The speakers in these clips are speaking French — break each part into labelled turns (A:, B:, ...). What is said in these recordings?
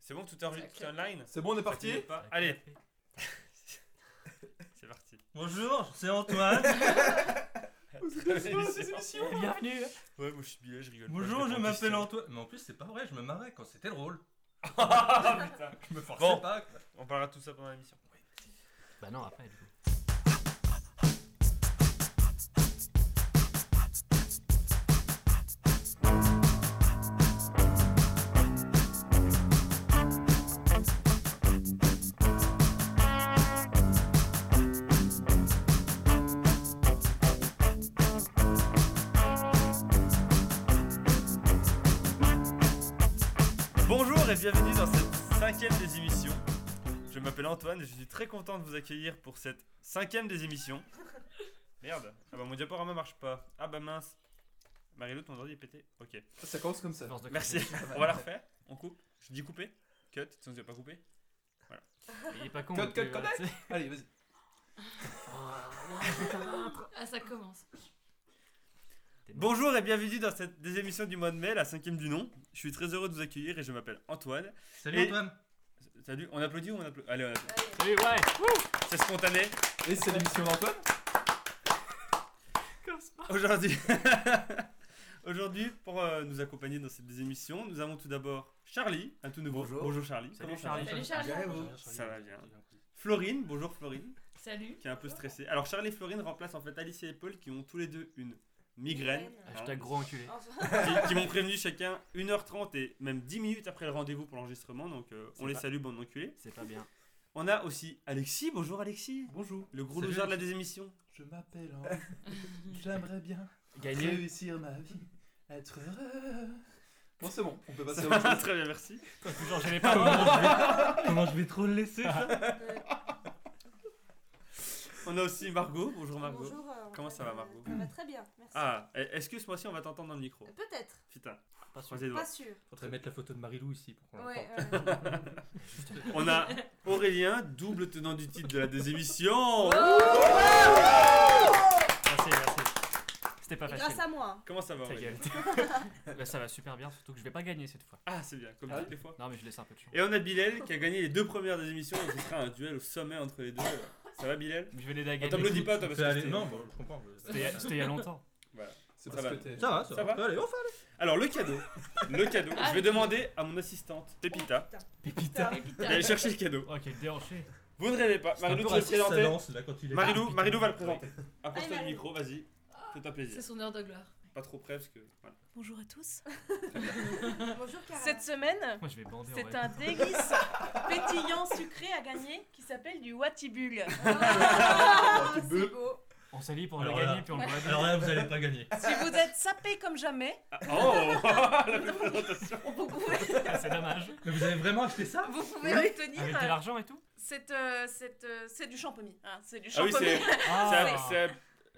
A: C'est bon, tout est en tout est online
B: C'est bon, on est
A: Ça
B: parti
A: finit pas Allez, c'est parti.
C: Bonjour, c'est Antoine. Bienvenue.
A: Ouais, moi je suis biais, je rigole. pas,
C: Bonjour, je
A: réponds aux
C: m'appelle
A: questions.
C: Antoine. Mais en plus, c'est pas vrai, je me marrais quand c'était drôle.
A: Ah putain
C: Je me forçais
A: Bon.
C: pas. quoi.
A: On parlera de tout ça pendant l'émission.
D: Bah non, après, du coup.
A: Bonjour et bienvenue dans cette cinquième des émissions. Je m'appelle Antoine et je suis très content de vous accueillir pour cette cinquième des émissions. Merde, ah bah mon diaporama marche pas. Ah bah mince. Marie-Lou, ton ordi est pété. Ok.
B: Ça commence comme ça.
D: Force de
A: Merci.
D: continuer.
A: On va la refaire. On coupe. Je dis couper. Cut. Sinon, tu vas pas couper.
D: Il est pas con.
B: Code,
D: donc,
B: code,
D: euh, voilà,
B: code.
D: tu sais.
B: Allez, vas-y.
E: Ah, ça commence.
A: Bonjour et bienvenue dans cette des émissions du mois de mai, la cinquième du nom. Je suis très heureux de vous accueillir et je m'appelle Antoine.
C: Salut
A: Et-
C: Antoine.
A: Salut. On applaudit ou on applaudit Allez, on applaudit.
D: Salut, ouais.
A: C'est spontané.
B: Et c'est l'émission d'Antoine
A: Aujourd'hui, aujourd'hui, pour euh, nous accompagner dans cette des émissions, nous avons tout d'abord Charlie, un tout nouveau.
B: Bonjour.
A: Bonjour Charlie.
D: Salut,
A: ça va
E: Salut
D: Charlie.
E: Charlie.
B: Bien, vous
A: Ça va bien. Florine, bonjour Florine,
E: Salut.
A: qui est un peu stressée. Alors Charlie et Florine remplacent en fait Alicia et Paul qui ont tous les deux une migraine.
E: Migraine.
A: hein,
D: Hashtag gros enculé.
A: qui, qui m'ont prévenu chacun 1h30 et même 10 minutes après le rendez-vous pour l'enregistrement. Donc euh, on
D: C'est
A: les
D: pas-
A: salue, bande d'enculés.
D: C'est pas bien.
A: On a aussi Alexis, bonjour Alexis,
B: Bonjour,
A: le gros
C: Salut,
A: loser de la désémission.
B: je m'appelle Henri. J'aimerais bien
D: Gagné.
B: réussir ma vie, être heureux. Bon, c'est bon, on peut passer
A: Ça
B: au
A: va, très bien, merci.
D: Toujours, j'avais pas le
C: Comment je vais trop le laisser ça
A: On a aussi Margot, bonjour Margot.
F: Bonjour. euh,
A: Comment ça va, Margot
F: Ça va très bien, merci.
A: Ah, eh, est-ce que ce mois-ci on va t'entendre dans le micro
F: Euh, Peut-être,
A: Putain,
D: Pas sûr.
A: croisez les doigts.
F: pas sûr.
C: Faudrait mettre la photo de Marilou ici pour
A: Ah,
C: qu'on l'entende.
F: Ouais, euh, ouais.
A: On a Aurélien, double tenant du titre de la désémission.
D: Merci, merci. C'était pas
F: Et grâce
D: facile.
F: à moi. hein.
A: Comment ça va
D: Ta
A: Aurélien
D: gueule. Bah, ça va super bien, surtout que je vais pas gagner cette fois.
A: Ah, c'est bien, comme
B: Ah
A: toutes les fois.
D: Non, mais je laisse un peu de chance.
A: Et on a Bilal qui a gagné les deux premières des émissions et ce sera un duel au sommet entre les deux. Ça va Bilal
D: Je vais l'aider à
A: On
D: gagner.
A: t'applaudit pas toi parce
C: Fais
A: que
C: aller-
A: c'était-
C: Non, bon, je comprends. je-
D: C'était c'était il y a longtemps.
B: C'est
A: Ça
B: parce
A: va.
B: que t'es.
C: Ça va,
A: Ça
C: ça
A: va
C: va. Allez, enfin.
A: Alors le cadeau, le cadeau, je vais demander à mon assistante Pépita
F: Putain.
A: d'aller chercher le cadeau.
D: Oh, quel déhanché.
A: Vous ne rêvez pas, Marilou tu vas le
C: ça
A: présenter.
C: danse là quand il est.
A: Marilou,
C: Putain.
A: Marilou va le présenter.
F: Allez,
A: Approche-toi du
F: Marilou.
A: micro, vas-y. C'est un plaisir.
E: C'est son heure de gloire.
A: Pas trop près parce que. voilà.
E: Bonjour à tous.
F: Bonjour Cara.
G: Ah. Cette semaine,
D: Moi, je vais bander. en
G: c'est
D: vrai.
G: un délice pétillant sucré à gagner qui s'appelle du Watibul.
F: Ah,
B: Tu
F: c'est
B: peux.
F: beau.
D: On s'allie pour le
C: Alors
D: gagner,
C: là.
D: puis on le voit.
C: Alors là, vous allez pas gagner.
G: Si vous êtes sapé comme jamais,
A: Ah, oh
G: vous pouvez,
D: Ah, C'est dommage.
C: Mais vous avez vraiment acheté ça
G: vous pouvez
D: Avec
G: obtenir
D: de
G: euh,
D: l'argent et tout
G: cette, euh, cette, euh, c'est du champomis. hein, c'est du
A: Ah oui,
G: champomis.
A: c'est.
D: Ah,
A: c'est à- c'est à-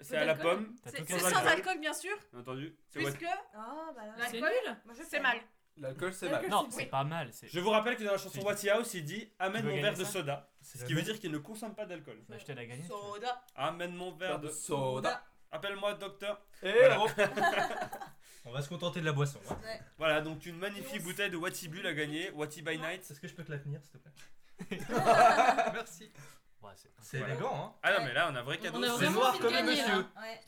A: C'est à la
G: d'alcool
A: pomme.
D: T'as
G: C'est-
D: tout
G: c'est
A: raison.
D: qu'un
G: sans alcool bien sûr,
A: Bien entendu. C'est what-
G: puisque
F: Ah, bah là.
G: l'alcool,
E: C'est nul.
F: Moi, je
G: c'est
F: sais.
G: mal.
B: L'alcool, c'est mal.
F: L'alcool,
D: Non,
F: c'est
D: c'est
F: bon.
D: pas mal. c'est-
A: Je vous rappelle que dans la chanson What's House, il dit Amène mon
D: veux gagner
A: verre de
D: ça
A: soda.
C: C'est
A: Ce
C: la
A: qui veut
C: même-
A: dire qu'il ne consomme pas d'alcool.
D: Bah, je t'aide à gagner. tu vois.
G: Soda.
A: Amène mon verre de.
B: Soda.
A: Appelle-moi docteur.
B: Et
A: Voilà.
B: oh.
C: On va se contenter de la boisson. hein.
F: Ouais.
A: Voilà, donc une magnifique bouteille de Watty Bull à gagner. Watty by Night.
C: Est-ce que je peux te la tenir, s'il te plaît
B: Merci.
D: Ouais, c'est-
C: C'est
A: Voilà.
C: élégant, hein
A: Ah non, mais là, on a un vrai cadeau.
E: On a
A: C'est-
E: vraiment
B: noir
E: envie de
B: comme le
E: gagner, là.
B: monsieur.
F: Ouais.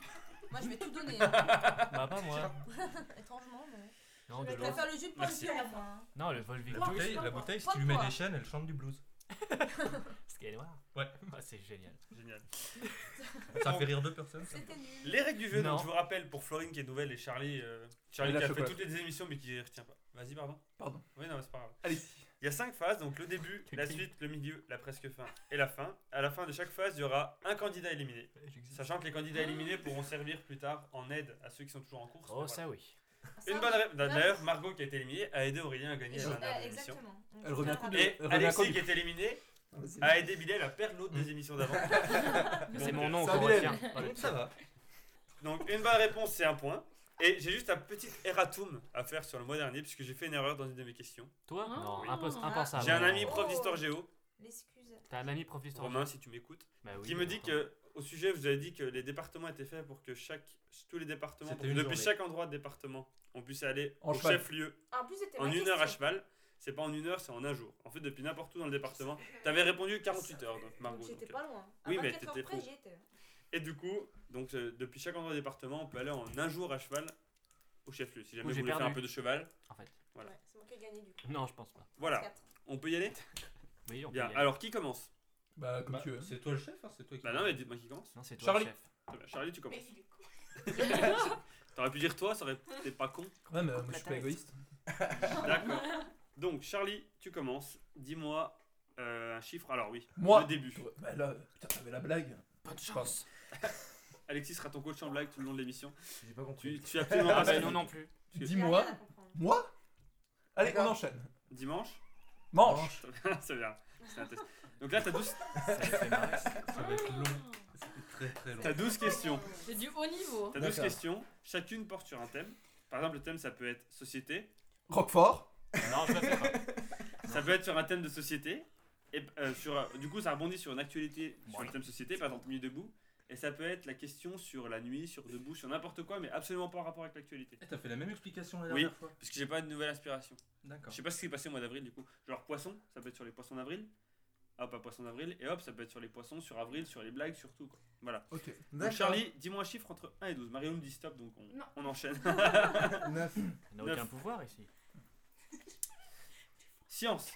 F: Moi, je vais tout donner. hein.
D: Bah, pas moi.
F: Étrangement, mais.
D: Non,
F: Je
D: de
F: vais
D: l'eau.
F: faire le jus de pomme
A: Merci.
F: à la fin. hein.
D: Non, le vol
C: La
D: Victor.
C: bouteille, la bouteille, si tu lui mets des chaînes, elle chante du blues.
D: Parce qu'elle est noire.
C: Ouais.
D: Ah, c'est génial.
A: Génial.
C: Ça fait rire deux personnes. ça.
F: C'était nul.
A: Les règles du jeu,
D: Non.
A: donc je vous rappelle pour Florine qui est nouvelle et Charlie, euh, Charlie
B: Et la
A: qui a fait
B: chocolat.
A: toutes les émissions mais qui les retient pas. Vas-y, pardon.
B: Pardon.
A: Oui, non, mais c'est pas grave.
B: Allez.
A: Il y a cinq phases, donc le début, la suite, le milieu, la presque fin et la fin. À la fin de chaque phase, il y aura un candidat éliminé. Sachant que les candidats éliminés pourront servir plus tard en aide à ceux qui sont toujours en course.
D: Oh,
A: Voilà.
D: ça oui.
A: Une bonne réponse. D'ailleurs, Margot qui a été éliminée a aidé Aurélien à gagner la
F: Ouais,
A: dernière émission.
F: Eh, Exactement.
B: Elle revient combien
A: Et
B: Elle revient quand
A: Alexis
B: du-
A: qui est éliminé
B: Vas-y.
A: a aidé Bilal à perdre l'autre des émissions d'avant. Ah,
D: C'est mon nom
B: ça
D: qu'on
B: vient.
D: retient. Pas le-
C: Ça va.
A: Donc une bonne réponse c'est un point. Et j'ai juste un petit erratum à faire sur le mois dernier puisque j'ai fait une erreur dans une de mes questions.
D: Toi
E: Hein
D: Non,
E: Oui.
D: impos-
E: Ah.
D: impensable.
A: J'ai un
D: Non.
A: ami prof
F: Oh.
A: d'histoire géo,
F: L'excuse.
D: T'as un ami prof d'histoire
A: Romain si tu m'écoutes,
D: Bah oui,
A: qui me
D: bah,
A: dit
D: attends.
A: que au sujet vous avez dit que les départements étaient faits pour que chaque tous les départements
C: C'était
A: pour que
C: une
A: depuis
C: journée.
A: chaque endroit de département on puisse aller
B: En
A: au
B: cheval.
A: chef-lieu
F: En plus, c'était
A: en
F: ma
A: une heure à
F: question.
A: cheval. c'est pas en une heure, c'est en un jour. En fait, depuis n'importe où dans le département. T'avais répondu 48 heures, donc, Margot.
F: Donc J'étais
A: donc, euh,
F: pas loin.
A: oui,
F: à
A: mais
F: 24 heures
A: t'étais
F: près,
A: trop.
F: j'y étais.
A: Et du coup, donc euh, depuis chaque endroit du département, on peut aller en un jour à cheval au chef-lieu. Si jamais
D: j'ai
A: vous voulez faire un
D: perdu.
A: peu de cheval,
D: En fait.
A: Voilà.
F: Ouais, c'est moi qui ai gagné du coup.
D: Non, je pense pas.
A: voilà.
F: 24.
A: On peut y aller
D: Oui, on peut
A: Bien. ah,
D: y aller.
A: Alors qui commence
B: Bah, comme
C: Bah,
B: tu veux.
C: C'est toi le chef, hein, c'est toi qui.
A: Bah non, mais dites-moi qui commence.
D: Non, c'est toi
B: Charlie.
D: le chef.
A: Très bien. Charlie, tu
F: Mais
A: commences.
F: il est con.
A: T'aurais pu dire toi, ça aurait été pas con.
B: Ouais, mais
D: Coupe
B: euh, moi, je
D: la
B: suis pas
D: tête.
B: égoïste.
A: D'accord. Donc Charlie, tu commences. Dis-moi euh, un chiffre. Alors oui.
B: Moi
A: Le début.
B: Ouais, Bah là, putain, t'avais la blague.
D: Bonne
B: chance.
A: Alexis sera ton coach en blague tout le long de l'émission.
H: J'ai pas compris.
A: Tu, tu as absolument
D: Ah
A: pas
D: bah
A: suivi.
D: non, non plus.
A: Parce que-
F: Il y a
B: Dis-moi.
F: rien à comprendre.
B: Moi Allez, on
H: D'accord.
B: enchaîne.
A: Dimanche
B: Mange
A: C'est bien. C'est un test. Donc là, t'as 12,
D: Ça me fait marrer.
C: Ça va être long. C'était très très long.
A: t'as 12 questions.
E: C'est du haut niveau.
A: T'as 12
B: D'accord.
A: questions. Chacune porte sur un thème. Par exemple, le thème, ça peut être société.
B: Roquefort
D: Non, je le fais pas.
A: Ça peut être sur un thème de société. Et euh, sur, euh, du coup, ça rebondit sur une actualité, sur
D: Ouais.
A: le thème société, par exemple, nuit debout. Et ça peut être la question sur la nuit, sur debout, sur n'importe quoi, mais absolument pas en rapport avec l'actualité.
C: Eh, T'as fait la même explication la
A: Oui.
C: dernière fois.
A: Parce que j'ai pas de nouvelle inspiration. Je
C: D'accord.
A: sais pas ce qui s'est passé au mois d'avril, du coup. Genre poisson, ça peut être sur les poissons d'avril. Hop, à poisson d'avril. Et hop, ça peut être sur les poissons, sur avril, sur les blagues, sur tout. quoi. Voilà.
B: Ok.
A: Donc,
H: D'accord.
A: Charlie, dis-moi un chiffre entre 1 et 12. Mario me dit stop, donc on,
E: Non.
A: on enchaîne.
H: Neuf.
D: On n'a aucun
A: Neuf.
D: pouvoir ici.
A: Science.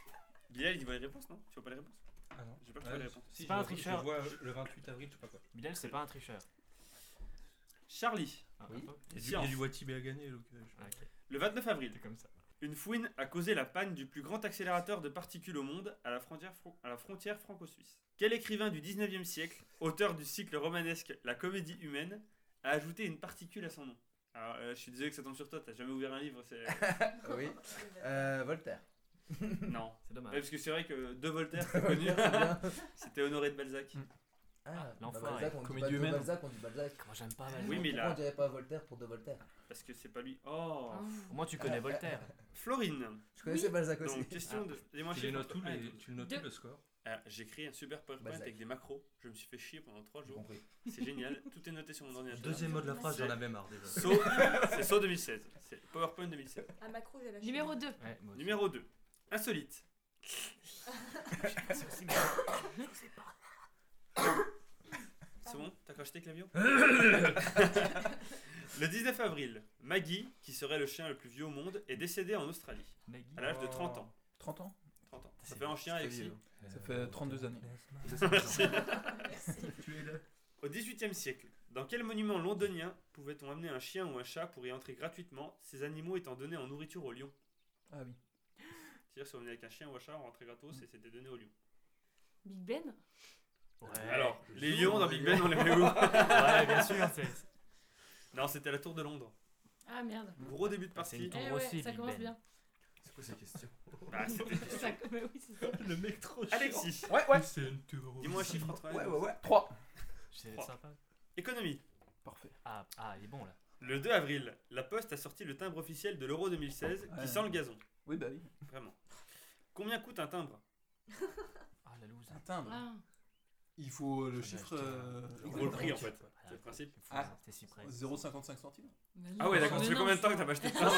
A: Bilal, il dit pas les réponses, non Tu vois pas les réponses
C: Ah non.
A: J'ai pas
C: Ouais,
A: trouvé les réponses.
C: si,
D: C'est pas
C: je-
D: un tricheur.
C: Je vois euh, le 28 avril, je sais pas quoi.
D: Bilal,
A: Euh,
D: c'est pas un tricheur.
A: Charlie,
D: Ah,
H: Oui.
D: un peu.
C: Il y a du- il y
A: Science.
C: a du Watibé à gagner, donc. euh, je-
D: Ah, ok.
A: le 29 avril,
D: T'es comme ça.
A: Une fouine a causé la panne du plus grand accélérateur de particules au monde à la frontière, fran- à la frontière franco-suisse. Quel écrivain du 19e siècle, auteur du cycle romanesque La comédie humaine, a ajouté une particule à son nom Alors, euh, je suis désolé que ça tombe sur toi, t'as jamais ouvert un livre, c'est...
H: Oui. Euh, Voltaire.
A: non.
D: C'est
A: Ouais,
D: dommage.
A: parce que c'est vrai que De Voltaire, c'est connu, c'était Honoré de
C: Mm.
A: Balzac.
H: Ah,
D: l'enfoiré.
H: Balzac, on dit
B: Comédie
H: pas de
B: humaine.
H: Balzac, on dit Balzac.
D: Comment j'aime pas
A: Oui,
D: Valjean.
A: mais
H: Pourquoi
A: là-
H: on dirait pas Voltaire pour de Voltaire
A: Parce que c'est pas lui. Oh
D: Au moins, tu connais Voltaire.
A: Florine,
H: Je connaissais Balzac aussi.
A: donc question de... Dis-moi un
C: ah, Tu les
A: chiffre
C: notes
A: entre
C: où
A: un et
C: les-
A: douze.
C: tu le notes où,
E: Deux.
C: le score
A: Ah, J'ai créé un super PowerPoint
H: Balzac.
A: avec des macros, je me suis fait chier pendant 3
H: J'ai
A: jours,
H: compris.
A: c'est génial, tout est noté sur mon ordinateur.
C: Deuxième mot de la phrase, j'en avais marre déjà.
A: Saut, c'est Saut 2016. C'est PowerPoint 2016.
F: Un macro, j'ai lâché.
E: Numéro 2.
D: Ouais, moi aussi.
A: Numéro 2. Insolite.
D: C'est aussi bien.
A: C'est bon T'as craché tes claviaux Le 19 avril, Maggie, qui serait le chien le plus vieux au monde, est décédée en Australie,
D: Maggie.
A: à l'âge de 30 ans.
B: 30 ans
A: 30 ans. Ça fait un chien, Alexis.
H: Euh,
B: Ça fait 32 années.
C: Tu es là.
A: Au 18e siècle, dans quel monument londonien pouvait-on amener un chien ou un chat pour y entrer gratuitement, ces animaux étant donnés en nourriture aux lions
B: Ah oui.
A: C'est-à-dire, si on venait avec un chien ou un chat, on rentrait gratos et c'était donné aux lions.
E: Big Ben
D: Ouais.
A: Alors, les
C: joue,
A: lions dans
C: les
A: Big Ben, on les met où
D: Ouais, bien sûr. c'est-
A: Non, c'était à la Tour de Londres.
E: Ah merde.
A: Gros début de
D: C'est une
A: partie.
D: tour
E: Eh
D: aussi,
E: ouais, ça
D: Big
E: commence
D: Ben.
E: bien.
H: C'est quoi ces questions
A: Bah, c'était-
E: Ça- bah oui, c'est ça.
C: Le mec trop chiant.
A: Alexis,
B: Ouais, ouais.
C: C'est une tour.
A: dis-moi un chiffre entre un et
B: Ouais,
A: douze.
B: ouais, ouais. 3.
D: C'est
A: Trois.
D: sympa.
A: Économie.
B: Parfait.
D: Ah, ah, il est bon là.
A: Le 2 avril, la Poste a sorti le timbre officiel de l'euro 2016
B: Ouais.
A: qui sent le gazon.
B: Oui, bah oui.
A: Vraiment. Combien coûte un timbre
D: Ah, la loose.
B: Un timbre.
E: Ah.
B: Il faut le
D: J'en ai
B: chiffre.
D: acheté un.
H: hein.
B: euh,
A: Gros le prix en
B: exact.
A: fait. C'est le principe.
B: Ah.
D: C'était si près.
B: 0,55 centimes. Ah,
E: Mais non.
A: Ah ouais, d'accord.
E: Mais
A: Ça fait
E: non,
A: combien de temps que
E: c'est-
A: t'as pas acheté de timbre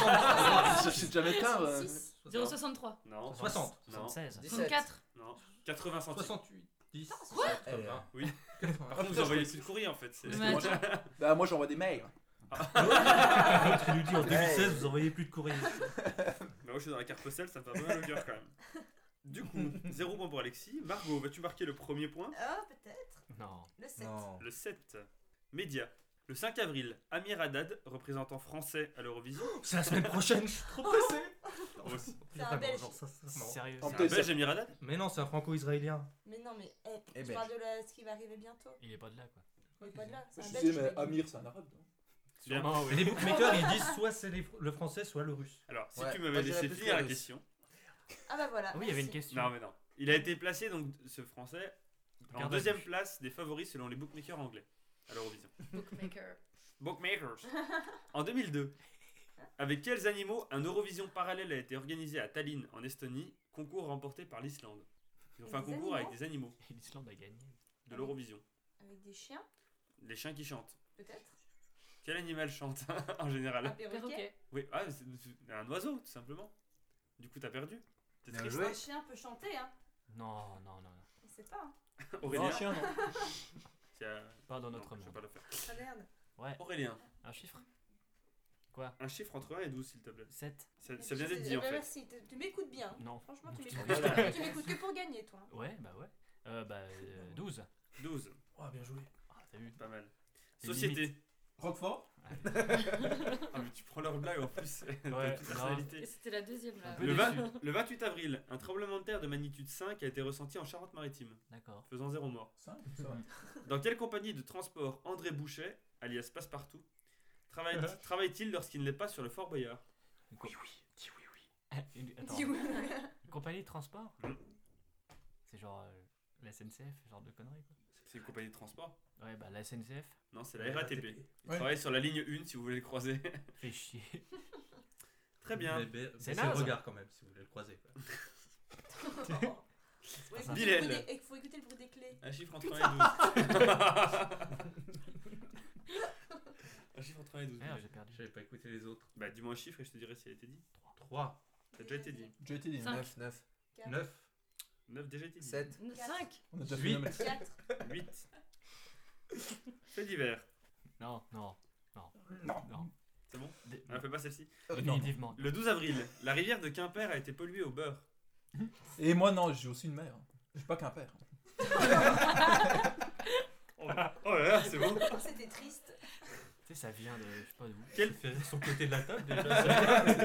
B: Je cherchais jamais de timbre. euh.
F: 66.
E: 0,63.
A: Non.
C: 60.
A: Non.
D: 76.
E: 64.
A: Non. 80 centimes.
C: 68. 10.
H: Eh,
A: Ah,
H: euh,
A: Par contre, vous envoyez plus de courrier en fait. c'est-
E: Mais attends,
B: Bah, moi, j'envoie des mails.
C: L'autre, il nous dit en 2016, vous envoyez plus de courrier.
A: Bah, moi je suis dans la carte postale, ça me fait un peu mal au cœur quand même. Du coup, 0 point pour Alexis. Margot, vas-tu marquer le premier point
F: Ah, peut-être.
D: Non.
F: Le 7.
H: Non.
A: Le 7. Média. Le 5 avril, Amir Haddad, représentant français à l'Eurovision.
C: C'est la semaine prochaine, je suis trop pressé.
A: Aussi.
F: C'est un Belge.
C: Genre, ça, ça, c'est marrant.
D: Sérieux.
B: En
A: C'est un
B: plus,
A: belge Amir Haddad
C: Mais non, c'est un franco-israélien.
F: Mais non, mais eh,
H: Eh
F: tu
H: ben.
F: parles de la- ce qui va arriver bientôt.
D: Il est pas de là quoi.
F: Mais pas de là. Ah, ben, C'est
B: Je disais,
F: un Belge. je
B: mais
F: l'ai bah, dit.
B: Amir, c'est un arabe. non
A: Bien.
D: Sûrement,
C: Mais
D: oui.
C: les bookmakers, ils disent soit c'est les- le français, soit le russe.
A: Alors, si
H: Ouais.
A: tu
H: Moi,
A: m'avais
H: j'irais
A: laissé
H: plus
A: finir la
H: Carlos.
A: question.
F: Ah bah voilà.
D: Ah oui, il y avait une
F: merci.
D: question.
A: Non, mais non. Il a
H: Mmh.
A: été placé, donc, ce français, en
D: Garde à
A: deuxième
D: vue.
A: place des favoris selon les bookmakers anglais à l'Eurovision.
E: Bookmaker.
A: Bookmakers En 2002, avec quels animaux un Eurovision parallèle a été organisé à Tallinn, en Estonie, concours remporté par l'Islande Ils ont fait un
F: Avec des
A: concours avec
F: animaux Ah
A: des animaux
D: Et L'Islande a gagné.
A: de l'Eurovision.
F: Avec des chiens,
A: Les chiens qui chantent.
F: peut-être.
A: Quel animal chante hein, en
F: Un
A: général ah,
F: perroquet.
E: Perroquet.
A: Oui, ah, c'est c'est un oiseau, tout simplement. Du coup, t'as perdu. T'es
H: Bien
A: triste
H: joué.
F: Un chien peut chanter, hein.
D: Non, non, non. non.
F: On sait pas. hein.
A: Aurélien
B: chien, non.
A: Tiens,
D: Pas dans
A: non,
D: notre
A: je vais
D: monde.
A: pas le faire.
G: Ah merde.
D: Ouais,
A: Aurélien,
D: un chiffre
A: un chiffre entre 1 et 12, s'il te plaît.
D: 7
A: Ça,
F: Mais
A: ça
F: je
A: vient d'être
F: sais-
A: dit
F: eh
A: en
F: ben,
A: fait.
F: Merci, tu tu m'écoutes bien.
D: Non.
F: Franchement, tu
D: Tu
F: m'écoutes
D: te
F: bien. Tu m'écoutes que pour gagner, toi. hein.
D: Ouais, bah ouais. Euh, bah, euh, 12.
A: 12,
B: Oh, bien joué.
D: Ah, t'as vu
A: pas mal.
D: C'est
A: Société.
B: Roquefort
A: Ah, mais tu prends leur blague en plus. T'as
D: Ouais,
A: plus de
D: non.
A: personnalité.
E: Et c'était la deuxième là.
D: Un peu
A: Le,
D: déçu.
A: 20 le 28 avril, un tremblement de terre de magnitude 5 a été ressenti en Charente-Maritime,
D: D'accord.
A: faisant zéro mort.
B: Ça, ça va.
A: Dans quelle compagnie de transport André Boucher, alias Passepartout, travaille- travaille-t-il lorsqu'il n'est pas sur le Fort Boyard
D: Oui, oui, dis oui, oui. Ah, Hmm. Attends,
F: Dis oui.
D: une compagnie de transport
A: Mhm.
D: C'est genre euh, la SNCF, ce genre de conneries quoi.
A: C'est une compagnie de transport
D: Ouais, bah la SNCF
A: Non, c'est la RATP. Il
B: Ouais.
A: travaille sur la ligne 1 si vous voulez le croiser.
D: fait chier.
A: Très bien.
D: C'est
C: C'est le
D: naze.
C: regard quand même, si vous voulez le croiser. quoi.
F: Faut écouter
A: Bilal.
F: le bruit des- faut écouter le bruit des clés.
A: Un chiffre entre 1 et 12. un chiffre entre 1 et 12.
D: Merde, j'ai perdu.
C: J'avais pas écouté les autres.
A: Ah, Bah, dis-moi un chiffre et je te dirai si elle a été dit.
C: 3,
A: Ça a déjà été dit.
B: J'ai été dit.
E: Cinq.
H: 9, 9,
C: 9,
A: 9 déjà été dit.
H: 7.
E: 5
B: On a déjà
C: Huit.
B: fait la
F: 4.
A: 8. Fait divers.
D: Non, non, non,
B: Non.
D: non. Ah,
A: C'est bon
D: Dé-
A: On fait pas celle-ci.
D: Définitivement.
A: Le 12 avril, la rivière de Quimper a été polluée au beurre.
B: Et moi, non, j'ai aussi une mère. J'ai pas qu'un père.
A: Oh là oh là, là, c'est bon.
F: C'était triste.
D: Tu sais, ça vient de. Je sais pas d'où.
C: Quel fait son côté de la table déjà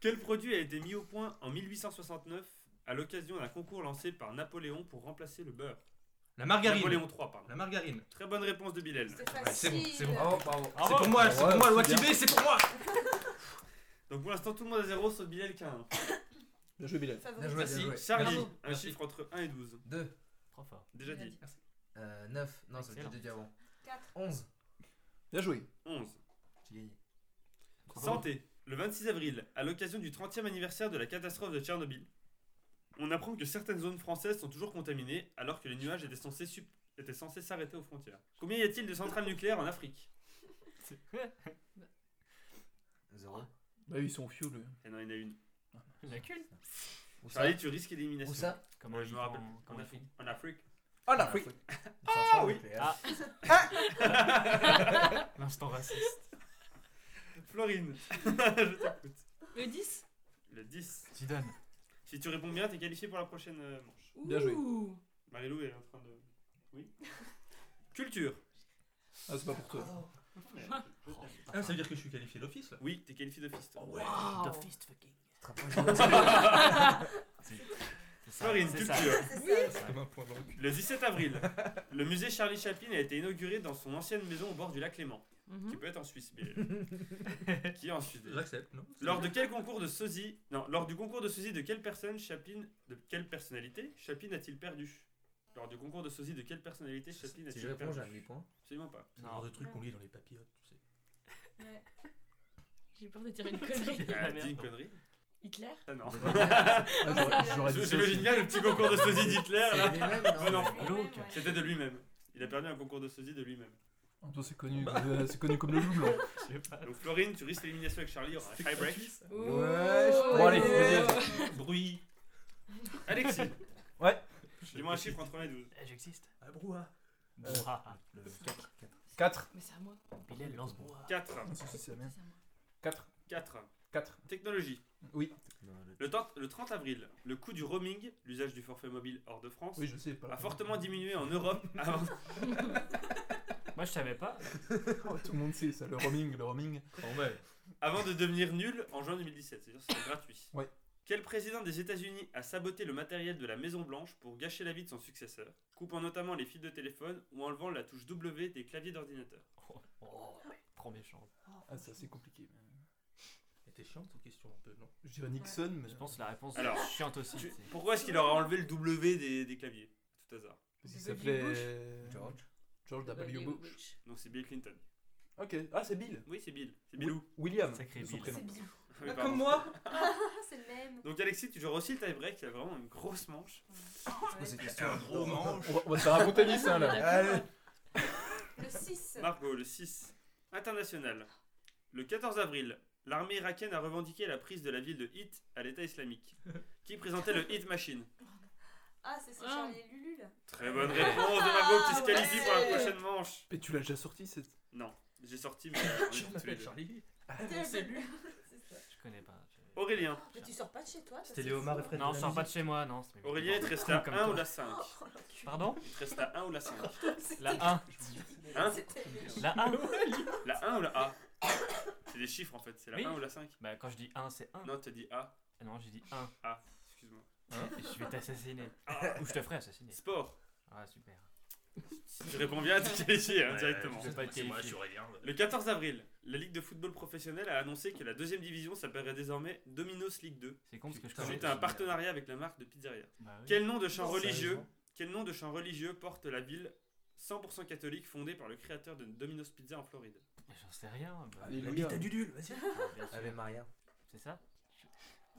A: Quel produit a été mis au point en 1869 à l'occasion d'un concours lancé par Napoléon pour remplacer le beurre
C: La margarine.
A: Napoléon III, pardon.
C: La margarine.
A: Très bonne réponse de Bilal.
F: C'était
C: Ouais, c'est bon,
F: facile.
C: c'est bon. Oh.
H: Bravo, bravo.
C: C'est pour moi, c'est
B: Ouais,
C: pour moi,
B: c'est bien.
C: le Wakibé, c'est pour moi
A: Donc pour l'instant, tout le monde à zéro, sauf Bilal qui a un.
B: Bien joué, Bilal.
F: Favori.
H: Bien joué,
C: Merci.
H: bien joué.
A: Charlie,
H: Merci.
A: un
C: Merci.
A: chiffre entre 1 et 12.
H: 2,
D: Trop fort.
A: Déjà
E: Il a
A: dit.
E: dit.
H: 9, euh, non, ça
D: Excellent.
H: veut dire avant.
F: 4.
H: 11,
B: Bien joué.
A: 11.
H: j'ai gagné.
D: Trop fort.
A: Santé. Le 26 avril, à l'occasion du 30e anniversaire de la catastrophe de Tchernobyl, on apprend que certaines zones françaises sont toujours contaminées alors que les nuages étaient censés sup- étaient censés s'arrêter aux frontières. Combien y a-t-il de centrales nucléaires en Afrique
H: Zéro.
B: Bah, oui, ils sont au fioul. eux.
A: Eh non, il y en a une.
D: La cul
H: Où ça
A: Charlie, tu risques l'élimination.
H: Où ça
D: Comment
A: Ouais,
D: ils
A: je me
D: font-
A: rappelle.
D: comment
A: En
D: ils
A: Afrique. En Afrique.
D: font
H: Oh
D: la
H: oui
A: Ah, oui.
D: Ah L'instant raciste.
A: Florine, je t'écoute.
E: Le 10
A: Le 10.
D: Zidane.
A: Si tu réponds bien, t'es qualifié pour la prochaine euh, manche.
B: Bien joué.
E: Ouh.
A: Marilou est en train de. Oui. Culture.
B: Ah, c'est pas pour toi.
C: Ah, ça veut dire que je suis qualifié d'office là
A: Oui, t'es qualifié d'office. toi.
D: The fist fucking. C'est ça,
A: Florine,
D: c'est ça.
A: culture.
F: Oui.
D: Comme
C: un point dans le cul.
A: Le 17 avril, le musée Charlie Chaplin a été inauguré dans son ancienne maison au bord du lac Léman, qui
E: Hmm.
A: peut être en Suisse, mais. qui est en Suisse. déjà.
C: J'accepte, non
A: Lors de quel concours de sosie Non, lors du concours de sosie de quelle personne Chaplin de quelle personnalité Chaplin a-t-il perdu Lors du concours de sosie de quelle personnalité Chaplin
H: Si
A: a-t-il
H: je réponds, j'ai un
A: perdu
H: demi-point.
A: Absolument pas.
C: C'est le genre de trucs qu'on lit dans les papillotes, tu sais.
E: J'ai peur de dire une connerie.
A: Ah,
D: merde.
A: dis une connerie.
E: Hitler
A: Ah non.
B: Ah, j'aurais- j'aurais dit ça aussi.
A: J'imagine bien le petit concours de sosie d'Hitler là.
H: C'est lui-même,
A: Ouais, non.
H: non
D: Glauque.
A: C'était de lui-même. Il a perdu un concours de sosie de lui-même.
B: En même temps, c'est connu, euh, c'est connu comme le loup blanc.
D: Je sais pas.
A: Donc Florine, tu risques l'élimination avec Charlie, il y aura un tie break.
H: Ouais, je
B: Bon, allez,
H: Ouais.
B: vas-y.
C: Bruit.
A: Alexis,
B: Ouais.
A: dis-moi un chiffre entre 1 et 12.
D: Eh, J'existe.
C: Ah, brouhaha.
B: Euh.
D: Brouhaha.
C: Le
B: 4.
E: Mais c'est à moi.
D: Bilal lance brouhaha.
A: 4.
B: Ah, 4.
A: 4.
B: 4.
A: Technologie.
B: Oui.
A: Le, temps- le 30 avril, le coût du roaming, l'usage du forfait mobile hors de France,
B: Oui, je sais pas.
A: a Ah, fortement diminué en Europe avant,
D: Moi je savais pas.
B: Oh, tout le monde sait ça, le roaming, le roaming.
C: Quand même.
A: avant de devenir nul en juin 2017. C'est-à-dire que c'est gratuit.
B: Ouais.
A: Quel président des États-Unis a saboté le matériel de la Maison Blanche pour gâcher la vie de son successeur, coupant notamment les fils de téléphone ou enlevant la touche W des claviers d'ordinateur
D: Oh, oh, trop méchant.
B: Ah, ça, c'est compliqué. mais-
C: Mais T'es chiant cette question un peu, non
B: Je dirais Nixon, mais.
D: Je pense que la réponse
A: Alors,
D: est chiante aussi.
A: Tu-
D: Ah, c'est-
A: Pourquoi est-ce qu'il aura enlevé le W des, des claviers à Tout hasard.
B: Parce qu'il
E: Bush.
B: s'appelait.
H: George.
B: George W. Bush.
A: Non, c'est Bill Clinton.
B: Ok. Ah, c'est Bill.
A: Oui, c'est Bill. C'est Billou.
B: William.
D: Sacré
B: de son
D: Bill.
B: prénom.
A: Ah oui, pardon.
C: moi
F: Ah, c'est le même.
A: Donc Alexis, tu joues aussi le tie-break, il y a vraiment une grosse manche.
H: C'est
C: Un gros manche.
B: Oh, On va- on va se faire un bon tennis, hein, là.
H: Allez.
F: Le 6.
A: Margot, le 6. International. Le 14 avril, l'armée irakienne a revendiqué la prise de la ville de Hit à l'État islamique. Qui présentait le Hit Machine
F: Ah, c'est ça,
E: Ah.
F: Charlie et Lulu là.
A: Très bonne réponse de Mago qui se
F: ouais.
A: qualifie pour la prochaine manche.
B: Mais tu l'as déjà sorti cette.
A: Non, j'ai sorti, mais on est tous les deux.
C: Charlie.
B: Ah, non, c'est lui.
F: C'est ça.
D: Je connais pas. je-
A: Aurélien,
F: Mais tu sors pas de chez toi ça,
C: C'était
F: c'est
C: les homards et
F: fou.
C: Fred.
D: Non,
C: de
D: je
C: la
D: sors pas de
C: musique.
D: chez moi, non. c'est-
A: Aurélien, il te reste à
D: Comme
A: 1
D: toi.
A: ou la 5
F: Oh, l'enculé.
D: Pardon
A: Il te reste à 1 ou la 5
D: La 1.
A: Hein
F: C'était méchant.
D: La 1
A: La 1 ou la A C'est des chiffres en fait, c'est la
D: Oui.
A: 1 ou la 5
D: Bah, quand je dis 1, c'est 1.
A: Non, t'as dit A.
D: Non, j'ai dit 1.
A: A, excuse-moi.
H: Hein
D: Je vais t'assassiner.
A: Ah.
D: Ou je te ferai assassiner.
A: Sport.
D: Ah, super.
A: Si tu réponds bien, t'es qualifié hein, directement.
D: je sais pas
C: C'est moi,
D: qualifié.
C: sur Aurélien.
A: Le 14 avril, la Ligue de football professionnel a annoncé que la deuxième division s'appellerait désormais Domino's Ligue 2,
D: C'est con parce que je
C: Putain,
D: connais. hein.
A: suite à un partenariat avec la marque de pizzeria.
D: Bah oui.
A: Quel nom de chant
F: Non,
A: religieux
C: sérieusement
A: Quel nom de chant religieux porte la ville 100% catholique fondée par le créateur de Domino's Pizza en Floride
D: Mais J'en sais rien. bah,
C: La
B: Alléluia.
C: bite à Dudul, vas-y.
D: bien sûr.
H: Ave Maria.
D: C'est ça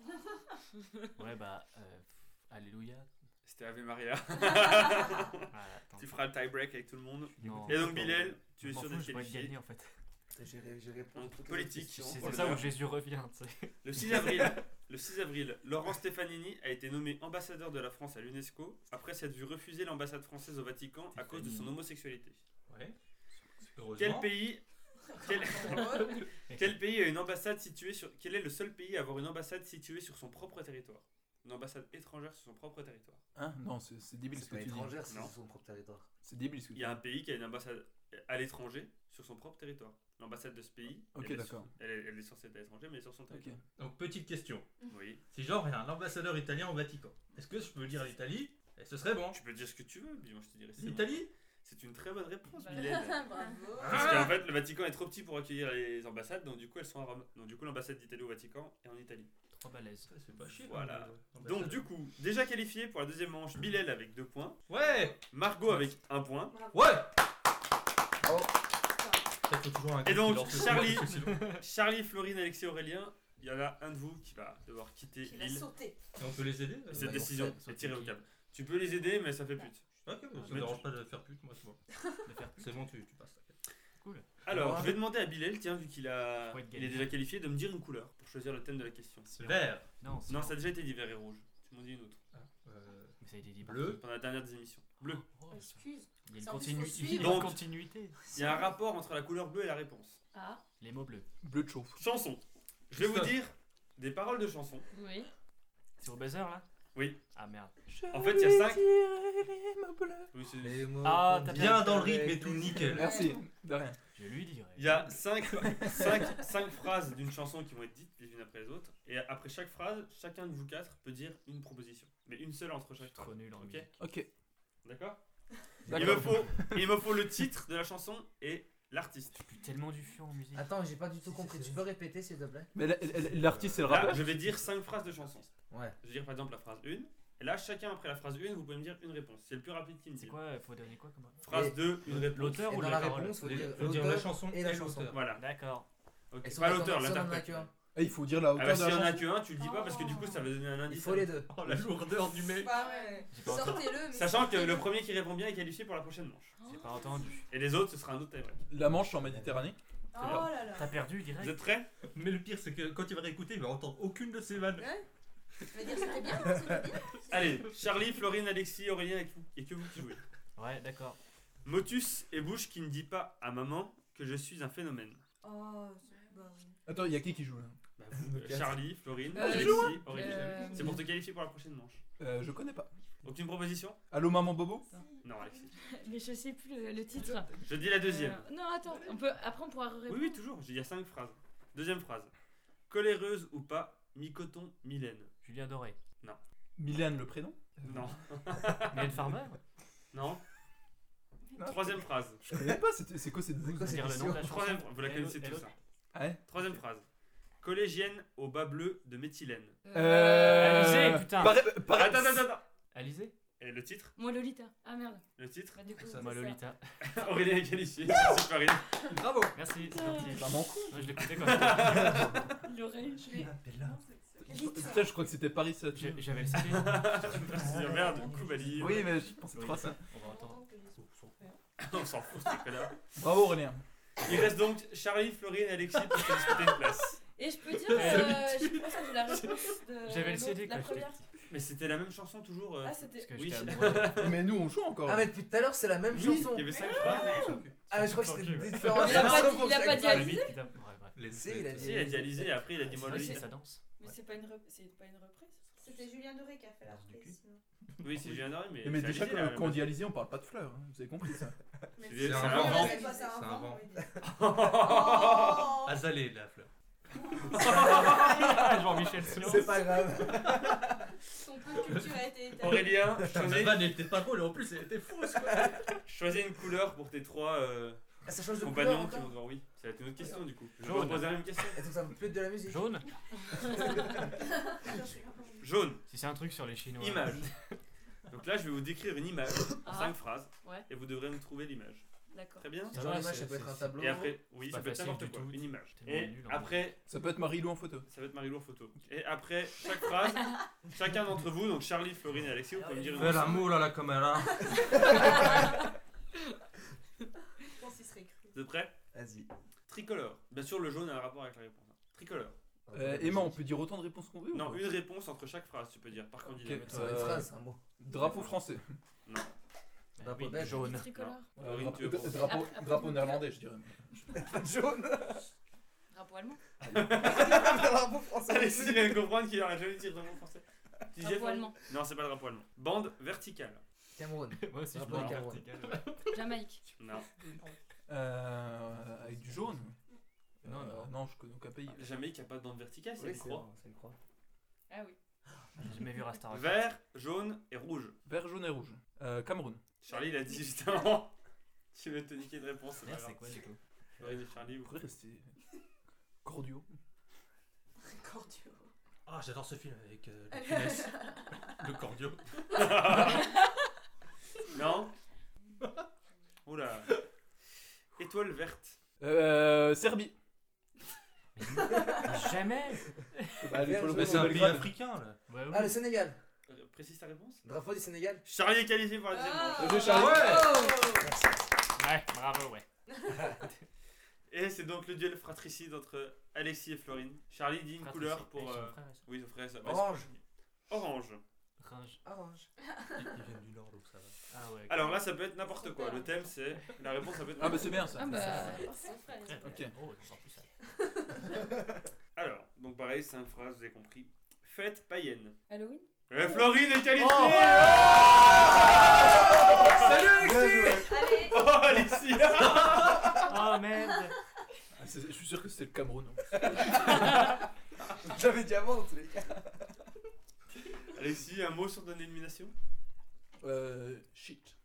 D: Ouais, bah. euh, pff, Alléluia.
A: C'était Ave Maria.
D: Voilà, attends.
A: tu feras le tie-break avec tout le monde.
D: Non.
A: Et donc Bilal,
D: Je
A: tu es
D: m'en
A: sûr
D: fous,
A: d'être
D: je pourrais te
A: qualifié.
D: gagner en fait.
H: J'ai j'ai répondu à toutes les
A: Politique,
H: questions.
D: C'est
A: pour
D: c'est
A: le
D: ça où
A: meilleur.
D: Jésus revient, tu sais.
A: Le 6 avril, le 6 avril, Laurent Stefanini a été nommé ambassadeur de la France à l'UNESCO après s'être vu refuser l'ambassade française au Vatican à cause de son homosexualité.
C: Ouais.
A: Quel
C: Heureusement.
A: pays quel, quel pays a une ambassade située sur quel est le seul pays à avoir une ambassade située sur son propre territoire Une ambassade étrangère sur son propre territoire.
B: Hein Non, c'est c'est débile ce
H: C'est
B: que
H: pas
B: tu dis.
H: étrangère, c'est
A: Non.
H: son propre territoire.
B: C'est débile ce que
A: Il
B: tu
A: y
B: dis.
A: a un pays qui a une ambassade à l'étranger sur son propre territoire. L'ambassade de ce pays,
B: Ok,
A: elle, est
B: d'accord.
A: sur- elle, est- elle est censée être à l'étranger, mais elle est sur son territoire.
C: Donc, petite question.
A: Oui.
C: Si genre, il y a un ambassadeur italien au Vatican, est-ce que je peux dire l'Italie Et ce serait bon.
A: Tu peux dire ce que tu veux, mais moi je te dirais. c'est bon.
C: L'Italie
A: C'est une très bonne réponse,
E: Bah,
A: Mylène.
F: Bravo.
A: Parce qu'en fait, le Vatican est trop petit pour accueillir les ambassades, donc du coup, elles sont à Rome. Donc du coup, l'ambassade d'Italie au Vatican est en Italie.
D: Trop balèze.
C: Ça, C'est pas chier.
A: Voilà.
C: comme, euh,
A: Donc
C: ambassadeur.
A: du coup, déjà qualifié pour la deuxième manche, Bilal avec deux points,
C: Ouais
A: Margot avec un point.
F: Bravo.
C: Ouais
H: Oh.
C: Peut-être faut toujours un
A: Et donc,
C: qui lance le
A: Charlie.
C: parce que sinon-
A: Charlie, Florine, Alexis, Aurélien, il y en a un de vous qui va devoir quitter
F: Qui l'a
A: l'île.
F: sauté.
C: Et on peut les aider euh,
A: Et Cette
C: ouais.
A: décision
D: sauter
A: est tirée au
D: qui
A: câble. Tu peux les aider, mais ça fait pute.
C: Ok, bah, ça
A: Mais
C: me
A: tu-
C: dérange pas de faire pute, moi c'est bon.
D: De faire
C: C'est bon, tu, tu passes. t'inquiète.
A: Alors,
B: Ouais.
A: je vais demander à Bilal, tiens, vu qu'il a...
D: Faut être
A: il est
D: gagnant.
A: déjà qualifié, de me dire une couleur pour choisir le thème de la question.
C: Vert.
D: Non, c'est
A: Non, ça a déjà été dit vert et rouge. Tu m'en dis une autre.
C: Euh,
D: Mais ça a été dit
C: Bleu.
A: Pendant la dernière des émissions. Bleu.
D: partout. Oh, ça-
F: Excuse.
D: Il y a une
F: Ça, en plus, faut
D: continuité.
F: suivre.
D: Il y a une
A: Donc-
D: continuité.
A: Il y a un rapport entre la couleur bleue et la réponse.
E: Ah,
D: Les mots bleus.
B: Bleu de chauffe.
A: Chanson. Je vais vous
C: Christophe.
A: dire des paroles de chansons.
E: oui.
D: C'est au buzzer là
A: Oui.
D: Ah merde.
A: En fait, il y a cinq-
H: Les mots
D: Ah,
H: qu'on
D: t'as
H: dit
C: bien dans le
H: avec
C: rythme et tout,
H: les-
C: nickel.
B: Merci, de rien.
D: Je lui dirais.
A: Il y a 5 cinq, cinq- cinq phrases d'une chanson qui vont être dites les unes après les autres. Et après chaque phrase, chacun de vous quatre peut dire une proposition. Mais une seule entre
D: Je suis
A: chaque
D: trop
A: phrase.
D: nul en
A: Ok.
D: musique.
B: Ok.
A: D'accord il me,
B: D'accord.
A: faut, il me faut le titre de la chanson et l'artiste.
D: Je suis tellement du fion en musique.
H: Attends, j'ai pas du tout
C: Si,
H: compris.
C: si,
H: Tu
C: si.
H: peux répéter s'il te plaît
B: Mais la- la- la- l'artiste, c'est le
A: Là,
B: rappeur
A: Ah, je vais dire 5 phrases de chanson.
H: Ouais.
A: Je vais dire par exemple la phrase 1. Et là, chacun après la phrase 1, vous pouvez me dire une réponse. C'est le plus rapide qui me
D: C'est
A: dit.
D: quoi euh, Faut donner quoi comme
A: Phrase
H: Et-
A: 2, une réponse.
D: L'auteur
H: Et
D: ou
H: dans
D: la
H: la
D: parole
H: réponse, faut
C: Les-
H: dire
C: faut dire la
H: l'auteur
C: chanson
H: et la
C: et
H: chanson.
C: l'auteur.
A: Voilà.
D: D'accord.
A: Ok.
H: Et si on
A: Pas
H: attend
A: l'auteur,
H: ça, on en a
A: l'interprète.
H: qu'un.
B: Eh, Il faut dire la
A: Ah
B: hauteur
A: bah
B: de
A: s'il
B: la
A: y en a
B: chanson.
A: que un, tu le dis pas parce que du coup ça va donner un indice.
H: Il faut les deux.
C: Oh la lourdeur du mec.
F: Bah ouais.
D: J'ai pas entendu.
F: Sortez-le. mais
A: Sachant que
F: sortez-le.
A: le premier qui répond bien est qualifié pour la prochaine manche.
D: J'ai pas entendu.
A: Et les autres, ce sera un autre tie-break.
B: La Manche en Méditerranée.
F: Oh là là.
D: T'as perdu
A: Vous
D: direct
A: êtes prêts
C: Mais le pire, c'est que quand il va réécouter, il va entendre aucune de ses vannes.
F: Ouais. Tu veux dire c'était bien hein, c'était bien
A: Allez, Charlie, Florine, Alexis, Aurélien et, vous- et que vous qui jouez.
D: Ouais, d'accord.
A: Motus et Bouche qui ne dit pas à maman que je suis un phénomène.
F: Oh, c'est- bah oui.
B: Attends, il y a qui qui joue là
A: Euh, Charlie, Florine,
E: Euh,
A: Alexis,
E: je
A: Aurélien.
E: Euh,
A: C'est pour te qualifier pour la prochaine manche.
B: euh, Je connais pas.
A: Aucune proposition
B: Allô, maman Bobo
A: Non, Alexis.
E: Mais je sais plus le, le titre.
A: Je dis la deuxième.
E: Euh, non, attends. On peut, après, on pourra répondre.
A: Oui, oui, toujours. Il y a cinq phrases. Deuxième phrase. Coléreuse ou pas, mi-coton, mi-laine.
D: Julien Doré.
B: Mylène, le prénom
A: Non.
D: Mylène Farmer
A: Non.
B: Non.
A: Troisième phrase.
B: Je connais pas, c'est c'est quoi cette
H: C'est quoi
B: musique
H: cette
D: Dire le nom de
H: question
D: la chanson.
A: Troisième, vous la
D: Et
A: connaissez
D: l'autre-
A: tous.
D: et
A: hein.
B: Ouais.
A: Troisième phrase. Collégienne au bas bleu de méthylène.
E: Euh,
B: Euh.
D: Alizé, putain.
B: Par- par-
A: Attends, attends, attends.
D: Alizé
A: Et le titre
E: Moi, Lolita. Ah merde.
A: Le titre
E: Bah, du coup,
D: Moi
E: c'est
D: Lolita.
A: Aurélien est qualifié. Merci, Florine.
C: Bravo.
D: Merci, c'est gentil.
B: Bah, mon con.
D: Moi, je l'écoutais quand j'étais-
E: ça. L'oreille. je l'ai.
B: Putain, je crois que c'était Paris, ça.
D: j'ai- j'avais le CD.
A: Je me suis dit, merde, du coup, Bali.
B: Oui, mais je pensais trop à ça.
D: On va entendre.
A: On s'en fout, c'est connard.
B: Bravo, Aurélien.
A: Il reste donc Charlie, Florine et Alexis pour se disputer une place.
E: Et je peux dire, euh, je pense que j'ai la réponse de
D: J'avais le CD
E: l'autre, la
D: quand j'étais
E: première.
A: Mais c'était la même chanson toujours. euh,
E: Ah, c'était.
D: Parce que
A: Oui.
D: j'étais amoureux.
I: Mais nous, on joue encore.
H: Ah, mais depuis tout à l'heure, c'est la même
A: oui,
H: chanson.
A: Il y avait ça, je crois.
H: Ah, mais je crois que
D: Sur le
H: c'était
D: cul, ouais.
H: différent.
E: Il a pas dit- il a pas dit
D: Ah,
E: à
D: le
E: lui.
D: mythe, putain. Ouais, bref.
I: Les
H: Si, il a
A: Si, il a
H: dit.
A: dit Alizé et après il a dit
H: Ah,
D: C'est
A: moi
D: vrai que c'est
A: Lolita.
D: ça danse.
E: Mais c'est pas une rep- c'est pas une reprise.
F: C'était Julien Doré qui a fait la
D: Dans du cul.
F: reprise. sinon.
A: Oui, c'est Julien Doré, mais.
I: Mais
A: c'est
I: déjà,
A: Alizé, euh, là,
I: quand quand on
A: même.
I: dit Alizé, on parle pas de fleurs. hein. Vous avez compris ça
F: Mais
A: C'est-
F: c'est
A: c'est un
F: un
A: vent.
F: vent. C'est
C: C'est
F: un
C: un
F: vent.
C: vent.
F: oui.
C: Oh. Azalée, la fleur.
D: Jean-Michel Silence.
H: C'est pas grave.
F: Son peu de culture a été établi.
A: Aurélien,
C: Ma
A: choisis,
C: vanne était pas cool, en plus elle était fausse quoi.
A: choisis une couleur pour tes trois euh,
H: Ah, Ça change de couleur
A: compagnons qui vont
H: encore.
A: dire oui. Ça va être une autre question du coup. Je vais
D: Jaune.
A: vous poser la même question.
H: Et donc, ça me plaît de la musique.
D: Jaune
A: Jaune,
D: Si c'est un truc sur les Chinois.
A: image. Donc là, je vais vous décrire une image en
E: Ah.
A: cinq phrases
E: Ouais.
A: et vous devrez me trouver l'image.
E: D'accord.
A: Très bien
D: Ça
H: Genre,
D: va,
H: l'image,
D: c'est-
H: ça peut être
D: c'est-
H: un tableau.
A: Et après, oui,
D: C'est
A: ça
D: pas
A: peut être
D: facile
A: n'importe
D: du
A: quoi,
D: tout.
A: une image.
D: Tellement
A: Et
D: nul en
A: après,
I: Ça peut être Marie-Lou en photo.
A: ça va être Marie-Lou en photo. Et après chaque phrase, chacun d'entre vous, donc Charlie, Florine et Alexis, vous pouvez me dire une
C: l'amour à la caméra.
F: Je pense qu'il serait cru.
A: Vous êtes prêts
H: Vas-y.
A: Tricolore. Bien sûr, le jaune a un rapport avec la réponse. hein. Tricolore.
I: Euh, Emma, on peut dire autant de réponses qu'on veut ou
A: Non,
I: pas
A: une réponse entre chaque phrase, tu peux dire, par candidat.
I: Ok.
H: C'est une
I: Euh,
H: phrase, un mot.
I: Drapeau français.
A: Non.
D: Bah oui,
H: Drapeau belge.
D: jaune.
E: Tricolore.
A: Euh, Florine, tu veux
I: drapeau,
A: prendre
I: drapeau,
E: Après-
I: drapeau néerlandais, je dirais.
H: Jaune.
E: Drapeau allemand.
H: Drapeau français.
A: Alexis vient de comprendre qu'il n'aurait jamais dit drapeau français. Tu disais,
E: Drapeau
A: Florine
E: allemand.
A: Non, c'est pas le drapeau allemand. Bande verticale.
H: Cameroun.
D: Moi aussi, je
H: Drapeau
D: peux
H: Cameroun.
E: Jamaïque.
A: Non.
I: Euh, avec du jaune
D: Non, non.
I: Euh, non, je connais aucun pays.
A: Jamais qu'il n'y a pas de bande verticale, c'est
H: Oui,
A: une croix.
H: c'est une croix.
E: Ah oui.
D: J'ai jamais vu Rastafari.
A: Vert, jaune et rouge.
I: Vert, jaune et rouge. Euh, Cameroun.
A: Charlie il a dit juste avant. Tu veux te niquer de réponse. c'est pas
D: Merde, c'est
A: grave.
D: quoi du coup
A: Florine et Charlie, vous
I: Pourquoi rester cordio
F: Cordio.
C: Ah, j'adore ce film avec euh, le funès, le cordio.
A: Non Oula Étoile verte.
I: euh, Serbie.
D: Jamais
I: Bah, les
H: Vert,
I: Colombiens,
H: jaune,
C: Mais c'est un
I: Belgrade.
C: pays africain là.
D: Ouais,
H: Ah, le
D: oui.
H: Sénégal.
A: Euh, Précise ta réponse
H: Drapeau du Sénégal.
A: Charlie est qualifié pour la deuxième
F: Ah
A: manche.
I: J'ai Charlie.
D: Ouais, bravo, ouais.
A: Et c'est donc le duel fratricide entre Alexis et Florine. Charlie dit une
D: Frère,
A: couleur
D: c'est-
A: pour...
D: ils sont
A: euh,
D: frères et sœurs.
A: Oui, son frère et
I: Oh.
A: sa-
H: Orange.
A: Orange.
D: Ringe.
H: Orange.
C: Ils ils viennent du nord donc ça va.
D: Ah ouais.
A: Alors là, ça peut être n'importe quoi. Le thème, c'est... La réponse, ça peut être...
I: Ah, bah c'est bien ça.
E: Ah bah.
D: c'est-
E: c'est frère.
D: Frère,
I: Ok.
D: Oh, on sort plus ça.
A: Alors, donc pareil, cinq phrases, vous avez compris. Fête païenne.
E: Halloween.
A: Et Florine est qualifiée
I: Oh.
A: Salut
I: Alexis
F: Allez,
A: Oh, Alexis
D: Oh merde
I: Ah, c'est- Je suis sûr que c'est le Cameroun. en fait.
H: J'avais dit avant, dans tous les cas.
A: Alexis, un mot sur ton élimination
I: Euh, shit.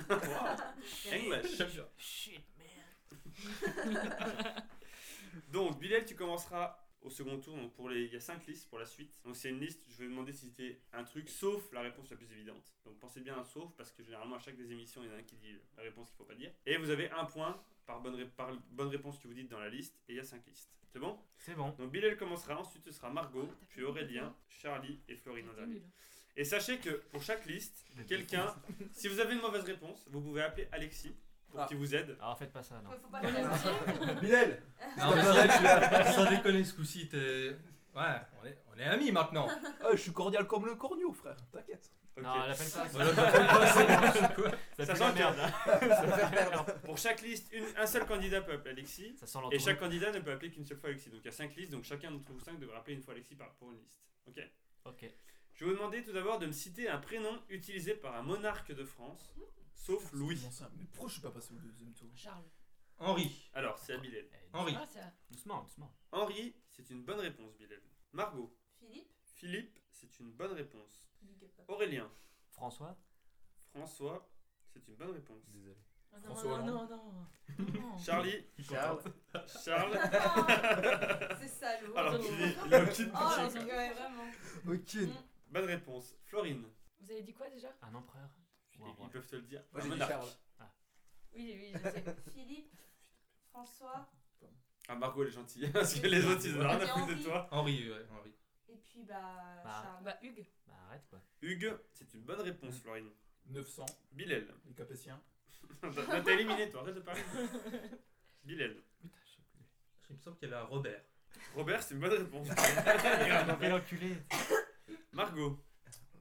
A: English.
D: Shit, man.
A: Donc, Bilal, tu commenceras au second tour. Donc pour les, il y a 5 listes pour la suite. Donc, c'est une liste. Je vais demander si c'était un truc, sauf la réponse la plus évidente. Donc, pensez bien à sauf, parce que généralement, à chaque des émissions, il y en a un qui dit la réponse qu'il faut pas dire. Et vous avez un point par bonne, ré- par bonne réponse que vous dites dans la liste. Et il y a 5 listes. C'est bon
D: C'est bon.
A: Donc, Bilal commencera. Ensuite, ce sera Margot, puis Aurélien, Charlie et Florine en
E: T'es
A: dernier.
E: nul.
A: Et sachez que pour chaque liste,
D: Le
A: quelqu'un, si vous avez une mauvaise réponse, vous pouvez appeler Alexis pour
I: Ah.
A: qu'il vous aide.
D: Alors faites pas ça, non.
F: faut- faut pas
E: Bonne
F: le
E: année.
I: Bilal
C: Non, mais euh, sans, sans déconner ce coup-ci, t'es. Ouais, on est, on est amis maintenant.
I: Ah, Je suis cordial comme le cornio, frère. T'inquiète.
A: Ok.
D: Non, elle appelle pas ça.
C: Voilà, bah, c'est- c'est quoi
A: Ça
D: Ça sent
A: sent
D: la
A: que-
D: merde, hein.
A: Pour chaque liste, une- un seul candidat peut appeler Alexis.
D: Ça sent l'entourloupe.
A: Et chaque candidat ne peut appeler qu'une seule fois Alexis. Donc il y a 5 listes, donc chacun d'entre vous 5 devrait appeler une fois Alexis par, pour une liste. Ok.
D: Ok.
A: Je vais vous demander tout d'abord de me citer un prénom utilisé par un monarque de France, sauf Louis.
I: Comment ça Mais pourquoi je suis pas passé au deuxième tour
E: Charles.
C: Henri.
A: Alors, c'est à Bilal.
D: Eh,
C: Henri.
E: Ah, ça.
D: Doucement, doucement.
A: Henri, c'est une bonne réponse, Bilal. Margot.
F: Philippe.
A: Philippe, c'est une bonne réponse.
F: Big up.
A: Aurélien.
D: François.
A: François, c'est une bonne réponse.
H: Désolé.
E: Ah, non,
I: François
E: non, non, non, non.
A: Charlie.
H: Charles.
A: Charles.
F: C'est salaud.
A: Alors,
E: Oh.
A: tu dis, il a une petite
F: Oh,
E: Ah,
F: là,
A: pitié.
F: c'est ouais, vraiment.
H: Ok.
A: Bonne réponse. Florine.
E: Vous avez dit quoi déjà
D: Un empereur. Ou un
A: Ils
D: roi.
A: peuvent te le dire.
H: Moi
A: Un
H: j'ai dit
A: monarque.
H: Charles.
E: Oui, oui, je sais.
F: Philippe. François.
A: Ah, Margot, elle est gentille. Parce que les autres, ils en ont rien à foutre de toi.
C: Henri, ouais, Henri.
F: Et puis, bah,
D: Bah.
F: Charles.
E: Bah, Hugues.
D: Bah arrête quoi.
A: Hugues, c'est une bonne
H: Mm.
A: réponse, Florine.
I: 900,
A: Bilal.
I: les Capétiens.
A: Bah, T'es éliminé, toi. Arrête de parler. Bilal.
D: Putain, je sais plus.
C: Il me semble qu'il y avait un Robert.
A: Robert, c'est une bonne réponse.
D: Regarde, quel enculé.
A: Margot.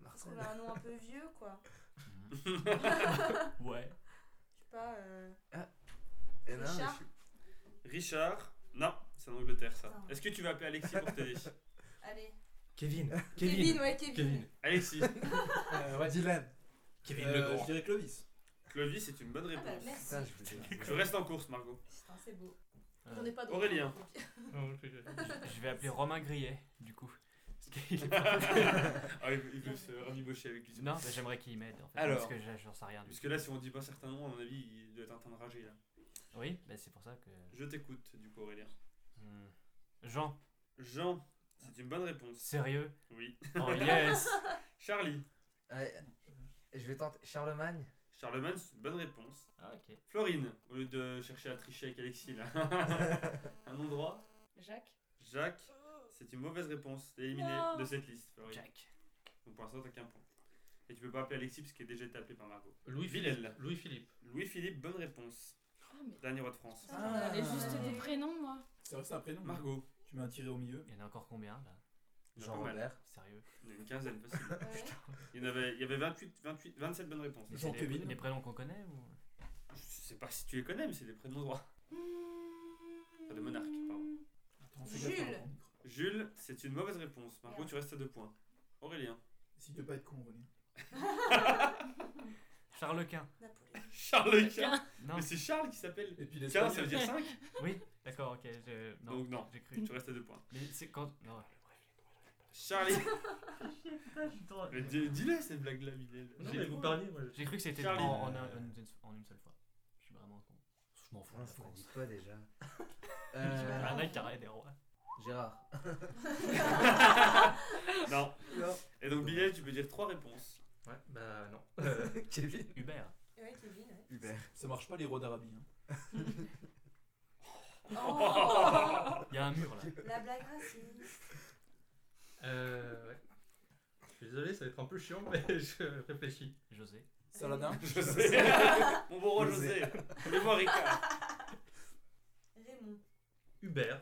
F: Parce qu'on a un nom un peu vieux, quoi.
D: Ouais.
F: Je sais pas. euh,
H: Et Eh non, mais
F: Richard.
H: je suis-
A: Richard. Non, c'est en Angleterre ça.
F: Putain.
A: Est-ce que tu vas appeler Alexis pour t'aider
F: Allez.
D: Euh,
C: Kevin.
F: Kevin, ouais, Kevin. Ah,
C: Kevin.
A: Alexis.
B: Euh, ouais.
H: Dylan.
C: Kevin
I: Euh,
C: le
I: Je
C: grand.
I: dirais Clovis.
A: Clovis, c'est une bonne
F: Ah bah
A: réponse.
F: merci.
H: Putain, je vous ai-
A: tu restes en course, Margot.
F: Putain, c'est beau.
D: Euh,
F: On n'est pas Ah. dans
A: Aurélien.
C: Non, je rigole.
D: je- je vais appeler Romain Grillet, du coup. Parce qu'il est pas-
A: ah, il veut- il veut se rabibocher avec lui.
D: non,
H: bah,
D: mais j'aimerais qu'il m'aide, en fait.
A: Alors.
D: Parce que j'a- j'en sais rien du
A: Parce
D: tout.
A: que là, si on dit pas certains noms, à mon avis, il doit être en train de rager là.
D: Oui, bah, c'est pour ça que.
A: Je t'écoute, du coup, Aurélien.
D: Hmm. Jean,
A: Jean, c'est une bonne réponse.
D: sérieux
A: Oui.
D: Oh yes
A: Charlie.
H: Ouais, Je vais tenter. Charlemagne.
A: Charlemagne, c'est une bonne réponse.
D: Ah, ok.
A: Florine, au lieu de chercher à tricher avec Alexis là. Un endroit.
E: Jacques
A: Jacques, c'est une mauvaise réponse. T'es éliminé
E: Non.
A: de cette liste, Florine.
D: Jack.
A: Donc pour l'instant, t'as qu'un point. Et tu peux pas appeler Alexis parce qu'il a déjà été appelé par Margot. Villèle.
C: Louis-Philippe. Louis-Philippe.
A: Louis-Philippe, bonne réponse.
E: Ah, mais
A: Dernier roi de France.
E: putain,
H: Ah.
E: on avait
F: Ah.
E: juste des prénoms, moi.
I: C'est vrai, c'est un prénom.
A: Margot,
I: Tu m'as tiré au milieu.
D: Il y en a encore combien, là
A: il y en a pas mal.
D: Sérieux
A: Il y en a une quinzaine, facile.
F: Ouais.
A: Il y en avait, il y avait 28, 28, 27 bonnes réponses.
D: Mais
I: Jean
D: c'est les,
I: Kevin.
D: les prénoms qu'on connaît ou...
A: Je sais pas si tu les connais, mais c'est des prénoms droits. Enfin, de monarque, pardon.
I: Attends, fais gaffe,
F: Jules.
I: t'as un grand micro.
A: Jules, c'est une mauvaise réponse. Margot,
F: Merde.
A: tu restes à deux points. Aurélien.
I: Essaye de pas être con, Aurélien.
D: Charles Quint.
F: Napoléon.
A: Charles Quint.
D: Non,
A: Mais c'est Charles qui s'appelle.
I: Et puis
A: Quint, ça
I: l'espagnol.
A: veut dire 5
D: oui, d'accord, ok. je- Non,
A: Donc non.
D: j'ai cru.
A: Tu restes à deux points.
D: Mais c'est quand. Non,
A: Charlie.
D: bref.
A: Mais dis- Dis-le cette blague-là, Miguel.
C: Non,
A: J'ai-
C: mais vous parliez, moi. je-
D: J'ai cru que c'était en,
A: Charlie.
D: en un- en une, en une seule fois. Je suis vraiment con. Je m'en fous. de
H: Non,
D: la
H: ça dit
D: France.
H: quoi déjà
D: J'ai
H: Euh,
D: un œil carré des rois.
H: Gérard.
A: Non.
H: Non.
A: Et donc, Miguel, tu peux dire trois réponses.
C: Ouais, bah non.
H: Kevin.
D: Hubert.
F: Ouais, Kevin, ouais.
H: Hubert.
I: Ça marche pas les rois d'Arabie. hein.
F: Oh
D: Il y a un mur là.
F: La blague raciste.
C: Euh, ouais. Je suis désolé, ça va être un peu chiant, mais je réfléchis.
D: José.
F: Ah
I: Saladin.
A: Je sais. Mon bon roi José. Fais-moi Ricard.
F: Raymond.
C: Hubert.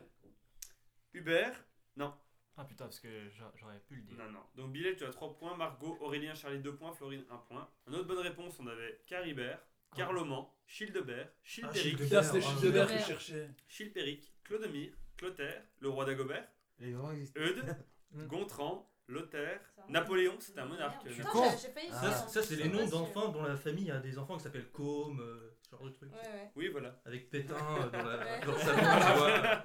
A: Hubert. Non.
D: Ah putain, parce que j'a- j'aurais pu le dire.
A: Non, non. Donc Bilal, tu as 3 points. Margot, Aurélien, Charlie, 2 points. Florine, 1 point. Une autre bonne réponse, on avait Caribert, Carloman, Childebert, Childéric,
I: Putain, c'était
C: Ah,
I: Schildeberg
E: Schildeberg.
I: qui cherchait.
A: Chilpéric, Clodomir, Clotaire, le roi d'Agobert,
H: Les gens existent.
A: Eudes,
H: Mm.
A: Gontran, Lothaire,
F: Ça va.
A: Napoléon, c'est un monarque.
F: Merde.
A: euh,
F: Putain,
A: Napoléon.
F: j'ai- j'ai failli
H: Ah.
C: Ça,
F: dire,
C: c'est-
F: hein.
C: ça, c'est
F: Je
C: les
F: sais
C: noms
F: pas si-
C: d'enfants dans la famille. Il y a des enfants qui s'appellent Com, euh, ce genre de truc.
F: Ouais, ouais.
A: Oui, voilà.
C: Avec Pétain euh, dans, la,
F: Ouais.
C: dans le salon, tu vois.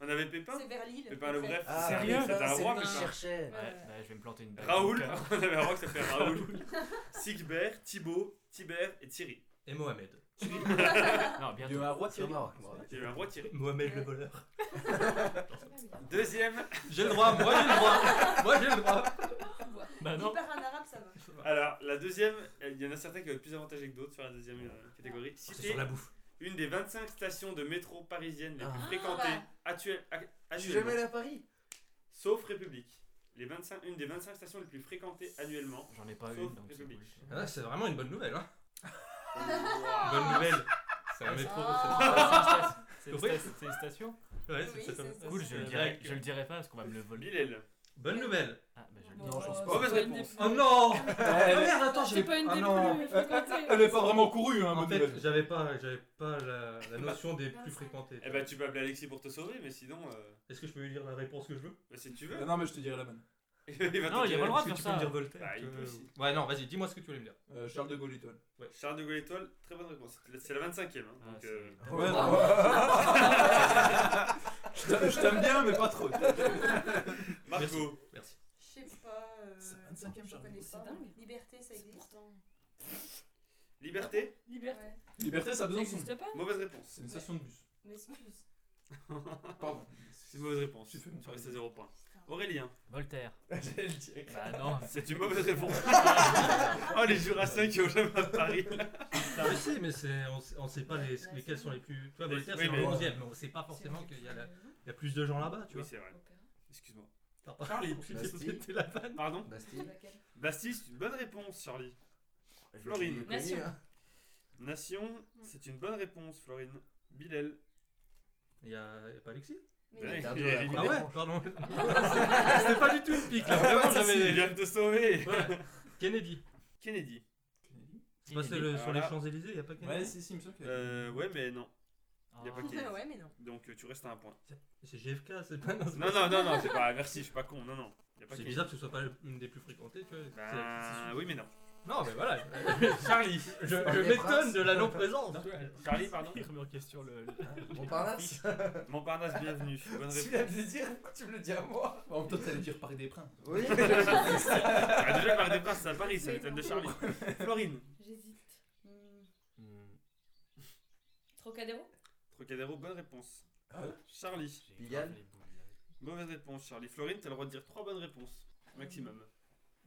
A: On avait Pépin,
F: C'est vers Lille.
A: Pépin le bref.
H: Ah,
D: Sérieux
H: putain,
A: C'était un
H: c'est
A: roi,
H: lui que je
A: Pépin.
H: cherchais.
D: Ouais,
F: Ouais.
D: bah, je vais me planter une balle.
A: Raoul,
D: Donc,
A: on avait un roi qui s'appelait Raoul, Sigbert, Thibaut, Tibert et Thierry.
C: Et Mohamed.
D: euh, Non,
I: Il y a eu
D: bientôt.
I: un roi
H: C'est
I: Thierry.
H: mort. moi.
A: Il y a eu un roi Thierry.
C: Mohamed le voleur.
A: Oh, Deuxième,
C: J'ai le droit, moi j'ai le droit. Moi j'ai le droit.
D: Bah
F: Il
D: non.
F: part un arabe, ça va.
A: alors la deuxième, il y en a certains qui avaient plus avantagé que d'autres sur la deuxième euh, catégorie.
C: Ah, C'est
A: Citez
C: sur la bouffe.
A: Une des 25 stations de métro parisiennes les plus
H: Ah.
A: fréquentées actuel- ac-
H: Je suis
A: annuellement,
H: jamais allé à Paris.
A: sauf République. Les 25, une des 25 stations les plus fréquentées annuellement.
D: J'en ai pas
A: Sauf
D: une donc c'est
A: République.
D: cool.
C: Ah, là, c'est vraiment une bonne nouvelle. Hein.
A: Waouh.
C: Bonne nouvelle. C'est un
D: Ah,
C: métro.
F: Ah.
D: C'est une
C: Oui.
D: sta- c'est une station
C: c'est- Ouais, c'est
F: Oui,
C: ça.
F: c'est ça.
D: Cool, je le
C: C'est
D: dirai,
C: vrai que-
D: je le dirai pas parce qu'on va me le voler.
A: Bilal.
C: Bonne nouvelle.
D: Ah bah je le
E: Bon,
D: dis.
I: Non, j'en sais
E: euh,
I: pas.
E: c'est
A: Mauvaise
E: pas une
A: réponse.
E: des
C: Oh
E: plus-
C: non
I: Elle-
C: Ah merde, attends,
E: C'est
C: j'ai
E: pas une
C: ah
E: des
C: non.
E: plus
I: elle-
E: fréquentées.
B: Ah,
I: Elle est pas vraiment courue, hein,
C: En
I: bonne
C: fait,
I: nouvelle.
C: j'avais pas, j'avais pas la, la notion des plus fréquentés.
A: Eh bah tu peux appeler Alexis pour te sauver, mais sinon, euh,
C: Est-ce que je peux lui dire la réponse que je veux
A: bah, si tu
I: Ah
A: veux.
I: Non, mais je te dirai la bonne.
A: il va
D: Non,
A: te
D: il y a
A: dire-
D: pas le droit de
C: Est-ce que
D: faire
C: tu peux me dire
D: ça.
C: Voltaire
A: Bah, il
C: que-
A: peut aussi.
C: Ouais, non, vas-y, dis-moi ce que tu voulais me dire.
I: Euh, Charles de Gaulle, étoile.
A: Charles de Gaulle Étoile, très bonne réponse. C'est la- C'est la 25ème. Hein,
D: Ah,
A: donc,
D: c'est-
A: euh,
I: Ouais, non. Je t'a- je t'aime bien, mais pas trop.
A: Margot.
C: Merci.
F: Je sais pas. euh,
I: C'est 25e
F: je connais
E: C'est
F: pas.
E: dingue.
F: Liberté, ça
E: C'est
F: existe.
E: pourtant.
A: Liberté,
E: Liberté.
F: Ouais.
I: Liberté, ça a
B: Ah,
E: Ça
I: besoin de son.
E: n'existe pas
A: mauvaise réponse.
I: C'est une station de bus.
F: M'excuse.
I: Pardon.
A: C'est une mauvaise réponse.
I: Tu fais mon
A: Tu restes à
I: pari.
A: 0 point. Aurélien.
D: Voltaire.
H: J'allais le dire.
D: Bah non.
A: C'est une mauvaise réponse. oh les Jurassiens qui ont jamais à Paris.
C: Ah, mais si, mais c'est, on, sait- on sait pas les,
E: Ouais,
C: lesquels
E: c'est
C: sont les plus. Tu vois,
A: Oui,
C: Voltaire,
A: oui,
C: c'est
A: mais-
C: le 11 e mais on sait pas forcément
E: C'est
C: qu'il y, a
E: vrai.
C: la- il y a plus de gens là-bas, tu
A: Oui,
C: vois.
A: c'est vrai.
E: Opéra.
A: Excuse-moi.
C: Charlie,
H: Bastille.
C: c'était la vanne.
A: Pardon
H: Bastille.
E: Laquelle
A: Bastille, c'est une bonne réponse, Charlie. Florine.
E: Nation.
A: Nation, c'est une bonne réponse, Florine. Bilal.
C: Il y a, il y a pas Alexis
E: Mais
H: Ah
C: Ah
H: ouais
C: ouais, pardon. C'était pas du tout une pique là, Ah, vraiment
A: Il
C: j'avais.
A: vient de te sauver
C: Ouais. Kennedy.
A: Kennedy.
C: C'est pas c'est le- sur les
A: Voilà.
C: Champs-Élysées, y a pas
I: Ouais,
C: Kennedy
I: si, si, il me semble que.
A: Euh, ouais, mais non.
D: Oh.
A: Y a pas Kennedy.
G: ouais, mais non.
A: Donc euh, tu restes à un point.
C: C'est GFK, c'est pas. non, c'est
A: Non,
C: pas-
A: non, non, non, c'est pas. Merci, je suis pas con. Non, non. Y a pas
C: C'est
A: Kennedy.
C: bizarre que ce soit pas une des plus fréquentées, tu vois. c'est-
A: Bah, oui, mais non.
C: c'est- Non, mais voilà.
A: Charlie.
C: Je, je
H: Parc des
C: m'étonne
H: Princes.
C: de la non-présence. tu vois.
A: Charlie, pardon.
D: Il remet en question le. le-
H: Montparnasse
A: Montparnasse, bienvenue. Bonne
H: Tu
A: réponse.
H: viens de le dire, pourquoi tu me le dis à moi
I: En même temps, t'allais dire Parc des Princes.
H: Oui
A: Ah, déjà, le Parc des Princes, c'est à Paris, ça m'étonne de Charlie. Florine.
E: J'hésite. Hmm.
D: Hmm,
E: Trocadéro
A: Trocadéro, bonne réponse.
C: Ah
A: Charlie.
D: j'ai
H: Pigalle.
D: grave les boules, là.
A: Mauvaise réponse, Charlie. Florine, t'as le droit de dire 3 bonnes réponses. Maximum.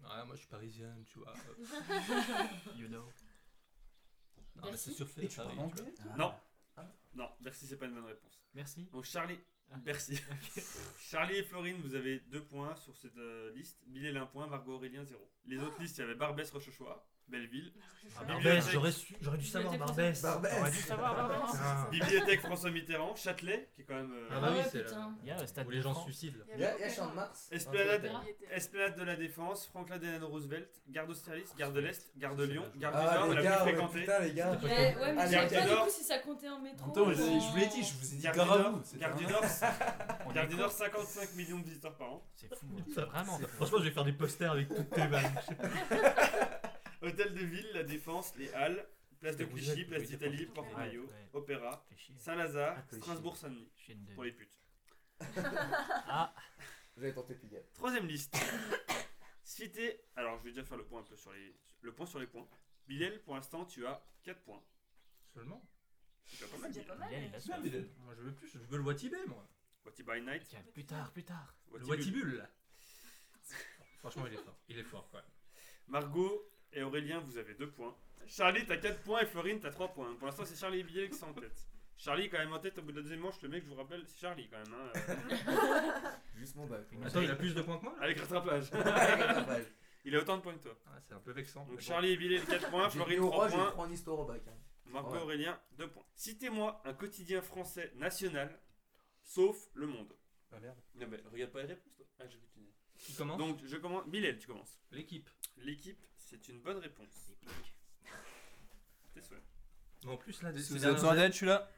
C: Ouais, moi je suis parisienne, tu vois. euh,
D: You know.
C: Non, mais
E: Merci.
C: c'est surfait.
B: Et tu parles
C: Paris, tu
B: anglais
A: Non. Non, merci, c'est pas une bonne réponse.
D: Merci.
A: Donc, Charlie.
D: Ah.
A: Merci. Charlie et Florine, vous avez 2 points sur cette euh, liste. Bilal 1 point, Margot Aurélien 0. Les autres listes, il y avait Barbès Rochechouart, Belleville,
D: Ah,
A: Barbès,
C: Barbès,
A: j'aurais
C: j'aurais, dû
E: Je savoir,
C: savoir
E: l'ai pensé.
C: Barbès.
H: Barbès.
D: T'aurais dû le savoir, Barbès.
A: Bibliothèque François Mitterrand, Châtelet, qui est quand même. euh,
C: Ah bah
E: Ah
C: oui,
E: ouais,
C: c'est là.
E: putain.
D: Il y a le stade
C: Où
D: de
C: les gens se
D: France.
C: suicident.
H: Il y a, il y a Champ de Mars
A: Esplanade.
H: Ah,
A: Esplanade de la Défense, Franklin Delano Roosevelt, Gare d'Austerlitz, Gare de l'Est, Gare de Lyon, Gare du
H: Ah
A: Nord,
H: les
A: la plus
H: gars, ouais,
A: fréquentée,
H: putain les gars
E: Ouais, ouais, mais
H: Ah,
E: je savais pas
A: Gare du
E: du
A: Nord.
E: coup si ça comptait en métro. euh,
I: En même temps, je,
E: ou en-
I: je vous l'ai dit, je vous ai dit
A: Gare du
I: Garamou.
A: Nord,
I: c'était
A: Gare du
I: un-
A: Nord,
D: On est
A: Gare du
D: con.
A: Nord, 55 millions de visiteurs par an,
D: C'est fou. hein. C'est vraiment.
C: Franchement, je vais faire des posters avec toutes tes vannes.
A: Hôtel de Ville, la Défense, les Halles, Place de
C: Vous
A: Clichy,
C: êtes-
A: Place
C: vous êtes
A: d'Italie,
D: partout.
A: Porte
D: Ouais,
A: Maillot,
D: ouais.
A: Opéra,
D: Fais chier.
A: Saint-Lazare,
H: Ah, Eh Clichy.
A: Strasbourg-Saint-Denis,
D: Chienne de-
A: pour les putes.
D: Ah,
H: J'avais tenté Pigalle
A: Troisième liste, cité, alors je vais déjà faire le point un peu sur les, le point sur les points, Bilal, pour l'instant, tu as 4 points,
C: Seulement
A: tu as pas
F: C'est
A: mal
F: déjà
A: Bilal.
F: pas
D: il y a les
F: mal.
D: lasso.
C: Moi je veux plus, je veux le Watibé, moi.
A: What You Buy Night,
D: Tiens, Plus tard, plus tard.
A: What
C: le
A: You Buy-
C: Watibule. Franchement, il est fort. Il est fort, quoi.
A: Margot et Aurélien, vous avez 2 points. Charlie, t'as 4 points et Florine, t'as 3 points. Pour l'instant, c'est Charlie et Billet qui sont en tête. Charlie, quand même en tête, au bout de la deuxième manche, le mec, je vous rappelle, c'est Charlie quand même. hein, euh,
H: Juste mon bac
C: Attends, il a plus de points que moi là
A: avec rattrapage. Il a autant de points que toi.
C: Ah, C'est un peu vexant. mais
A: Donc
C: bon.
A: Charlie et Billet, 4 points.
H: J'ai mis
A: Florine,
H: au
A: 3
H: roi, j'ai
A: points.
H: prends en histoire au bac hein.
A: Margot
H: Ouais.
A: Aurélien, 2 points. Citez-moi un quotidien français national, sauf Le Monde.
C: Ah merde.
A: Non, mais regarde pas les réponses, toi. Ah, je continue.
C: Qui commence
A: Donc, je commence. Billet, tu commences.
C: L'équipe.
A: L'équipe, c'est une bonne réponse. T'es sûr.
C: Mais en plus, là, des-
I: Si
C: ces
I: vous êtes
C: dernières
I: sans
C: années-
I: aide, je suis là.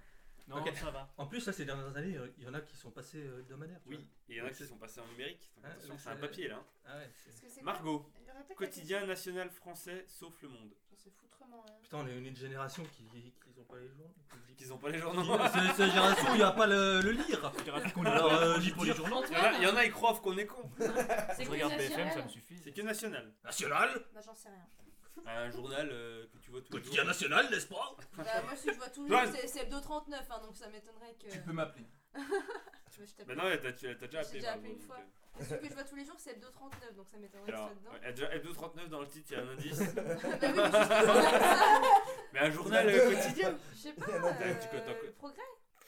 D: Non,
C: Ok.
D: ça va.
C: En plus, là, ces dernières années, il y en a qui sont passés euh, hebdomadaires. tu
A: Oui,
C: vois.
A: et il y en a
C: Donc,
A: qui
C: c'est-
A: sont passés en numérique. Donc,
C: Ah,
A: attention,
C: mais
A: c'est un
C: c'est-
A: papier là. hein.
C: Ah ouais. c'est-
A: Margot.
F: Margot,
A: Quotidien national français sauf le monde.
F: On s'est foutrement, hein.
C: Putain, on est une génération qui qui ont pas les journaux.
A: Qu'ils ont pas les journaux.
C: Non, c'est- cette génération, il n'y a pas le, le lire.
D: Je te rappelle qu'on
C: Alors, euh,
D: est
C: j'ai
D: pour les
C: dit-
D: journaux.
A: Il y, en a, il y
E: Antoine
A: en a, ils croient qu'on est con.
E: C'est
D: Je
E: que
D: regarde
E: des
D: BFM, ça me
E: naturels.
D: suffit.
A: C'est que national.
C: National
F: Bah, j'en sais rien.
A: Un journal euh, que tu vois tous les
C: Quotidien
A: jours.
C: national, n'est-ce pas
F: Bah, moi, si je vois tout le
A: Joanne.
F: jour, c'est- c'est Hebdo 39, hein, donc ça m'étonnerait que.
I: Tu peux m'appeler.
F: Tu vois, je t'appelle.
A: Bah non, t'as, tu l'as- t'as déjà
F: J'ai
A: appelé.
F: déjà
A: Margot,
F: appelé une
A: donc,
F: fois.
A: euh,
F: Le truc que je vois tous les jours, c'est Hebdo 39, donc ça m'étonnerait que ce
A: Alors,
F: soit dedans.
A: ouais, elle a déjà F239 dans le titre, il y a un indice.
F: Bah oui, mais justement,
A: Mais un journal euh, quotidien
F: je sais pas.
H: Il y en a
A: deux, tu
F: euh,
A: cotes-
F: Le progrès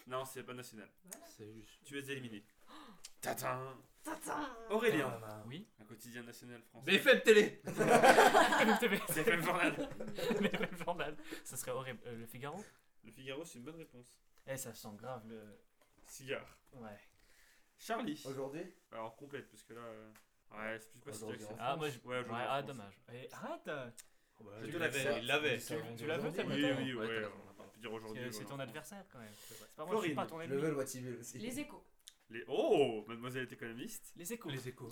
A: Non, c'est pas national.
C: C'est juste.
A: Tu es éliminé. Oh Tatin
F: Tintin
D: E
A: Aurélien.
D: Ah, bah, Oui.
A: Un quotidien national français.
C: BFM Télé
A: C'est FM Journal.
D: Mais le journal, ça serait horrible. Euh, le Figaro
A: Le Figaro, c'est une bonne réponse.
D: Eh, ça sent grave le.
A: Cigare.
D: Ouais.
A: Charlie.
H: Aujourd'hui
A: Alors, complète, parce que là. euh, Ouais, c'est plus pas si tu
H: Aujourd'hui,
A: acceptes.
D: Ah, moi je.
A: Ouais, aujourd'hui, en
D: ah,
A: France.
D: dommage. Eh, arrête euh,
C: bah,
A: Je
H: Tu
A: te
H: l'as fait.
A: l'avais, il l'avait.
H: Tu- tu
A: Tu
H: l'as
A: l'avais,
H: fait,
A: ça
H: ça
A: Oui,
D: m'étonne.
A: oui,
C: Ouais, t'as
A: ouais.
C: raison.
A: On peut dire aujourd'hui.
D: c'est- C'est
A: voilà.
D: ton adversaire quand même. C'est pas moi, je
A: Florine.
D: suis pas ton
H: Je
D: ennemi.
H: le veux le Watibule aussi
E: Les échos.
A: Les... Oh Mademoiselle est économiste.
D: Les échos.
C: Les échos.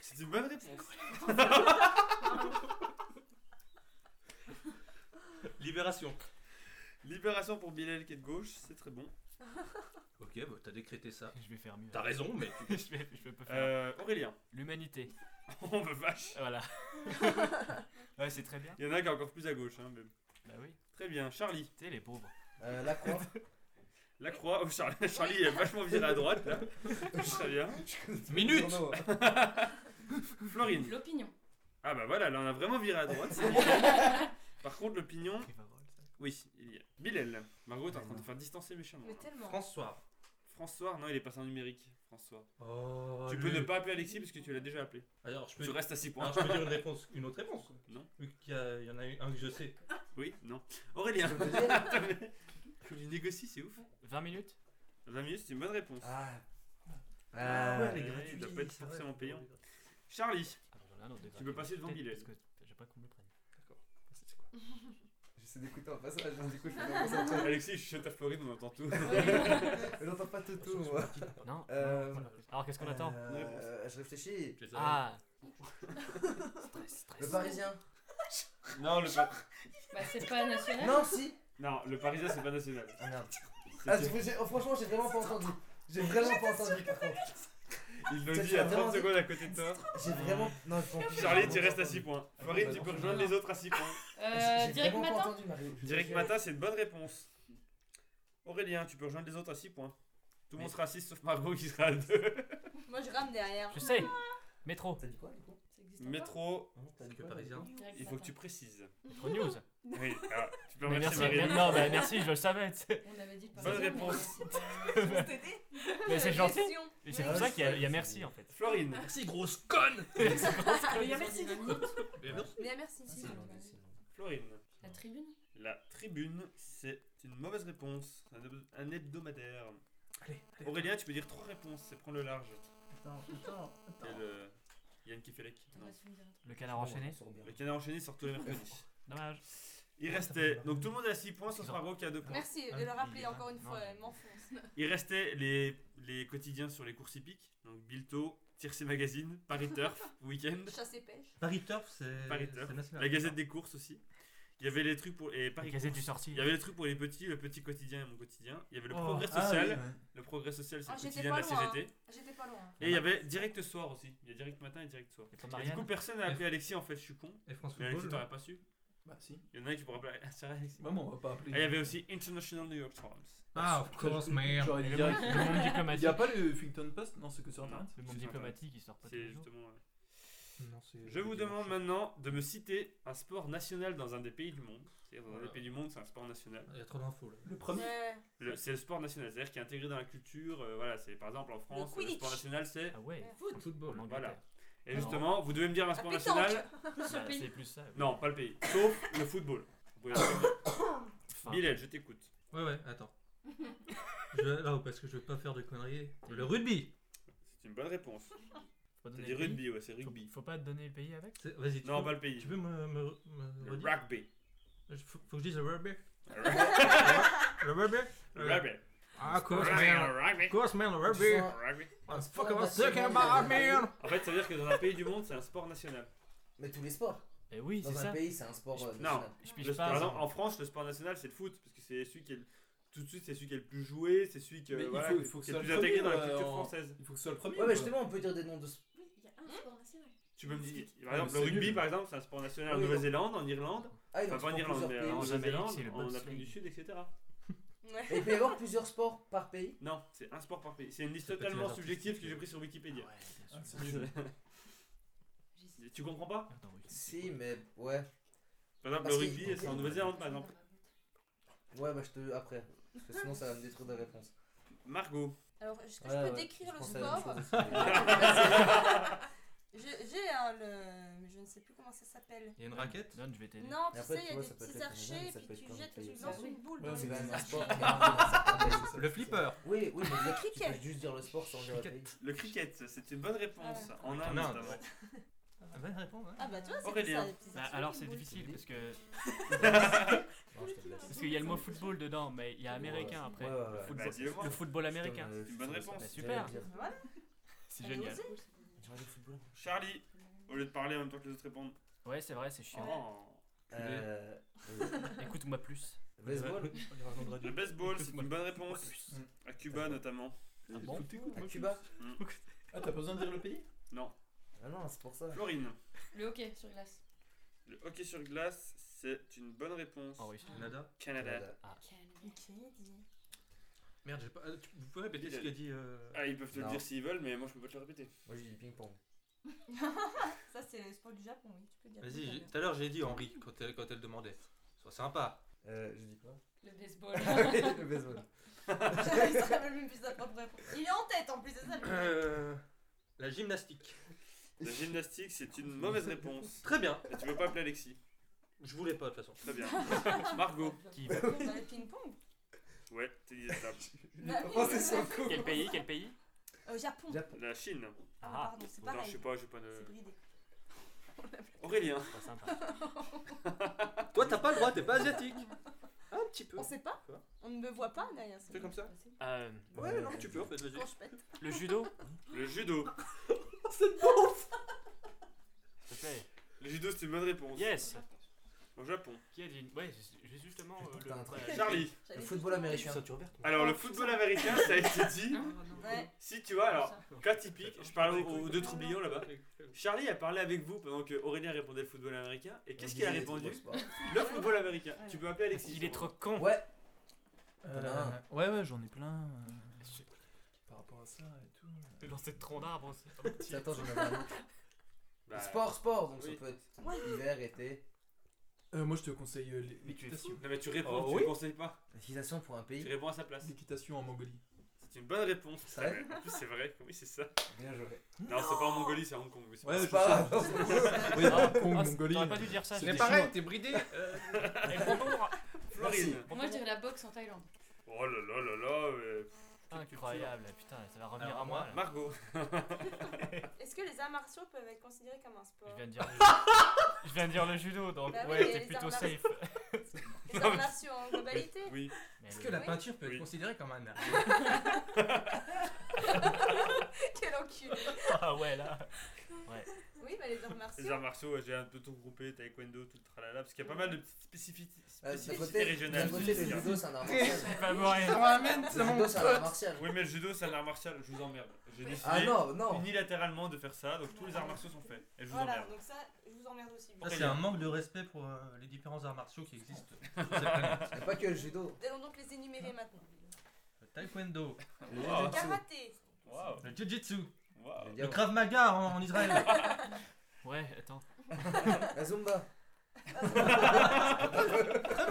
A: C'est une bonne réponse.
C: Libération.
A: Libération pour Bilal qui est de gauche, c'est très bon.
C: Ok, bah t'as décrété ça.
D: Je vais faire mieux.
C: T'as raison, mais.
D: je, vais, je peux pas faire.
A: Euh, Aurélien.
D: L'humanité.
A: Oh bah vache
D: Voilà. ouais, c'est très bien.
A: Il y en a qui est encore plus à gauche. Hein, mais-
D: Bah oui.
A: Très bien, Charlie.
D: Tu sais, les pauvres.
H: Euh, La croix
A: La croix. Oh, Char- Charlie est vachement viré à droite là. très bien.
C: Minute
H: Journaux, hein.
A: Florine.
E: L'opinion.
A: Ah bah voilà, là on a vraiment viré à droite. c'est bien. Par contre, l'opinion. Oui, il y a. Bilal. Margot, t'es en train de te faire distancer méchamment.
F: Mais tellement.
C: François.
A: François, non, il est passé en numérique. François.
C: Oh,
A: tu peux ne pas appeler Alexis parce que tu l'as déjà appelé.
C: Alors, Ah, je peux,
A: Tu restes à 6 points.
C: Alors, je peux dire une réponse, une autre réponse
A: Non.
C: Vu qu'il y, a- il y en a eu un que je sais.
A: Oui, non. Aurélien.
H: Je veux dire,
A: Tu les négocies, c'est ouf.
D: 20 minutes
A: 20 minutes, c'est une bonne réponse.
H: Ah.
C: Ah ouais,
H: Ah.
C: elle est
A: ouais,
C: gratuite.
A: il doit pas être
C: c'est vrai,
A: forcément
C: faut
A: payant.
C: pas oublier.
A: Charlie,
D: Alors Ah, bah, j'en ai un autre de
A: Tu peux passer devant
D: Peut-être,
A: Bilal.
D: Parce que j'ai pas qu'on me le prenne.
C: C'est quoi
H: J'essaie d'écouter en passage, hein, du coup je peux pas me concentrer.
A: Alexis, je suis à Floride, on entend tout.
H: Mais j'entends pas
A: Ah,
H: tout tout moi.
D: Non
H: Euh,
D: non, voilà. Alors qu'est-ce qu'on attend
H: Euh, Je réfléchis.
C: Tu les as-
D: Ah Stress,
H: Le
D: stress.
H: Parisien.
A: non, le pa-
E: Bah, c'est pas national.
H: Non si.
A: non, le Parisien, c'est pas national.
H: Ah merde. Ah,
A: C'était-
H: j'ai- oh, franchement j'ai vraiment pas entendu. J'ai vraiment pas entendu par contre.
A: Il le
H: T'as-
A: dit
H: t'as
A: à 30
H: vraiment-
A: secondes à côté de toi.
H: J'ai vraiment. Non, je pense-
A: Charlie,
H: j'ai
A: tu
H: vraiment
A: restes
H: pas
A: à 6
H: entendu.
A: points.
H: Ah,
A: Farid,
H: bah
A: tu
H: non,
A: peux
H: non,
A: rejoindre
H: non.
A: les autres à 6 points.
E: Euh,
H: J'ai
E: direct
H: vraiment pas
E: matin
H: entendu, Marie. Je-
A: Direct
H: je-
A: Mata, c'est une bonne réponse. Aurélien, tu peux rejoindre les autres à 6 points. Tout le monde sera à 6 sauf Margot qui sera à 2.
F: Moi je rame derrière.
D: Je sais Métro,
H: T'as dit quoi du coup
E: Ça existe encore
A: Métro,
H: Non, t'as
C: C'est
H: dit
C: que
H: quoi, Marie
C: parisien.
E: Direct
A: il faut que
E: matin.
A: tu précises.
D: Métro News.
A: Oui, alors, tu peux
D: Mais
A: remercier
D: merci,
A: Marie.
D: mais- non, mais merci, je le savais, tu sais.
E: On avait dit le
A: Bonne
E: parisien, mais-
A: réponse.
D: Mais c'est gentil.
F: Question.
D: Et c'est pour ça qu'il y, a- il y a merci en fait.
A: Florine,
C: Merci, grosse conne
G: Mais il y a merci.
C: Mais non,
F: Mais ah, merci.
H: Ah, c'est long, c'est long.
A: Florine.
E: La tribune
A: La tribune, c'est une mauvaise réponse. Un, hebdo- un hebdomadaire. Aurélien, tu peux dire trois réponses et prendre le large.
B: Attends, attends,
A: Et le... Yann Kefelec.
E: Attends,
A: Non.
E: tu me diras.
D: Le canard enchaîné.
H: Bon, on sort bien.
A: Le canard enchaîné sort tous les mercredis.
D: Dommage. Ah,
A: Il restait. Donc tout le monde est à 6 points sauf Margot qui a 2 points.
F: Merci
C: Ah,
F: de le rappeler
C: il-
F: encore une
D: non,
F: fois,
D: je-
F: elle m'enfonce.
A: Il restait les, les quotidiens sur les courses hippiques. Donc Bilto, Tiercé Magazine, Paris Turf, Weekend,
F: Chasse et pêche.
C: Paris Turf, c'est
A: Paris
C: c'est
A: Turf.
C: national.
A: la Gazette des courses aussi. Il y avait les trucs pour. Et
D: La
A: Paris
D: gazette
A: Courses.
D: du Oh. sorti.
A: Il y avait les trucs pour les petits, le petit quotidien et mon quotidien. Il y avait le progrès
B: Ah,
A: social.
B: oui, ouais.
A: Le progrès social, c'est
F: Ah,
A: le
F: j'étais
A: quotidien de la
F: pas loin,
A: CGT.
F: J'étais pas loin.
A: Et il y avait direct soir aussi. Il y a direct matin et direct soir.
D: Et ton
A: Et du
D: Ah, bah, Marianne.
A: coup, personne n'a appelé Alexis en fait, je suis con.
C: Et France
A: Mais Alexis,
C: Football.
A: t'aurais pas su.
B: Bah si.
A: Il y en a un qui pourrait appeler. Ah, C'est vrai, Alexis.
B: Maman, on va pas
A: Et
B: appeler.
A: Ah, il y avait aussi International New York Times.
C: Ah, of course, man.
B: J'aurais dit
D: Le
B: direct.
D: monde- le monde
B: Il n'y a
D: diplomatique.
B: pas le Huffington Post Non, c'est que sur
A: Non.
B: internet.
D: Le monde
A: C'est
D: diplomatique, il sort pas tous
A: C'est
D: les jours.
A: justement. ouais.
C: Non, c'est-
A: Je vous
C: dimanche.
A: demande maintenant de me citer un sport national dans un des pays du monde. C'est-à-dire, dans un
C: Voilà.
A: des pays du monde, c'est un sport national.
C: Il y a trop d'infos là.
B: Le premier.
F: Ouais.
A: Le- C'est le sport national, c'est-à-dire qui est intégré dans la culture. euh, voilà, c'est par exemple en France, le,
F: Quidditch.
A: sport national c'est.
D: Ah ouais,
C: Le Football.
D: en
C: hein.
A: Voilà.
D: Angleterre.
A: Et
D: Non.
A: justement, vous devez me dire un sport
F: Ah, pétanque.
A: national.
D: Bah,
E: le pays.
D: C'est plus ça. oui.
A: Non, pas le pays. Sauf le football. Vous pouvez le-
D: Enfin,
A: Bilal, je t'écoute.
C: Ouais, ouais, attends. je vais... Non, parce que je veux pas faire de conneries. Le rugby
A: C'est une bonne réponse.
D: faut
A: C'est
D: donner
A: dit
D: le pays.
A: rugby, ouais, c'est
D: Faut-
A: rugby.
D: Faut pas donner le pays avec
C: C'est- Vas-y, tu
A: Non,
C: peux...
A: pas le pays.
C: Tu peux me, me, me
A: Le
C: redire
A: rugby.
C: Je- faut, faut que je dise le rugby
A: Le
C: Le rugby Le-
A: Rugby.
C: Ah, of course, man.
A: Le
C: Of
A: Rugby.
C: course, man, le
H: Tu
C: rugby
H: sens-
A: Rugby.
D: Ah,
C: What the fuck
B: Ah,
C: am I
H: euh,
D: hein,
C: talking about, man
A: En fait, ça veut dire que dans un pays du monde, c'est un sport national.
H: Mais tous les sports.
D: Eh oui, c'est
H: Dans un
D: ça.
H: pays, c'est un sport. euh,
A: Non.
H: national.
D: Je
A: Le-
D: pige
A: par
D: pas.
A: exemple, en France, le sport national, c'est le foot. Parce que c'est celui qui est. le- Tout de suite, c'est celui qui est le plus joué. C'est celui que,
B: Mais il
A: voilà,
B: faut- il faut que
A: qui est
B: ça
A: le plus
B: soit
A: intégré dans la
B: premier,
A: culture
B: euh, en-
A: française.
B: Il faut que ce soit le premier.
H: Ouais, mais
B: quoi.
H: justement, on peut dire des noms de sports.
E: Oui, il y a
F: Hein
E: un sport national.
A: Tu peux me dire. Par
B: Ah,
A: exemple,
B: mais
A: le
B: c'est
A: rugby,
B: nul.
A: par exemple, c'est un sport national en
H: Ah oui,
A: Nouvelle-Zélande, en Irlande.
H: Ah, il
A: Enfin,
H: en
A: pas hein, en
H: existe
A: Irlande, mais
H: plusieurs pays.
A: en
D: Jamaïque,
A: Nouvelle-Zélande,
D: c'est le
A: en Afrique
D: bobsleigh.
A: du Sud, etc.
F: Ouais.
H: Et il peut y avoir plusieurs sports par pays.
A: Non, c'est un sport par pays. C'est une liste
C: C'est pas
A: totalement
C: très
A: subjective
C: artistique.
A: que j'ai pris sur Wikipédia.
B: Ah, c'est nul.
A: Tu comprends pas
D: Attends, oui.
H: Si, mais ouais.
A: Par exemple,
H: Parce
A: le
H: qu'il-
A: rugby, c'est en Nouvelle-Zélande, par exemple.
H: Ouais, bah je te. Après. Parce que sinon, ça va me détruire des réponses.
A: Margot.
F: Alors, est-ce que
H: Ouais,
F: je
H: ouais,
F: peux décrire
H: je
F: le
H: pensais à la même
F: sport
H: chose aussi.
F: J'ai j'ai un le. mais Je ne sais plus comment ça s'appelle.
C: Il y a une raquette
D: Donne, je vais t'aider.
F: Non,
H: Mais
F: tu
H: après,
F: sais, il
H: tu
F: y a
H: vois,
F: des
H: ça peut
F: petits archers,
H: être le Canada, ça
F: puis
H: peut être
F: tu
H: plein
F: jettes,
H: de
F: tu
H: pays.
F: lances une boule.
B: Ouais,
F: dans
H: C'est
F: les
H: quand même un
F: petits
H: sport.
F: archers.
H: mais un peu dans certains pays, c'est ça.
C: Le flipper
H: Oui,
F: Le
H: oui, mais dire- tu peux
F: cricket.
H: juste dire le sport sans dire le pays.
A: Le cricket, c'est une bonne réponse.
F: Ah.
A: En Inde,
C: En Inde.
A: notamment.
C: Ah, bonne réponse, hein
F: Ah bah tu vois, c'est
A: Aurélien.
F: ça, les petits
D: Bah,
F: archers,
D: alors
F: une
D: c'est
F: boule.
D: difficile
H: Oui.
D: parce que
H: Non, je te laisse.
D: parce qu'il y a le mot football dedans, mais il y a américain après.
H: Ouais, ouais, ouais.
D: Le
A: Bah,
D: football,
A: dis-le-moi.
D: le football américain,
H: Putain, euh,
A: Une bonne
H: je te laisse.
A: réponse.
H: Bah,
D: Super.
H: j'allais le dire.
F: Voilà.
D: c'est génial.
H: J'aurais dit football.
A: Charlie, au lieu de parler en même temps que les autres répondent.
D: Ouais, c'est vrai, c'est chiant.
A: Oh.
H: Euh,
D: Écoute-moi plus.
H: Baseball.
A: Le baseball, c'est
D: Écoute-moi.
A: une bonne réponse.
D: plus.
A: À Cuba, notamment.
D: Ah bon
H: À Cuba.
B: Ah, t'as pas besoin de dire le pays
A: Non.
H: Ah non, c'est pour ça.
A: Florine.
E: Le hockey sur glace.
A: Le hockey sur glace, c'est une bonne réponse.
D: Ah oui.
C: Nada
A: Canada.
C: Merde, j'ai pas. euh, tu- Vous pouvez répéter ce qu'a dit. euh,
A: Ah, ils peuvent te le
H: Non.
A: dire s'ils veulent, mais moi je peux pas te le répéter.
H: Moi j'ai dit ping-pong.
F: Ça, c'est le sport du Japon, oui. Tu peux dire.
C: Vas-y, j'ai-
F: Vas-y.
C: tout à l'heure j'ai dit Henri quand elle, quand elle demandait. Sois sympa.
H: Euh, je dis quoi
E: Le baseball.
H: Ah Le baseball.
F: J'avais extrêmement même plus sa propre réponse. Il est en tête en plus, c'est ça. le-
C: Euh, La gymnastique.
A: La gymnastique, c'est une mauvaise réponse.
C: Très bien.
A: Et tu veux pas appeler Alexis.
C: Je voulais pas de toute façon.
A: Très bien. Margot.
D: Qui va
F: Dans les bah, ping-pong.
A: Ouais, tennis de table.
F: Bah oui,
H: c'est son coup.
D: Quel pays Quel pays
F: Euh, Japon.
H: Jap-
A: La Chine.
F: Ah,
D: Ah,
F: pardon, c'est
A: Non, je
F: pareil.
A: sais pas, euh, j'ai pas de.
F: C'est bridé.
A: Aurélien.
D: Pas sympa.
H: Toi, t'as pas le droit, t'es pas asiatique. Un petit peu.
F: On sait pas
H: Quoi
F: On ne me voit pas derrière.
H: Fais comme ça.
D: Euh,
H: Ouais, non, mais tu peux en fait,
F: Quand
H: vas-y.
F: je pète.
D: le judo
A: Le judo.
D: S'il te plaît.
A: Le judo, c'est une bonne réponse.
D: Yes
A: Au Japon.
D: Qui a dit Ouais, j'ai- j'ai justement. euh,
H: T'as un truc.
D: ouais,
A: Charlie.
H: Le
F: J'avais
H: football américain.
A: Alors, le football américain, ça a
D: Ah.
A: été dit.
F: Ouais.
A: Si tu vois, alors, cas typique, je parlais aux, aux deux troublions là-bas. Charlie a parlé avec vous pendant que Aurélien répondait le football américain. Et qu'est-ce qu'il a répondu Le football américain. Tu peux appeler Alexis.
D: Il est
H: Bah,
D: trop con
H: Ouais,
B: Euh, ouais, ouais, j'en ai plein. euh, par rapport à ça et tout.
D: Dans cette tronc d'arbre, aussi.
H: attends, j'en avais un autre.
A: Bah,
H: Sport, sport, donc
A: Oui.
H: ça peut être hiver, été.
B: Euh, moi, je te conseille euh, l'é-
D: Mais tu es
B: l'équitation.
A: Non, mais tu réponds,
B: Oh,
A: tu
B: oui.
A: ne conseilles pas.
H: L'équitation pour un
A: Tu
H: pays.
A: réponds à sa place.
B: L'équitation en Mongolie.
A: C'est une bonne réponse.
H: C'est vrai
A: En plus, c'est vrai. Oui, c'est ça.
H: Bien joué.
A: Non, c'est pas en Mongolie, c'est à Hong Kong. oui, c'est
B: Ouais,
A: pas-
B: je
H: C'est
B: sais.
H: pas grave.
B: Ouais,
H: Ah,
B: Hong Kong, Mongolie.
D: Ah, T'aurais pas dû dire ça.
B: C'est
D: je-
B: des
C: Mais pareil,
B: Chinois.
C: t'es bridé. euh,
D: Et bonbon,
A: Florine.
E: Moi, je dirais la boxe en Thaïlande.
A: Oh là là là là. euh,
D: Incroyable, putain, ça va revenir
C: Alors,
D: à moi.
C: moi,
D: là.
A: Margot.
F: Est-ce que les arts martiaux peuvent être considérés comme un
D: Je
F: sport
D: viens de dire. le- Je viens de dire le judo, donc
F: Bah oui,
D: ouais,
F: et
D: t'es
F: les
D: plutôt
F: arts
D: safe.
F: Les arts martiaux en globalité
A: Oui.
D: Mais
C: Est-ce
D: le-
C: que la
F: Oui.
C: peinture peut
A: Oui.
C: être considérée comme un art
F: Quel enculé
D: Ah ouais, là.
F: Oui, bah les arts
A: Les
F: martiaux.
A: arts martiaux, ouais, j'ai un peu tout regroupé, taekwondo, tout le tralala, parce qu'il y a pas mal de petites spécifici-
H: Euh,
A: spécificités
H: D'un côté, d'un
A: régionales.
H: côté, le judo, c'est un art martial.
D: C'est pas moyen.
H: Le judo, c'est un art martial.
A: Oui, mais le judo, c'est un art martial, je vous emmerde. J'ai décidé
H: Ah non, non.
A: unilatéralement de faire ça, donc tous les arts martiaux sont faits, et je vous
F: Voilà,
A: emmerde.
F: donc ça, je vous emmerde aussi.
C: Ça,
A: Très
C: c'est
A: bien.
C: un manque de respect pour euh, les différents arts martiaux qui existent sur cette planète.
H: Y a pas que le judo.
F: Allons donc les énumérer maintenant.
C: Le taekwondo,
H: Le
A: Wow.
F: Le
H: jujutsu.
F: karaté.
A: Waouh,
C: le jujitsu,
H: Je veux
A: waouh.
H: dire,
C: le krav maga en, en Israël.
D: Ouais, attends.
H: La zumba.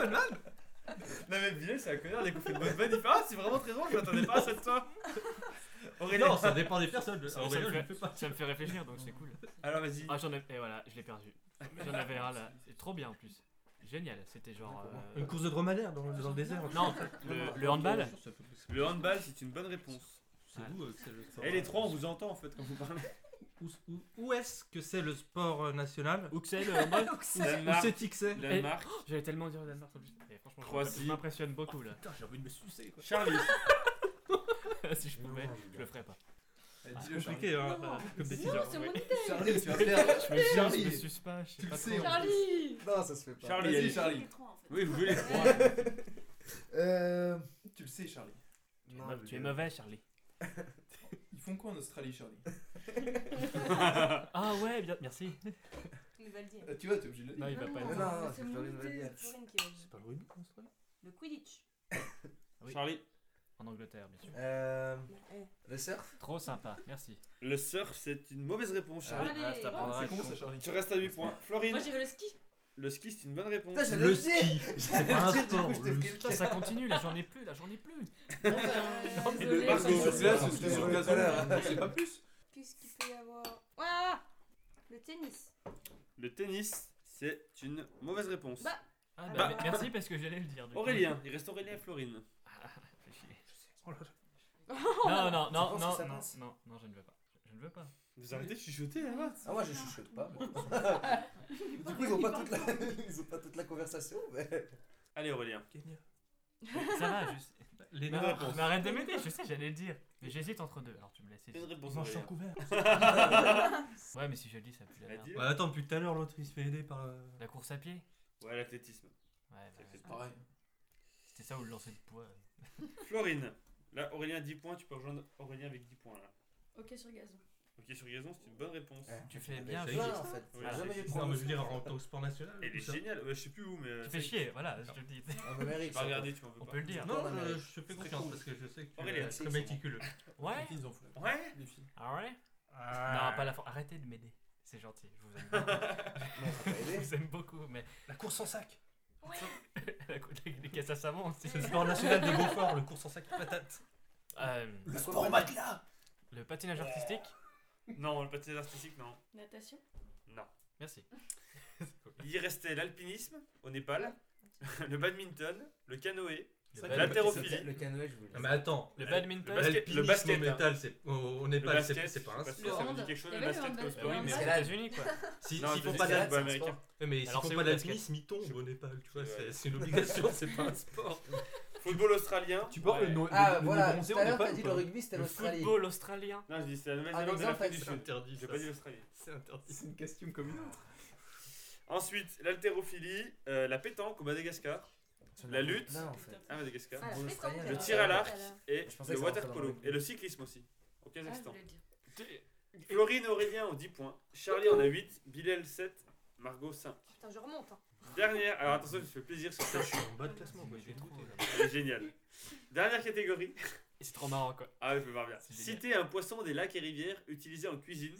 A: Non, mais bien, c'est un connard, les coups de bonne vanne, il fait Ah, c'est vraiment très drôle, je m'attendais pas à ça de toi. Aurélien,
C: non, ça dépend des personnes.
D: Ça, ça
C: Aurélien,
D: me
C: je ne
D: fait-
C: peux pas.
D: Ça me fait réfléchir, donc c'est cool.
A: alors vas-y.
D: Ah, j'en ai. Et voilà, je l'ai perdu. J'en avais un là. C'est trop bien en plus. Génial, c'était genre. euh,
C: Une course de dromadaire dans, dans le désert.
D: Non, le, le handball
A: Le handball, c'est une bonne réponse.
C: C'est où euh, que c'est le sport
A: Et les trois, on vous entend en fait quand vous parlez.
C: Où, où- où est-ce que c'est le sport euh, national Où,
D: Ou que c'est le handball
C: où
A: Danemark,
C: c'est Eh. Tixé
A: Danemark,
D: J'allais tellement dire le Danemark en plus. Et franchement, je-
A: Croatie.
D: je m'impressionne beaucoup là.
C: Putain, j'ai envie de me sucer quoi.
A: Charlie.
D: si je pouvais, je le ferais pas.
C: C'est compliqué hein, euh, comme décision.
E: Non, c'est mon
H: Charlie, tu vas faire.
D: Je me
H: Charlie.
D: je me suce pas, je sais
I: Tu
D: pas
I: le sais,
D: trop.
I: on-
E: Charlie
H: Non, ça se fait pas.
A: Charlie,
I: Vas-y,
A: allez.
I: Charlie.
A: Oui, vous voulez les trois.
H: Euh.
I: Tu le sais, Charlie.
H: non,
D: Ouais,
H: mais-
D: Tu es mauvais, Charlie.
I: Ils font quoi en Australie, Charlie
D: Ah ouais, bien, merci.
F: On va le dire.
I: Euh, Tu vois, t'es obligé de le
D: Non,
I: dire.
D: il va pas
H: Non,
D: être.
H: non, non,
E: C'est
H: c'est
E: mon
H: Florine va le
E: idée.
H: dire.
F: Florine qui va le dire.
C: pas le rugby en Australie
F: Le Quidditch.
D: Oui.
A: Charlie.
D: En Angleterre, bien sûr.
H: Euh.
F: Eh.
H: Le surf
D: Trop sympa, merci.
A: Le surf, c'est une mauvaise réponse, Charlie.
E: Allez.
D: Ah, ça prendra
I: C'est
D: un
I: con ça,
D: con.
I: Charlie.
A: Tu restes à 8 points. Florine,
E: Moi, j'irais le ski.
A: le ski, c'est une bonne réponse.
H: Putain, j'allais
C: Le
H: le dire.
C: ski
H: J'allais
C: pas un
H: le dire, du coup,
C: sport,
H: je t'ai
C: le
H: pris le
D: Putain, ça continue, là j'en ai plus, là j'en ai plus.
A: mais
E: Euh,
A: le
E: désolée,
A: Margot,
E: Charlie.
I: Sur glace,
H: Je
I: c'était sur
H: l'ai
I: glace.
H: tout à l'heure, hein.
I: on sait pas plus.
F: Qu'est-ce qu'il peut y avoir Ouah Le tennis.
A: Le tennis, c'est une mauvaise réponse.
F: Bah.
D: Ah bah
F: Ah.
D: merci parce que j'allais le dire. du coup.
A: Aurélien, il reste Aurélien et Florine.
D: Ah, fais chier.
C: Oh là là.
D: Non, non, non,
H: penses que
D: non,
H: ça
D: non,
H: passe
D: non, non, je ne veux pas. Je ne veux pas.
A: Vous arrêtez de chuchoter hein. là-bas.
H: Ah, moi je chuchote pas. moi. Du coup, ils ont pas toute la, ils ont pas toute la conversation, mais.
A: Allez, Aurélien.
C: Kenya.
D: Ça va, je sais.
C: Les
A: Bonne
D: Non,
C: Noirs.
A: réponse.
D: mais arrête de m'aider, je sais, j'allais le dire. Mais j'hésite entre deux, alors tu me laisses.
A: Une
D: hésiter.
A: réponse.
C: Ils ont un champ
A: Aurélien.
C: couvert.
D: Ouais, mais si je le dis, ça pue la
A: Bah,
D: merde.
A: dis-le.
C: Ouais, attends, depuis tout à l'heure, l'autre il se fait aider par. euh,
D: La course à pied
A: Ouais, l'athlétisme.
D: Ouais, bah,
A: Ça,
B: Ah
A: c'est
I: Pareil.
D: c'était ça ou le lancer de poids.
C: Euh,
A: Florine, là, Aurélien a 10 points, tu peux rejoindre Aurélien avec 10 points là.
E: Ok, sur gazon.
A: Ok, sur gazon, c'est une bonne réponse.
D: Tu fais
C: Ah,
H: Mais
D: bien,
H: c'est
D: je-
H: vrai, en fait.
A: Oui,
H: J'ai jamais eu de
C: Non, mais
H: problème.
C: je veux dire, en tant que sport national.
A: Elle
C: tout
A: est
C: ça.
A: géniale. Ouais, je sais plus où, mais. euh,
D: Tu fais
A: c'est-
D: chier, voilà, je te le dis.
H: En Amérique,
A: Bah,
H: ça,
A: regardez, tu m'en veux
D: On
A: pas.
D: peut le dire.
C: Non,
H: Non, mais-
C: je, je te fais confiance parce que je sais que tu
A: Aurélien,
C: es
A: c'est
C: très méticuleux.
D: Ouais
I: Ils en font la
A: Ouais.
I: les filles.
D: Alright
C: Ah.
D: Non, pas la fin. Arrêtez de m'aider. C'est gentil, je vous aime.
H: Non, ça t'a
D: je
H: aidé.
D: vous aime beaucoup, mais
C: La course en sac
D: la cou- les- les caisses à savon aussi.
C: C'est le sport national de Beaufort, le course en sac patate.
D: Euh,
I: Le
H: sport
I: matelas
D: le patinage artistique
A: Non, le patinage artistique, non.
E: Natation. Ah,
A: Non.
D: Merci.
A: Il y restait l'alpinisme au Népal, le badminton, le canoë,
D: Le,
H: C'est
D: bad-
H: vrai que le-
A: L'haltérophilie.
H: Le canoë, je voulais.
C: Non, mais attends.
D: le
C: Eh, Le
D: badminton.
C: basket,
A: basket-
C: le
A: le basket,
C: basket au métal, c'est au, au
A: Le
C: Népal, c'est
A: basket,
C: c'est pas
A: je
C: un
A: sais si ça
C: sport.
A: vous
F: hand.
A: dit quelque chose,
F: Il y
A: le
F: avait le
A: basket
F: hand
A: comme
F: basket.
C: Ah
A: sport.
D: oui, mais
H: C'est
D: aux
H: là-
D: États-Unis quoi.
C: Si,
A: Non,
C: s'ils
A: c'est
C: font
A: du
C: pas
A: basket,
C: d'al-
A: ouais.
H: c'est un
A: américain.
H: sport.
C: Ouais, mais s'ils
D: Alors,
C: font
D: c'est
C: pas
D: où, le basket
C: d'alpinisme, ils tombent au Népal, tu vois,
A: C'est
C: c'est
A: vrai.
C: c'est une obligation, c'est pas un sport.
A: Football australien.
B: Tu parles
D: Ouais.
B: le no- le-
H: Ah,
B: le
H: voilà.
B: bronzé,
H: Tout
B: on
H: à
B: est
H: l'heure,
B: pas
H: t'as
B: ou
H: dit
B: pas
H: le rugby, c'était
D: Le
H: l'Australie.
D: football australien.
A: Non, je dis c'est la
H: Un
A: Nouvelle-Zélande et
H: exemple,
A: l'Afrique du
H: c'est-
C: C'est
A: Sud.
C: interdit,
A: J'ai
C: Ah, ça,
A: pas dit
C: c'est
A: l'Australie.
C: c'est interdit.
B: C'est une question comme une autre.
A: Ensuite, l'haltérophilie, euh, la pétanque au Madagascar, La lutte.
H: Non, en fait.
A: à Madagascar,
F: Ah, la
H: Bon,
F: pétanque,
H: le
F: alors.
A: tir à l'arc.
F: Voilà.
A: et
H: Je pensais
A: le
H: que ça rentrait dans le
A: waterpolo,
H: rugby.
A: et le cyclisme aussi, au
F: Ah, je
A: Kazakhstan.
F: voulais le dire.
A: Florine et Aurélien ont 10 points, Charlie en a 8, Bilal 7, Margot 5.
G: Putain, je remonte. hein.
A: Dernière, alors attention, je fais plaisir sur
C: Putain,
A: cette
C: je suis en bas de classement, quoi,
D: Mais
C: je vais
D: t'es
C: écouter, là.
A: elle est géniale. Dernière catégorie,
D: C'est trop marrant quoi.
A: ah je me marre bien.
D: C'est génial.
A: Citer un poisson des lacs et rivières utilisé en cuisine,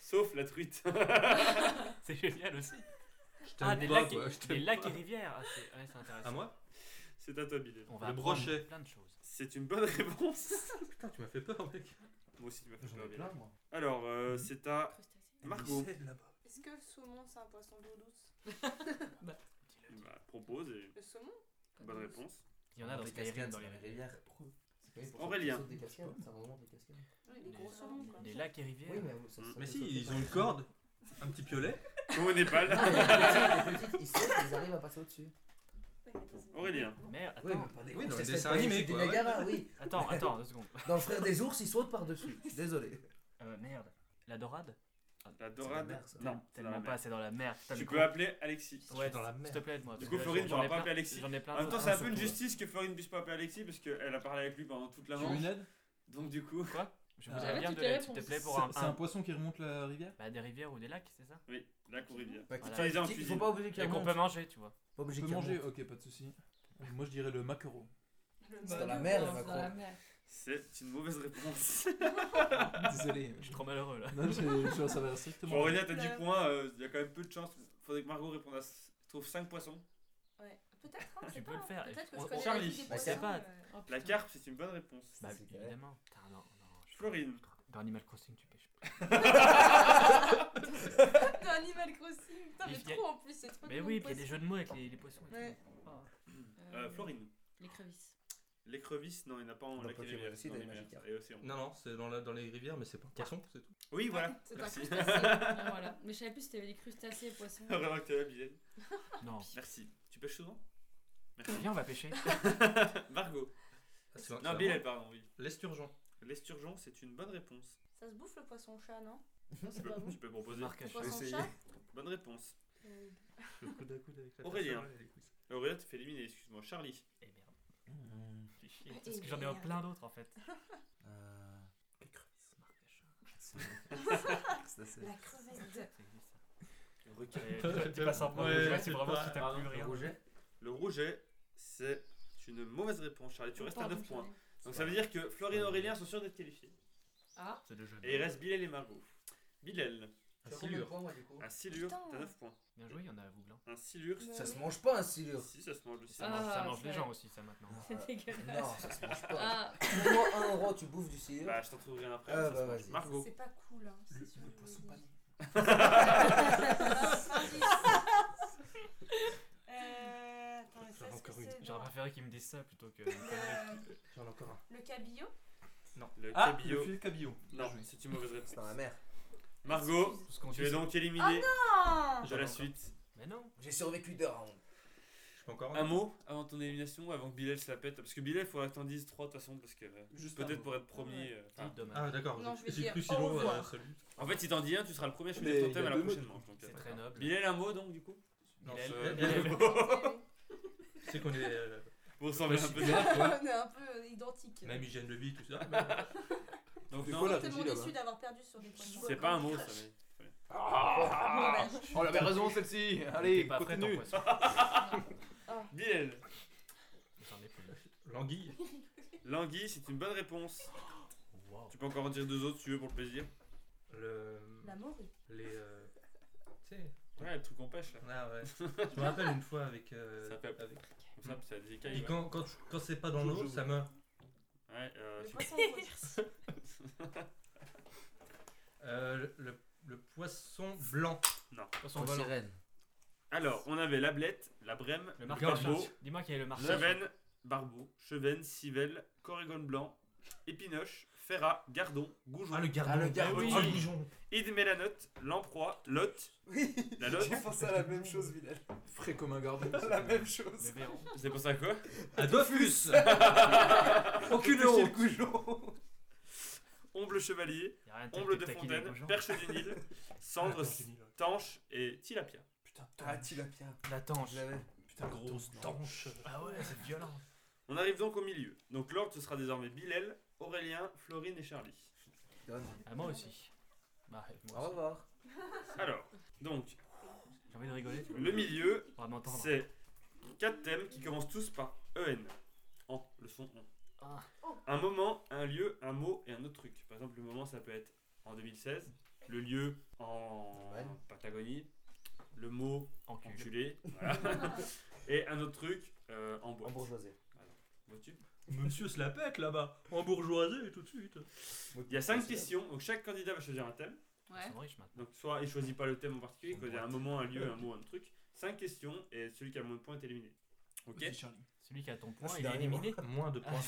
A: sauf la truite.
D: C'est génial aussi.
C: Je t'aime
D: Ah, des
C: pas,
D: lacs,
C: quoi,
D: et,
C: je
D: des
C: t'aime
D: lacs
C: pas.
D: et rivières. Ah, c'est ouais, c'est intéressant.
C: À moi
A: C'est à toi Bilal.
D: On va
C: Le
D: apprendre
C: brochet.
D: plein de choses.
A: C'est une bonne réponse.
C: Putain, tu m'as fait peur, mec.
A: Moi aussi tu m'as fait
H: J'en
A: peur
H: ai
A: Bilal.
H: plein, Mmh. moi.
A: Alors euh, c'est à
F: Crustacés.
A: Margot.
C: Marcel, là-bas.
J: Est-ce que le saumon, c'est un poisson d'eau douce
A: Bah, propose et
J: Le saumon
A: bonne réponse.
D: Il y en a dans les
H: Des cascades,
D: terrines, dans
H: c'est
D: les
H: dans les
D: rivières.
H: rivières. C'est connu pour ça,
A: Aurélien.
H: saute des cascades, c'est un moment des cascades.
J: Oui, les
D: Les-
J: gros saumons, quoi.
D: Les lacs et rivières.
H: Oui, mais ça- ça
C: Mais
H: peut
C: si,
H: sauter
C: ils
H: par-
C: ont une corde, un petit piolet.
A: Comme au Népal.
H: Non, mais les petites, les petites, ils sautent, ils arrivent à passer au-dessus.
A: Aurélien.
D: Merde,
H: Oui,
D: attends,
H: mais pas des
C: Oui,
H: grosses
C: dans les
H: cascades
C: dessins
H: pas les
C: animés,
H: chutes du
C: quoi, ouais.
H: Niagara, oui.
D: attends, attends, deux secondes.
H: Dans le frère des ours, ils sautent par-dessus. Désolé.
D: Euh, merde, la dorade
A: La
H: C'est la
A: dorade.
H: mer, ça.
A: Non, c'est dans la
D: Tellement
A: mer.
D: pas, c'est dans la mer. Putain,
A: Tu
D: mais
A: peux
D: quoi
A: appeler Alexis.
D: Ouais,
C: dans la
D: S'il
C: mer.
D: te plaît, moi.
A: Du coup, Florine,
D: j'en ai
A: t'auras pas
D: plein-
A: appelé Alexis.
D: J'en ai plein.
A: En même temps,
D: d'autres.
A: c'est un
D: Ah,
A: peu une
D: surtout,
A: justice que Florine puisse pas appeler Alexis parce qu'elle a parlé avec lui pendant toute la
B: Tu veux
A: manche.
B: une aide
A: Donc, du coup,
D: Je
B: Ah.
D: voudrais
B: J'avais
D: bien de
G: toutes les
D: l'aide, s'il te
G: réponses.
D: plaît, pour
B: C'est-
D: un.
B: C'est un poisson qui remonte la rivière
D: Bah, des rivières ou des lacs, c'est ça
A: oui, la rivière.
H: Bah, qui-
D: Voilà.
A: Utilisé en
H: qui-
A: cuisine.
H: Faut pas obliger qu'il
D: Et qu'on
H: remonte.
D: peut manger, tu vois.
H: Pas
B: Je
H: obliger
B: peux
H: qu'il
B: manger
H: remonte.
B: Ok, pas de soucis. Moi je dirais le maquereau.
H: C'est dans la mer, le
E: Dans la
H: macro.
E: mer.
A: C'est une mauvaise réponse.
E: Ah.
B: Désolé.
D: Je suis trop malheureux là.
B: Non, je, je savais strictement.
A: Bon, Aurélien, t'as 10 points, il y a quand même peu de chance. Faudrait que Margot réponde à. s- Trouve 5 poissons.
F: Ouais. Peut-être, hein,
D: Tu
F: je sais
D: peux
F: pas,
D: le faire.
F: hein. Peut-être que
D: On-
F: je
D: on-
F: connais
A: Charlie.
F: la vie des
H: Bah, c'est
F: poissons,
D: pas-
F: euh,
E: Oh,
A: La
E: putain.
A: carpe, c'est une bonne réponse.
D: Bah,
H: c'est galère.
D: évidemment. Putain, non, non. je-
A: Florine.
D: Dans Animal Crossing, tu pêches.
F: Dans euh, Animal Crossing. Putain,
D: Mais
F: mais
D: il y a-
F: trop en plus, c'est trop
D: Mais oui,
F: de noms
D: puis il y a des jeux de mots avec les, les poissons. et tout.
F: Ouais.
D: Ah.
A: Euh, Florine.
E: Les crevisses.
A: L'écrevisse, non, il n'y en a pas en
H: Dans
A: lac et
H: Pokémon
A: rivière,
H: aussi,
A: dans les
H: des
A: mers
H: Magikarp.
A: et océans.
C: Non, non, c'est dans, la- dans les rivières, mais c'est pas un poisson, c'est tout.
A: Oui, voilà.
F: C'est pas
A: Merci.
F: plus
E: Ah, voilà. Mais je savais plus si t'avais des crustacés, poissons.
A: Vraiment que t'es la bilaine.
D: Non.
A: Merci. Tu pêches souvent
D: Viens, on va pêcher.
A: Margot.
C: Ah, c'est- c'est à
A: Non,
C: moi.
A: Bilal, pardon, oui.
C: L'esturgeon.
A: L'esturgeon, c'est une bonne réponse.
F: Ça se bouffe le poisson chat, non
A: Tu peux, tu peux proposer.
D: Marc Hachon.
F: Poisson
H: essayer.
F: chat
A: Bonne réponse.
C: Le coude à coude avec la
A: Aurélien.
C: personne, elle écoute.
A: Aurélien, tu fais éliminer, excuse-moi. Charlie.
D: Eh merde. Fais chier, Parce que j'en ai plein d'autres en fait.
H: Euh,
D: Marc Hachon.
H: c'est- c'est assez-
F: La crevette.
D: Ça existe, ça.
A: Le requin.
D: Euh, T'es pas sympa.
C: Ouais,
D: Ouais, c'est
C: c'est
D: vraiment
C: pas-
D: si t'as plus
H: Le
D: rien.
H: rouget
A: Le rouget, c'est une mauvaise réponse, Charlie. Tu restes à
E: Oh, Pardon,
A: 9 points.
E: Florine.
A: Donc ça veut dire que Florine et Aurélien sont sûrs d'être qualifiés.
D: C'est le jeu. de
A: Et il
D: mots.
A: reste Bilal et Margot. Bilal,
C: Un
H: Tu as combien de
C: silure.
H: points, moi, du coup
A: un silure,
F: Putain.
A: t'as 9 points.
D: Bien joué, il y en a à vous, hein.
A: Un silure,
H: Ça se mange pas un silure.
A: si ça se mange aussi.
D: Ça mange, ça
E: Ah,
D: mange les
E: ouais.
D: gens aussi, ça maintenant.
H: Euh,
E: C'est dégueulasse.
H: Non, ça se mange pas.
E: Ah,
H: Tu prends un euro, tu bouffes du silure.
A: Bah, je t'en trouverai un après. ça
H: Ah,
A: se
H: bah,
A: mange.
H: vas-y.
A: Margot,
F: C'est pas cool, hein.
I: Le,
F: c'est sur
I: le
F: le-
I: poisson pané.
F: Euh, attends, mais
C: J'en
F: ça,
C: ai
F: est-ce
C: encore
F: que
C: une.
F: c'est
D: J'aurais
F: dans-
D: préféré qu'ils me disent ça plutôt que.
F: Euh,
H: J'en ai encore un.
F: Le cabillaud
A: le
B: Ah, le
A: cabillaud.
B: filet de cabillaud. Bien
A: Non,
B: joué.
A: c'est une mauvaise
H: C'est dans la
A: réponse.
H: mer.
A: Margot,
D: Tout ce qu'on
A: tu
D: dit,
A: es
D: c'est-
A: donc éliminée
F: Ah
A: de la suite.
D: Mais non.
H: J'ai survécu deux rounds.
C: Je peux encore
A: Un mot avant ton élimination, avant que Bilal se la pète Parce que Bilal, il faudrait que t'en dises 3 de toute façon, parce que euh,
I: Juste un
A: peut-être
I: mot.
A: pour être premier. euh,
D: Ah,
A: enfin,
D: dommage.
C: Ah, d'accord.
F: Non,
C: j'ai-
F: je vais
C: j'ai
F: dire
C: cru
F: au
C: sinon, euh,
F: revoir.
C: salut.
A: en fait, si t'en dis un, tu seras le premier à
I: Mais
A: choisir ton
I: il y
A: thème
I: a
A: à la
I: deux mots,
A: prochaine
I: du coup.
A: manche. donc,
D: C'est
A: euh,
D: très noble.
A: Bilal, un mot donc, du coup
C: Non,
D: Bilal,
C: c'est-
D: Bilal.
C: Bilal. C'est qu'on est. euh,
A: Bon, ça va un peu.
F: On est un peu euh, identiques.
C: Même hygiène de vie, tout ça.
A: Donc,
I: C'est
A: non,
I: quoi la
F: tellement
I: régie là-bas
F: déçu d'avoir perdu sur des poissons.
A: c'est pas un mot, ça. Mais...
F: Ah, bon, bah,
B: Oh, elle avait raison celle-ci.
D: T'es
B: Allez,
D: pas prêt, ton
B: continue.
D: poisson.
A: Bilal,
D: J'en ai plus.
C: L'anguille.
A: l'anguille, c'est une bonne réponse.
D: Wow.
A: Tu peux encore en dire deux autres si tu veux pour le plaisir.
C: Le.
F: La morue.
C: Les. euh, Tu sais.
A: Ouais, le truc qu'on pêche là.
C: Ah ouais. Je me rappelle une fois avec. euh,
A: Ça fait-
C: avec-
A: Comme ça, ça a des écailles.
C: Et
A: ouais.
C: quand, quand, quand c'est pas dans l'eau, ça meurt.
A: Ouais, euh,
F: Le
A: je-
F: poisson rouge.
C: Euh, le, le, le poisson blanc.
D: Poisson
H: Une
D: volant.
H: sirène.
A: Alors, on avait la blette, la brème,
D: Le
A: le
D: marc
C: Garbo.
D: Hachon.
A: barbeau,
D: Dis-moi qu'il y a le marc
A: l'avenne Barbeau, Chevenne, Civelle, Corrigon Blanc, Épinoche, Ferrat, Gardon, Goujon,
B: Ah, le gardon.
H: Ah, le gardon.
A: oui.
B: Ah, le pigeon.
A: Idmé la Notte, Lamproie, Lot, la Lotte.
H: J'ai pensé à la même chose, Villal.
B: Frais comme un gardon.
H: La même
D: Le
H: chose.
D: verrou.
A: C'est pour ça quoi
C: À Dofus
H: Aucune honte.
A: Omble Chevalier,
D: Y a rien de
A: Omble de
D: taquiner les
A: Fontaine,
D: gens.
A: Perche du Nil, Cendre, Tanche et Tilapia.
B: Putain,
H: Ah,
B: tanche.
H: tu l'as bien.
B: La tanche.
H: Je l'avais.
B: Putain, grosse tanche. Ah ouais, c'est violent.
A: On arrive donc au milieu. Donc l'ordre ce sera désormais Bilal, Aurélien, Florine et Charlie.
H: Donne.
D: Ah, moi aussi. Bah, moi
H: Au
D: aussi.
H: revoir.
A: Alors, donc
D: J'ai envie de rigoler. tu vois.
A: le milieu,
D: On va m'entendre.
A: c'est quatre thèmes qui commencent tous par EN. En, le son en.
D: Ah.
A: Un moment, un lieu, un mot et un autre truc. Par exemple, le moment ça peut être en 2016, le lieu en
H: Taïwan.
A: Patagonie, le mot
D: Enculé.
A: enculé, voilà. et un autre truc euh, en bois.
H: En bourgeoisie.
A: Vois-tu
C: Monsieur se la pète là-bas, en bourgeoisie tout de suite.
A: Il y a cinq questions, donc chaque candidat va choisir un thème.
D: Ils
E: Ouais.
D: sont riches maintenant.
A: Donc soit il choisit pas le thème en particulier,
D: Une
A: il y a un
D: boîte.
A: moment, un lieu, un mot, un truc. 5 questions et celui qui a le moins de points est éliminé. Ok
I: Vas-y, Charlie.
D: Celui qui a ton
H: Ah, je
D: point,
H: suis
D: il est
H: dernier, moi.
D: éliminé.
C: Moins de points.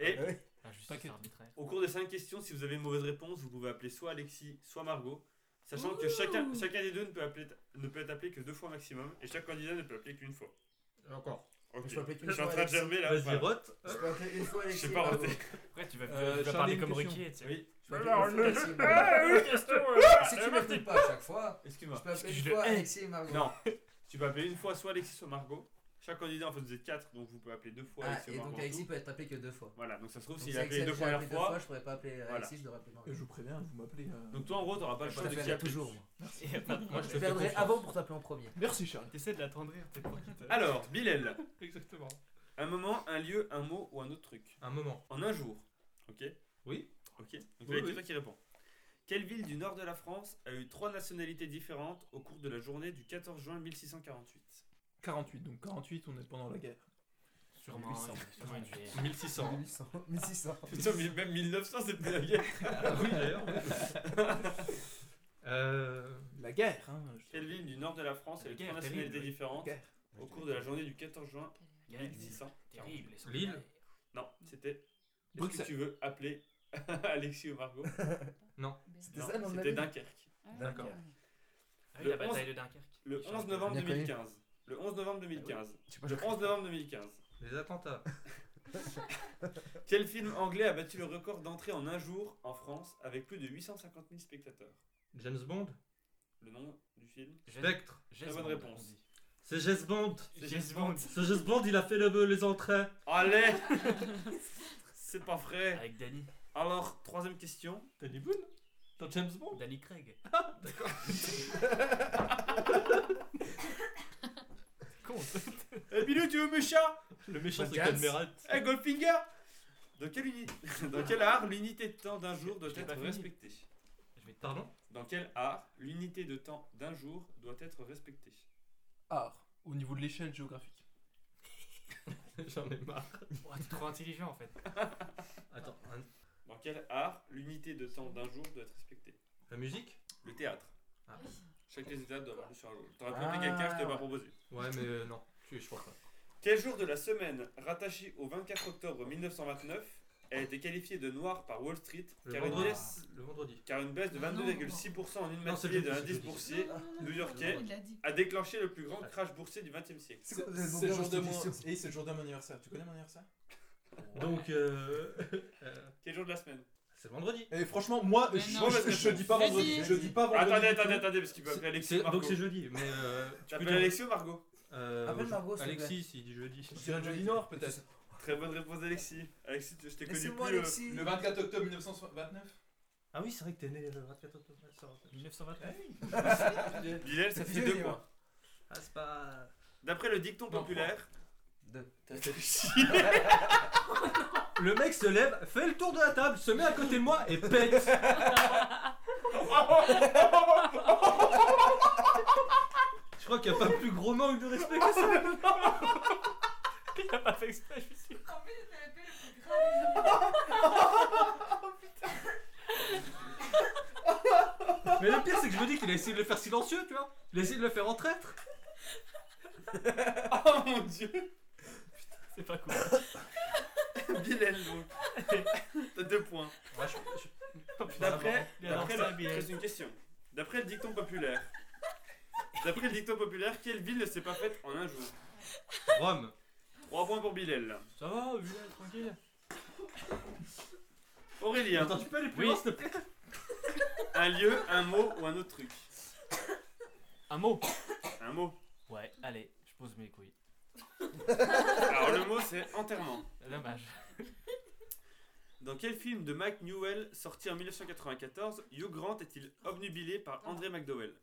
A: Et
H: Ah ouais.
D: Ah, juste,
B: Paquet.
D: c'est arbitraire.
A: au cours des 5 questions, si vous avez une mauvaise réponse, vous pouvez appeler soit Alexis, soit Margot. Sachant que chacun, chacun des deux ne peut, appeler, ne peut être appelé que deux fois maximum et chaque candidat ne peut appeler qu'une fois.
C: Encore.
A: Ok.
H: Je peux appeler qu'une
A: Je suis en
H: fois,
A: train de
H: Alexis.
A: germer là.
C: Vas-y,
A: voilà.
C: rote.
H: Je peux appeler une fois
A: Je
H: Alexis.
A: sais pas
H: bravo.
A: rater.
D: Après, tu vas, tu
B: Euh,
D: vas
B: Charlie,
D: parler
B: une
D: comme
B: question.
D: Ricky, tu sais.
A: Oui.
H: Je peux appeler une fois Alexis et Margot.
A: Ah, oui, question, euh,
H: Si
A: euh,
H: tu
A: merci.
H: m'appelles pas à chaque fois, je
A: Excuse-moi.
H: peux appeler une
D: Excuse-le.
H: fois Alexis et Margot.
A: Non. Tu peux appeler une fois soit Alexis, soit Margot. Chaque candidat en fait vous êtes 4, donc vous pouvez appeler deux fois
H: Ah,
A: Alexis ou
H: et
A: Margot.
H: donc Alexis peut être appelé que deux fois.
A: Voilà, donc ça se trouve
H: Donc
A: s'il
H: c'est
A: a appelé
H: Alexis
A: deux
H: que
A: fois
H: j'ai
A: la
H: appelé deux
A: fois,
H: Je pourrais pas appeler
A: Voilà.
H: Alexis, je devrais appeler
I: Euh, Je
H: Margot.
I: vous préviens, vous m'appelez. euh,
A: Donc toi en gros t'auras pas le
H: Je
A: choix de qui
H: t'appellerai
A: appeler.
H: toujours. moi.
D: Il y a pas de
H: Moi
D: problème.
H: je te perdrai avant pour t'appeler en premier.
I: Merci, Charlie.
D: T'essaies de l'attendrir, t'es pas qui te-
A: Alors, Bilal,
C: Exactement.
A: un moment, un lieu, un mot ou un autre truc.
C: Un moment.
A: En un jour. Ok
C: Oui.
A: Ok. Donc
C: Oui,
A: là, c'est
C: oui.
A: toi qui réponds. Quelle ville du nord de la France a eu trois nationalités différentes au cours de la journée du 14 juin 1648
I: 48, donc 48, on est pendant la guerre.
D: Sûrement,
H: Oui,
D: sûrement une vieille.
C: 1600.
H: 1800. 1600.
A: Putain, mais même 1900, c'est plus la guerre.
C: oui, d'ailleurs. euh.
I: La guerre, hein. je-
A: Quelle ville du nord de la France a eu
D: La
A: trois
D: guerre,
A: nationalités
D: terrible, oui.
A: différentes au cours de la journée du 14 juin
D: Gaël, c'est
A: 1600
D: Terrible. les
C: Lille.
D: sangliers.
A: Non, c'était. Est-ce que
I: Bruxelles.
A: tu veux appeler Alexis ou Margot
H: C'était
A: Non,
H: ça le nom de
A: c'était
H: la ville
A: Dunkerque.
C: D'accord.
D: Ah oui,
A: Le
D: la bataille de Dunkerque.
A: Le
D: Sur-
A: 11 novembre
H: Bien connu.
A: 2015. Le 11 novembre 2015.
H: Tu
A: Le 11 novembre 2015.
C: Les attentats.
A: Quel film anglais a battu le record d'entrée en un jour en France avec plus de 850 000 spectateurs
C: James Bond.
A: Le nom du film
D: Gêne-
C: Spectre.
D: Gêne-
A: bonne
D: on
A: réponse.
D: dit.
C: C'est James Bond.
A: C'est James Bond.
C: Ce James Bond, il a fait le- les entrées.
A: Allez C'est pas vrai.
D: Avec Danny.
A: Alors, troisième question.
C: Danny Boone Dans James Bond
D: Danny Craig.
A: Eh Bilou, tu veux mes chats
C: Le méchant,
H: Bah,
C: c'est
H: James.
C: Cadmerat.
A: Eh Goldfinger Dans quel, uni- Dans quel art l'unité de temps d'un jour doit
D: Je l'ai
A: être
D: pas fini.
A: respectée
D: Je vais te parler.
C: Pardon
A: Dans quel art l'unité de temps d'un jour doit être respectée
I: Art, au niveau de l'échelle géographique.
C: J'en ai marre.
D: Oh, T'es trop intelligent en fait.
C: Attends, un-
A: Dans quel art l'unité de temps d'un jour doit être respectée
C: la musique
A: Le théâtre.
C: Ah.
A: Chaque candidat doit avoir le sur un jour. T'aurais pu appeler quelqu'un, je t'ai pas proposé.
C: Ouais, mais euh, non, je, je crois pas.
A: Quel jour de la semaine, rattaché au 24 octobre 1929, a été qualifié de noir par Wall Street
C: Le
A: car une,
C: vendredi.
A: baisse,
C: Le vendredi.
A: car une baisse de
E: Ah non.
A: 22,6% en une
C: Non,
A: matinée
C: c'est
A: de
C: jeudi, c'est
A: l'indice
C: jeudi.
A: boursier
E: Oh,
A: new-yorkais
E: Il l'a dit.
A: a déclenché le plus grand crash boursier du 20e siècle.
H: C'est quoi
I: C'est le jour de mon...
H: Constitution
I: Et c'est le jour de mon anniversaire. Tu connais mon anniversaire
C: Donc, euh, euh,
A: Quel jour de la semaine
C: c'est vendredi.
B: Eh,
I: Et franchement, moi,
E: Mais
I: je,
E: non.
I: je- je dis pas
E: Vas-y.
I: vendredi. Je dis pas vendredi.
A: Attendez,
I: du tout.
A: attendez, attendez, parce qu'il peut
C: C'est-
A: appeler Alexis
C: c'est-
A: ou Margot.
C: donc c'est jeudi, mais euh, tu
A: T'appelles
C: peux dire-
A: Alexis ou Margot
C: euh,
H: Appelle
C: je-
H: Margot, s'il te
C: Alexis, s'il dit jeudi.
I: Je dirais jeudi Nord, peut-être.
A: Très bonne réponse d'Alexis. Alexis, tu- je t'ai connu
H: Laissez-moi
A: plus... euh,
H: Alexis.
I: Le 24 octobre 1929.
C: Ah oui, c'est vrai que t'es né le 24 octobre. ça rentre.
D: 1929.
A: Bilal, ça fait
H: Vieux,
A: deux
H: vieux.
A: points.
C: Ah, c'est pas.
A: D'après le dicton populaire...
H: Deux.
C: Le mec se lève, fait le tour de la table, se met à côté de moi et pète. Je crois qu'il n'y a pas plus gros manque de respect que ça.
D: Il a pas fait exprès, je suis sûr.
F: En plus, c'était le plus grave.
C: Mais le pire, c'est que je me dis qu'il a essayé de le faire silencieux, tu vois. Il a essayé de le faire en traître.
A: Oh mon dieu
D: C'est pas cool.
A: Bilel, donc. T'as deux points.
D: Oh,
A: D'après,
D: Il a
A: d'après le-
D: lancé un billet.
A: c'est une question. D'après le dicton populaire. D'après le dicton populaire, quelle ville ne s'est pas faite en un jour
C: Rome.
A: 3 points pour Bilel.
D: Ça va, Bilal, tranquille.
A: Aurélien,
C: Attends, tu peux aller plus
D: Oui.
C: loin, s'il te plaît
A: un lieu, un mot ou un autre truc
D: Un mot
A: Un mot.
D: Ouais, allez, je pose mes couilles.
A: Alors le mot c'est enterrement.
D: Dommage.
A: Dans quel film de Mac Newell sorti en 1994, Hugh Grant est-il obnubilé par André McDowell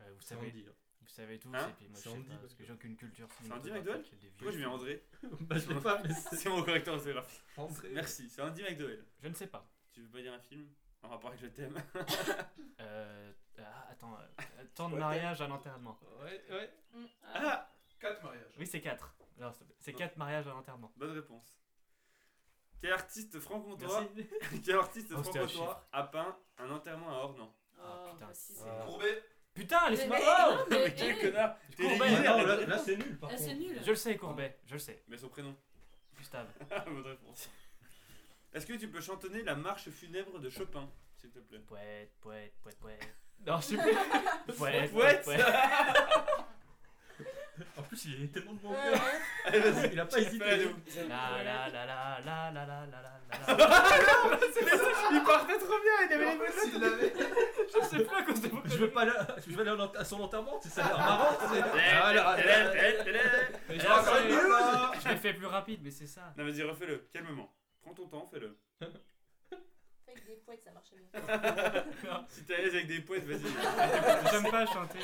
D: Euh, vous,
C: C'est Andy,
D: savez,
C: là.
D: vous savez tous,
A: Hein
D: et puis moi je
C: C'est
D: sais
C: Andy,
D: pas,
C: parce
D: parce
C: que-
D: que j'ai aucune culture
A: Andy
D: cinématographique,
A: McDowell
D: des vieux
A: Pourquoi je viens
D: films.
A: André
C: Bah, je l'ai pas, mais c'est
A: C'est mon correcteur orthographique.
C: André.
A: Merci, c'est Andy McDowell.
D: Je ne sais pas.
A: Tu veux pas dire un film en rapport avec le thème
D: Euh, ah, attends, euh, temps de
H: Ouais,
D: mariage à l'enterrement.
C: Ouais, ouais.
A: Ah
I: 4 mariages.
D: Oui, c'est 4. Non, s'il te plaît, c'est 4 mariages à l'enterrement.
A: Bonne réponse. Quel artiste franc-comtois
D: Merci.
A: Quel artiste
D: Oh, c'était un
A: franc-comtois a peint un enterrement à Ornans
D: Ah,
E: Oh,
D: putain.
E: facile.
H: Ah.
I: Courbet.
D: Putain, laisse-moi.
E: Mais-
D: Oh
E: mais-
A: Mais quel
E: eh,
A: connard T'es
D: Courbet,
A: éliminé,
D: non,
A: la
C: là,
A: dernière.
C: là, c'est nul, par
E: ah, c'est
C: contre.
E: nul.
D: Je le sais, Courbet, je le sais.
A: Mais son prénom.
D: Gustave.
A: Bonne réponse. Est-ce que tu peux chantonner la marche funèbre de Chopin, s'il te plaît
D: Pouette, pouette, pouette, pouette. Non, je sais plus. Pouette,
A: Pouette.
D: pouette, pouette.
C: En plus, il est tellement de bon
J: Euh,
C: cœur.
A: Allez, vas-y.
C: Il a pas hésité.
A: Fais-la nous.
D: La la la la la la la la la la.
A: Il partait trop bien, il avait les
I: En fait, il l'avait.
D: Je sais plus à cause de vous.
C: Je veux pas aller, je veux aller en- à son enterrement, c'est ça a l'air marrant. c'est- Ah, là, là, là.
D: Mais
A: Ah,
D: je l'ai-
A: nul.
D: Je l'ai fait plus rapide, mais c'est ça.
A: Non, vas-y, refais-le, calmement. Prends ton temps, fais-le.
J: Avec des poètes, ça marchait bien.
A: Si t'es à l'aise avec des poètes, vas-y.
D: J'aime pas chanter.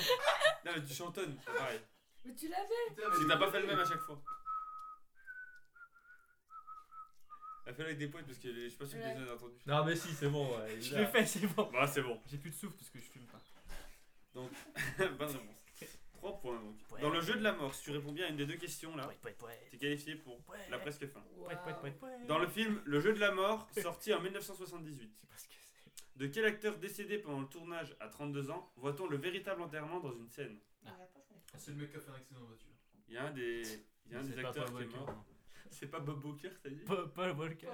A: Non, mais tu chantonnes, c'est pareil.
E: Mais tu l'avais
A: Parce que t'as pas fait le même
D: euh,
A: à chaque fois. Elle fait avec des poètes parce que les- je sais pas si
J: Ouais.
A: les gens ont entendu.
C: Non, mais si, c'est bon. ouais, il
D: Je
C: a-
D: l'ai fait, c'est bon.
A: Bah, c'est bon.
D: J'ai plus de souffle parce que je fume pas.
A: Bonne réponse. 3 points donc. Dans le jeu de la mort, si tu réponds bien à une des deux questions là,
D: Pouette, pouette, pouette.
A: t'es qualifié pour
D: Pouette,
A: la presque fin.
D: pouette, pouette, pouette, pouette.
A: Dans le film Le jeu de la mort, sorti en 1978,
D: Je sais pas ce que c'est.
A: de quel acteur décédé pendant le tournage à 32 ans voit-on le véritable enterrement dans une scène
I: C'est le mec qui a fait un accident de voiture.
A: Il y a un des, il y a un
D: C'est
A: des
D: pas
A: acteurs
D: Paul
A: qui est
D: Walker,
A: mort.
D: non.
A: C'est pas Bob Walker, t'as dit
D: Pa- Paul Walker.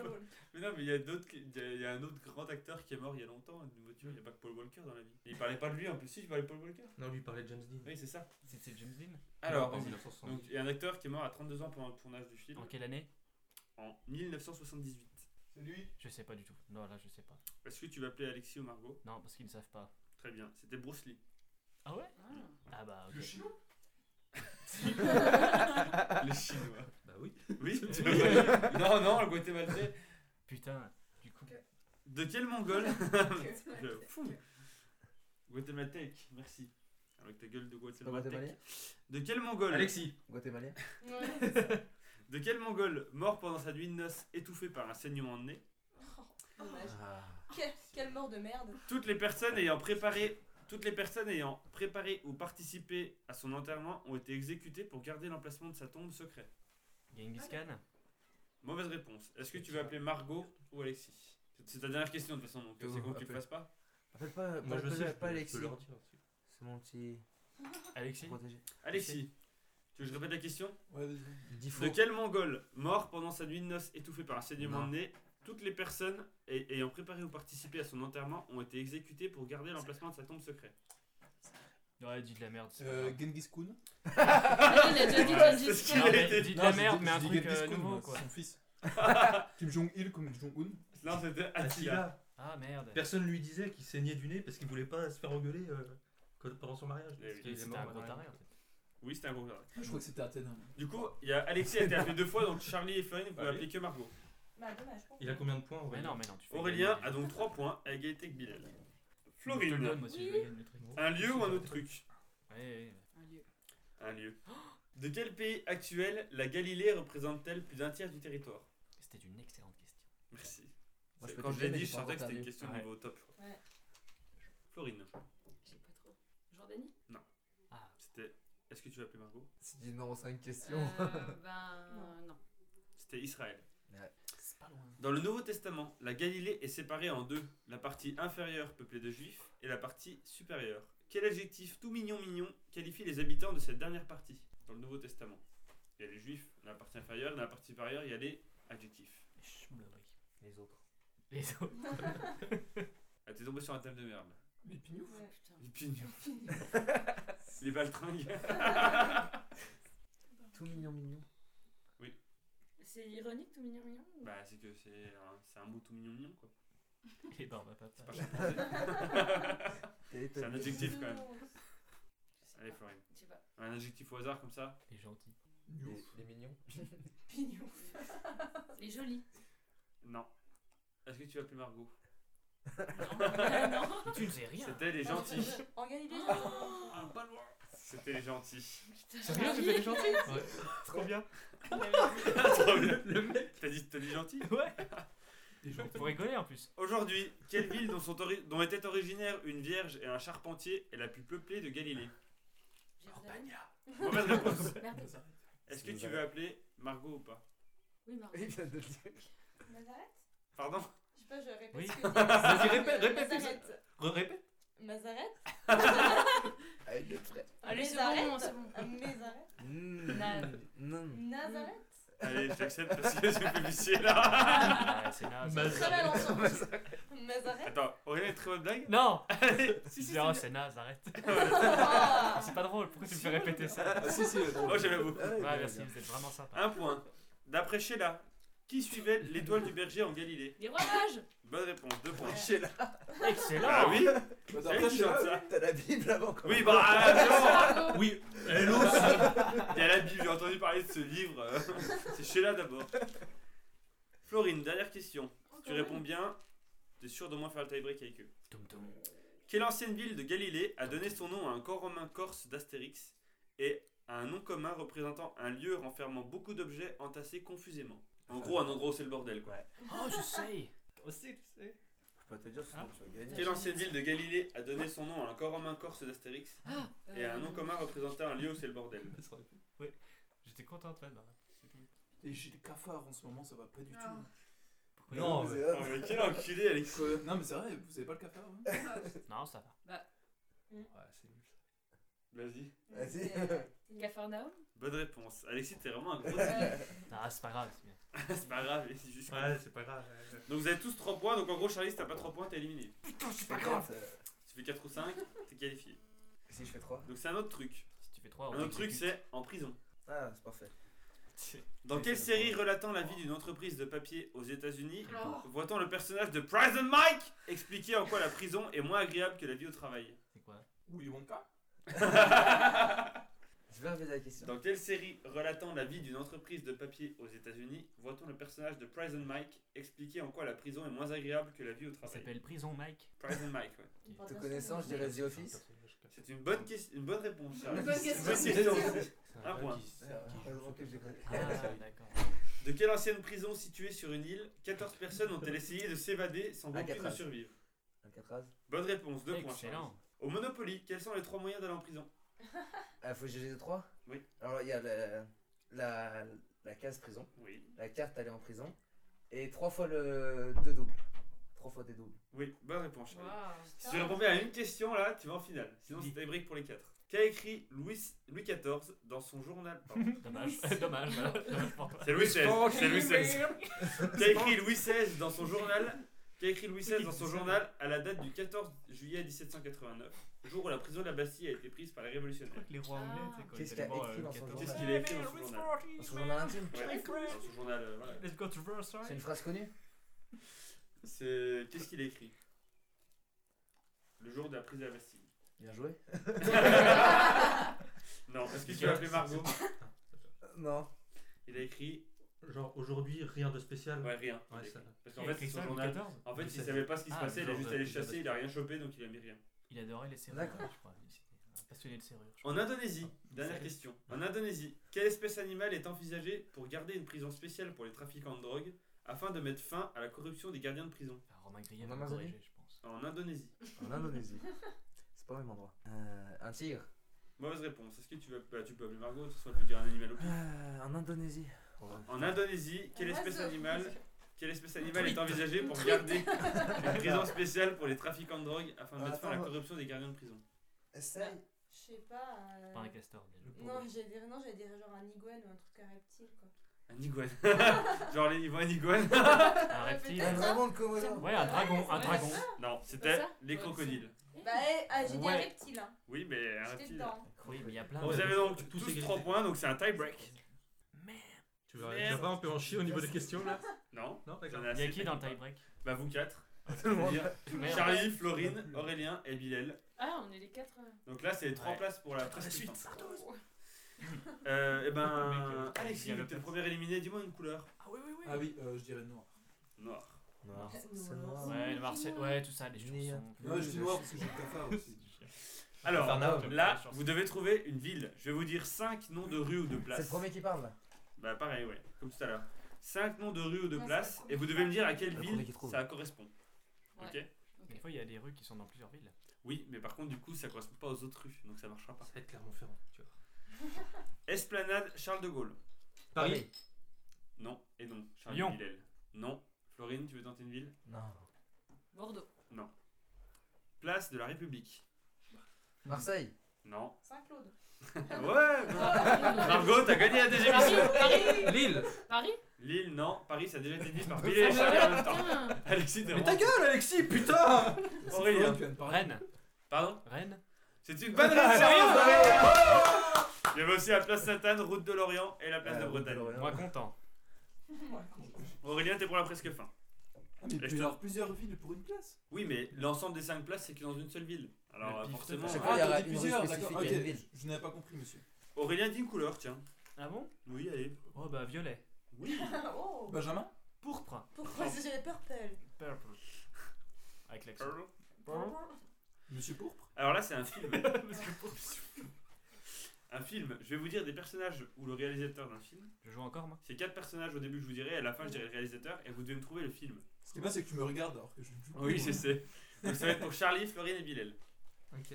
A: Mais non, mais il y, a d'autres qui- il y a- il y a un autre grand acteur qui est mort il y a longtemps, une voiture, il n'y a pas que Paul Walker dans la vie. Il parlait pas de lui en plus, si, il parlait de Paul Walker.
C: Non, lui, il parlait de James Dean.
A: Oui, c'est ça.
D: C'était James Dean.
A: Alors,
C: en
A: donc,
C: 1970.
A: il y a un acteur qui est mort à 32 ans pendant le tournage du film
D: En quelle année
A: en 1978.
I: C'est lui.
D: Je sais pas du tout. Non, là, je sais pas.
A: Est-ce que tu vas appeler Alexis ou Margot
D: Non, parce qu'ils ne savent pas.
A: Très bien, c'était Bruce Lee.
D: Ah ouais Ah bah, ok.
I: Le chinois.
A: Les Chinois.
C: Bah oui.
A: Ah. Oui tu vois. Non, non, le Guatémaltais.
D: Putain, du coup.
A: De quel mongol Je- Fou. Guatémaltèque, merci. Avec ta gueule de
H: Pas guatémalien
A: Guatémaltèque. De quel mongol
C: Alexis.
H: Guatémalien
J: Ouais.
A: De quel mongol mort pendant sa nuit de noces étouffé par un saignement de nez
J: Dommage.
H: Ah.
J: Quelle- Quelle mort de merde.
A: Toutes les personnes ayant préparé, toutes les personnes ayant préparé ou participé à son enterrement ont été exécutées pour garder l'emplacement de sa tombe secret.
D: Genghis Khan
A: Mauvaise réponse. Est-ce que tu vas appeler Margot ou Alexis C'est- C'est ta dernière question de toute façon, donc
H: Euh,
A: c'est con que tu le
H: appelle.
A: fasses pas.
H: Appelle pas,
C: Moi, je
H: appelle-
C: sais.
H: pas Alexis.
C: Je peux leur dire.
H: C'est mon petit
D: Alexis
H: protégé.
A: Alexis, tu veux que je répète la question
B: Ouais, vas-y.
C: Dix
A: De
C: fois.
A: quel mongol mort pendant sa nuit de noces étouffé par un saignement
C: Non.
A: de nez toutes les personnes ay- ayant préparé ou participé à son enterrement ont été exécutées pour garder l'emplacement de sa tombe secrète.
D: Ouais, dis de la merde. c'est pas
I: Euh,
D: grave.
I: Genghis Khan.
E: Ah, Il a déjà dit
A: Ouais,
E: Gengis
A: c'est ce
E: Khan.
D: Non,
A: qu'il a
D: mais
A: été-
D: dis de
I: Non,
D: la
I: je
D: merde,
I: dis-
D: mais
I: je
D: un
I: dis
D: truc
I: Genghis
D: euh,
I: Khan,
D: nouveau
I: moi,
D: quoi.
I: c'est Son fils. Kim Jong-il comme Jong-un.
A: Non, c'était Attila.
C: Attila.
D: Ah merde.
C: Personne lui disait qu'il saignait du nez parce qu'il voulait pas se faire engueuler euh, quand- pendant son mariage.
A: Eh oui.
C: Parce qu'il est
D: C'était
C: mort,
D: un gros
C: voilà.
D: taré en fait.
A: Oui, c'était un gros
B: Je crois que c'était Athéna.
A: Du coup, il y a Alexis a été appelé deux fois, donc Charlie et Florine, vous pouvez
C: Allez.
A: appeler que Margot.
J: Bah, dommage. pour
C: Il a combien de points
D: Mais
C: Aurélien
D: non, mais non, tu fais
A: Aurélien
D: gagner.
A: a donc 3 points à égalité avec Bilal.
D: Je te le donne,
A: Florine,
D: moi, si je veux gagner le truc.
A: un lieu ou un autre truc
D: Ouais, ouais, ouais.
E: Un lieu.
A: Un lieu. De quel pays actuel la Galilée représente-t-elle plus d'un tiers du territoire
D: C'était une excellente question.
A: Merci.
H: Moi,
A: C'est-
H: je peux
A: Quand
H: te
A: je l'ai
H: dire, mais
A: dit,
H: j'ai
A: je
H: pas
A: sentais que
H: encore
A: c'était une
H: perdu.
A: question
D: Ouais.
A: niveau top. je crois.
E: Ouais.
A: Florine,
E: Je sais pas trop. Jordanie
D: Ah,
A: c'était. Est-ce que tu vas appeler Margot
H: C'est dit non en 5 questions.
E: euh, Ben non.
A: C'était Israël.
D: c'est pas loin.
A: Dans le Nouveau Testament, la Galilée est séparée en deux, la partie inférieure peuplée de juifs et la partie supérieure. Quel adjectif tout mignon mignon qualifie les habitants de cette dernière partie dans le Nouveau Testament Il y a les juifs dans la partie inférieure, dans la partie supérieure, il y a les adjectifs.
H: Les autres.
D: Les autres.
A: Ah, t'es tombé sur un thème de merde. là.
I: Les pignoufs
E: Ouais, putain.
A: Les pignons. les baltringues.
H: Tout mignon, mignon.
E: C'est ironique tout mignon mignon ou-
A: bah, c'est que c'est un, c'est un mot tout mignon mignon, quoi.
D: Les barbes à papa.
A: Pas chimpanzé. c'est un adjectif quand même.
E: Je sais
A: Allez,
E: pas.
A: Florine.
E: Je sais pas.
A: Un adjectif au hasard comme ça
D: Les gentils.
H: Les, les mignons.
E: Pignouf. Les jolis.
A: Non. Est-ce que tu vas appeler Margot
E: non.
D: Tu ne sais rien.
A: C'était les gentils.
J: En Galilée,
A: Ah, pas loin. C'était les gentils.
E: Putain,
D: C'est rien, tu fais les gentils Ouais.
A: Trop bien.
C: le, le mec,
A: T'as dit, t'as dit gentil
D: Ouais. Pour rigoler en plus.
A: Aujourd'hui, quelle ville dont, sont ori- dont étaient originaires une vierge et un charpentier est la plus peuplée de Galilée Oh,
E: Jérusalem.
A: Mauvaise réponse.
E: Merde.
A: Est-ce que tu veux appeler Margot ou pas
E: Oui, Margot.
H: Il vient de le dire.
J: Nazareth
A: Pardon
J: Je sais pas, je répète.
D: Oui.
J: ce que je dis. Vas-y,
D: répète, répète,
J: Nazareth.
D: Répète.
J: Nazareth
H: Avec le trait.
E: Allez, Ah, c'est
J: Nazareth
E: bon, c'est bon.
J: Nazareth
H: Mmh. Mmh.
J: Nazareth
A: Allez, j'accepte parce que c'est publicité là.
D: Ouais, c'est naze.
J: Très mal ensemble. Nazareth
A: Attends, Aurélien, une très bonne blague
D: Non
A: Si, si,
D: Zéro, c'est naze, arrête.
J: Ah.
D: C'est pas drôle, pourquoi tu me fais répéter ça
H: Ah, si, si.
A: Oh, j'aimais beaucoup.
H: Ah,
D: Ouais,
H: il vient de
D: merci,
H: le dire.
D: vous êtes vraiment sympa.
A: Un point. D'après Sheila, qui suivait l'étoile du berger en Galilée
E: Les rois mages.
A: Bonne réponse, deux points.
H: Chez la-
D: Excellent
A: Bah oui
H: Bah,
A: C'est
H: après,
A: qui
H: chez
A: chante
H: la-
A: ça
H: T'as la Bible avant quand
A: Oui,
H: même.
A: bah ah, non
C: oui, elle aussi.
A: Il y a la Bible, j'ai entendu parler de ce livre. euh, C'est Sheila d'abord. Florine, dernière question. Si tu réponds bien, t'es sûr de moins faire le tie-break avec eux.
D: Toum toum.
A: Quelle ancienne ville de Galilée a donné son nom à un corps romain corse d'Astérix et à un nom commun représentant un lieu renfermant beaucoup d'objets entassés confusément En gros, un endroit où c'est le bordel quoi.
D: Oh, je sais
C: aussi, tu sais.
H: Je peux te dire, sinon tu vas gagner.
A: Quelle ancienne ville de Galilée a donné son nom à un corps romain corse d'Astérix et à un nom commun représentant un lieu où c'est le bordel
D: J'étais content de là.
I: Et j'ai le cafard en ce moment, ça va pas du
G: Ah.
I: tout.
D: Non,
H: mais
D: ouais.
A: Oh, mais quel enculé, Alex
I: Euh, Non, mais c'est vrai, vous avez pas le cafard hein
D: Non, ça va.
C: Ouais, c'est nul.
A: Vas-y.
H: Vas-y.
E: Capharnaüm.
A: Bonne réponse. Alexis, t'es vraiment un gros type.
D: Non, ah, c'est pas grave, c'est bien.
A: C'est pas grave, c'est juste.
C: Ouais, c'est pas grave. euh,
A: Donc vous avez tous 3 points, donc en gros, Charlie, si t'as pas 3 points, t'es éliminé.
H: C'est pas grave. euh,
A: Si tu fais 4 ou 5, t'es qualifié.
H: Si je fais 3.
A: Donc c'est un autre truc.
D: Si tu fais 3,
A: Un autre truc, c'est en prison.
H: Ah, c'est parfait.
A: Dans quelle série relatant la vie d'une entreprise de papier aux États-Unis voit-on le personnage de Prison Mike expliquer en quoi la prison est moins agréable que la vie au travail
D: C'est quoi
I: Willy Wonka
H: Je vais reposer la question.
A: Dans quelle série relatant la vie d'une entreprise de papier aux États-Unis voit-on le personnage de Prison Mike expliquer en quoi la prison est moins agréable que la vie au
D: Ça
A: travail
D: s'appelle Prison Mike.
A: Prison Mike, ouais.
H: Te connaissant, je dirais The Office.
A: C'est une bonne, ques- une bonne réponse, Charlie.
E: Une bonne
A: C'est une
E: question.
A: bonne question. Un point.
D: Ah, d'accord.
A: De quelle ancienne prison située sur une île 14 personnes ont-elles essayé de s'évader sans
H: Ah,
A: beaucoup de
H: Alcatraz.
A: survivre
H: Alcatraz.
A: Bonne réponse, deux points. Charlie.
D: Excellent.
A: Au Monopoly, quels sont les trois moyens d'aller en prison
H: Ah, faut juger les trois
A: Oui.
H: Alors, il y a la, la, la case prison,
A: Oui.
H: la carte aller en prison, et trois fois le deux doubles. Trois fois des doubles.
A: Oui, bonne réponse. Charlie. Si tu
J: Putain.
A: réponds à une question là, tu vas en finale. Sinon,
D: Oui.
A: c'est tie-break pour les quatre. Qu'a écrit Louis, Louis XIV dans son journal pardon.
D: Dommage. Dommage, voilà. Dommage pour toi.
A: C'est Louis XVI. C'est Louis XVI. Qu'a écrit Louis XVI dans son journal Qu'a écrit Louis XVI dans son journal à la date du 14 juillet 1789, jour où la prison de la Bastille a été prise par les révolutionnaires
D: Les rois anglais, tu sais, quand
H: Qu'est-ce
D: ils allaient
H: qu'il y a
D: voir,
H: écrit
D: euh,
H: dans
D: 14.
H: son
A: Qu'est-ce qu'il a écrit dans son journal
H: Dans son journal intime
A: Ouais, dans son journal, euh, voilà.
D: Let's go to
H: C'est
D: Versailles.
H: une phrase connue
A: C'est. Qu'est-ce qu'il a écrit Le jour de la prise de la Bastille.
H: Bien joué.
A: Non, est-ce que tu as appelé Margot
H: Euh, Non.
A: Il a écrit.
C: Genre aujourd'hui, rien de spécial.
A: Ouais, rien.
C: Ouais, ça.
A: Parce qu'en fait, c'est son
D: Christian
A: journal.
D: XIV.
A: En fait,
C: Louis
A: il
C: XVI.
A: savait pas ce qui se
D: Ah,
A: passait, il
D: le
A: a
D: jour
A: juste
D: de la
A: allé
D: prise de la
A: chasser, il a rien chopé donc il a mis rien.
D: Il adorait les serrures,
H: D'accord.
D: je crois. Il- Un passionné de serrures. je
A: En
D: crois.
A: Indonésie, dernière
D: Salut.
A: question. En Indonésie, quelle espèce animale est envisagée pour garder une prison spéciale pour les trafiquants de drogue afin de mettre fin à la corruption des gardiens de prison
D: Ah, Romain Grillet
H: En
D: va me
H: Amazonie
D: corriger, je pense.
A: En Indonésie.
H: En Indonésie. C'est pas le même endroit. Euh, un tigre
A: Mauvaise réponse. Est-ce que tu veux. Bah, tu peux appeler Margot, de toute façon, elle peut dire un animal au pire.
H: Euh, En Indonésie.
A: En Indonésie, quelle
J: Un
A: espèce
J: oiseau.
A: animale quelle espèce animale est envisagée pour garder une prison spéciale pour les trafiquants de drogue afin de mettre fin à la
H: Attends.
A: corruption des gardiens de prison
H: Essaye.
J: Je sais pas. euh,
D: Pas un castor, bien joué.
J: Non, j'allais dire, non, j'allais dire genre un iguane ou un truc à reptile, quoi.
A: Un iguane. Genre, les- ils voient un iguane.
D: Un reptile.
H: Ah, vraiment le commandant.
D: Ouais, un dragon, un
J: Ouais,
D: dragon.
A: Non, c'était
E: ça
A: les crocodiles.
J: Bah, eh, ah, j'ai dit un
D: Ouais.
J: reptile, hein.
A: Oui, mais un
J: J'étais
A: reptile.
J: dedans.
D: Oui, mais il y a plein.
A: Vous
D: de-
A: avez donc
C: Tous
A: tous
C: égalité.
A: 3 points, donc c'est un tie break.
C: Tu vas
A: Merde.
C: déjà pas un peu en chier au niveau des questions là
A: Non
C: Non,
A: j'en
C: d'accord.
A: ai
D: Il y a
A: assez.
D: qui dans le tie-break
A: Bah, vous 4.
D: Merde.
A: Charlie, Florine, Aurélien et Bilal.
E: Ah, on est les quatre. euh,
A: Donc là, c'est 3
D: Ouais.
A: places pour la presque
B: suite.
A: fin.
J: Oh.
A: Euh, et
D: Mec,
A: ben,
D: euh,
A: Alexis,
D: il y a le
A: t'es le
D: place.
A: premier éliminé, dis-moi une couleur.
B: Ah oui, oui, oui.
I: Ah oui, euh, je dirais noir.
A: Noir.
H: Non,
J: c'est
D: Ouais, le Marseille. Ouais, tout ça, les
H: Ni-
D: chansons.
I: Non, je dis noir parce que j'ai le cafard aussi.
A: Alors,
H: Infernal.
A: là, vous devez trouver une ville. Je vais vous dire 5 noms de rues ou de
H: C'est le
A: places.
H: premier qui parle là.
A: Bah, pareil, ouais, comme tout à l'heure. 5 noms de rues ou de
J: Non, c'est
A: places,
J: le premier
A: et vous devez me dire à quelle
H: Le premier
A: ville
H: qui trouve.
A: ça correspond.
E: Ouais.
A: Ok
D: Des fois, il y a des rues qui sont dans plusieurs villes.
A: Oui, mais par contre, du coup, ça correspond pas aux autres rues, donc ça marchera pas.
C: Ça va être Clermont-Ferrand, tu vois.
A: Esplanade Charles de Gaulle.
C: Paris
A: Non, et non. Charles
D: Lyon.
A: Bilal. Non. Florine, tu veux tenter une ville
H: Non.
E: Bordeaux.
A: Place de la République.
H: Marseille.
A: Non.
J: Saint-Claude.
A: ouais Margot, t'as gagné la deuxième émission.
E: Ah, Paris
C: Lille
E: Paris
A: Lille, non. Paris, ça a déjà été dit par Bilal et Charlie en même temps.
E: Putain.
A: Alexis, t'es
C: Mais
A: vraiment-
C: ta gueule, Alexis, putain
A: Aurélien.
I: Tu viens de parler.
D: Rennes.
A: Pardon
D: Rennes.
A: C'est une bonne réponse sérieuse, Aurélien. Il y avait aussi la place Sainte-Anne, route de l'Orient et la place
H: Ah,
A: de
H: route
A: Bretagne.
H: de l'Orient.
D: Moi, content.
A: Aurélien, t'es pour la presque fin.
I: Ah, mais
A: Et je te-
I: plusieurs, plusieurs villes pour une place
A: Oui, mais l'ensemble des 5 places, c'est que dans une seule ville. Alors, euh,
D: Le pif,
A: forcément.
H: C'est
I: Ah,
H: quoi, il y
I: t'as
H: a
I: dit
H: une rue
I: plusieurs,
H: spécifique
I: d'accord,
H: à une
I: ok.
H: ville
I: Je n'avais pas compris, monsieur.
A: Aurélien, dis une couleur, tiens.
D: Ah bon
A: Oui, allez.
D: Oh, bah, violet.
A: Oui.
J: oh
I: Benjamin
D: Pourpre.
J: Pourquoi est-ce que j'ai les purple
D: Purple. Avec l'accent.
I: Monsieur Pourpre
A: Alors là, c'est un film. un film. Je vais vous dire des personnages ou le réalisateur d'un film.
D: Je joue encore, moi
A: C'est quatre personnages au début, je vous dirai. À la fin, je dirai le réalisateur et vous devez me trouver le film.
I: Ce qui est bien, c'est que tu me regardes alors que je ne joue pas.
A: Oui, je sais. Donc ça va être pour Charlie, Florine et Bilal.
C: Ok.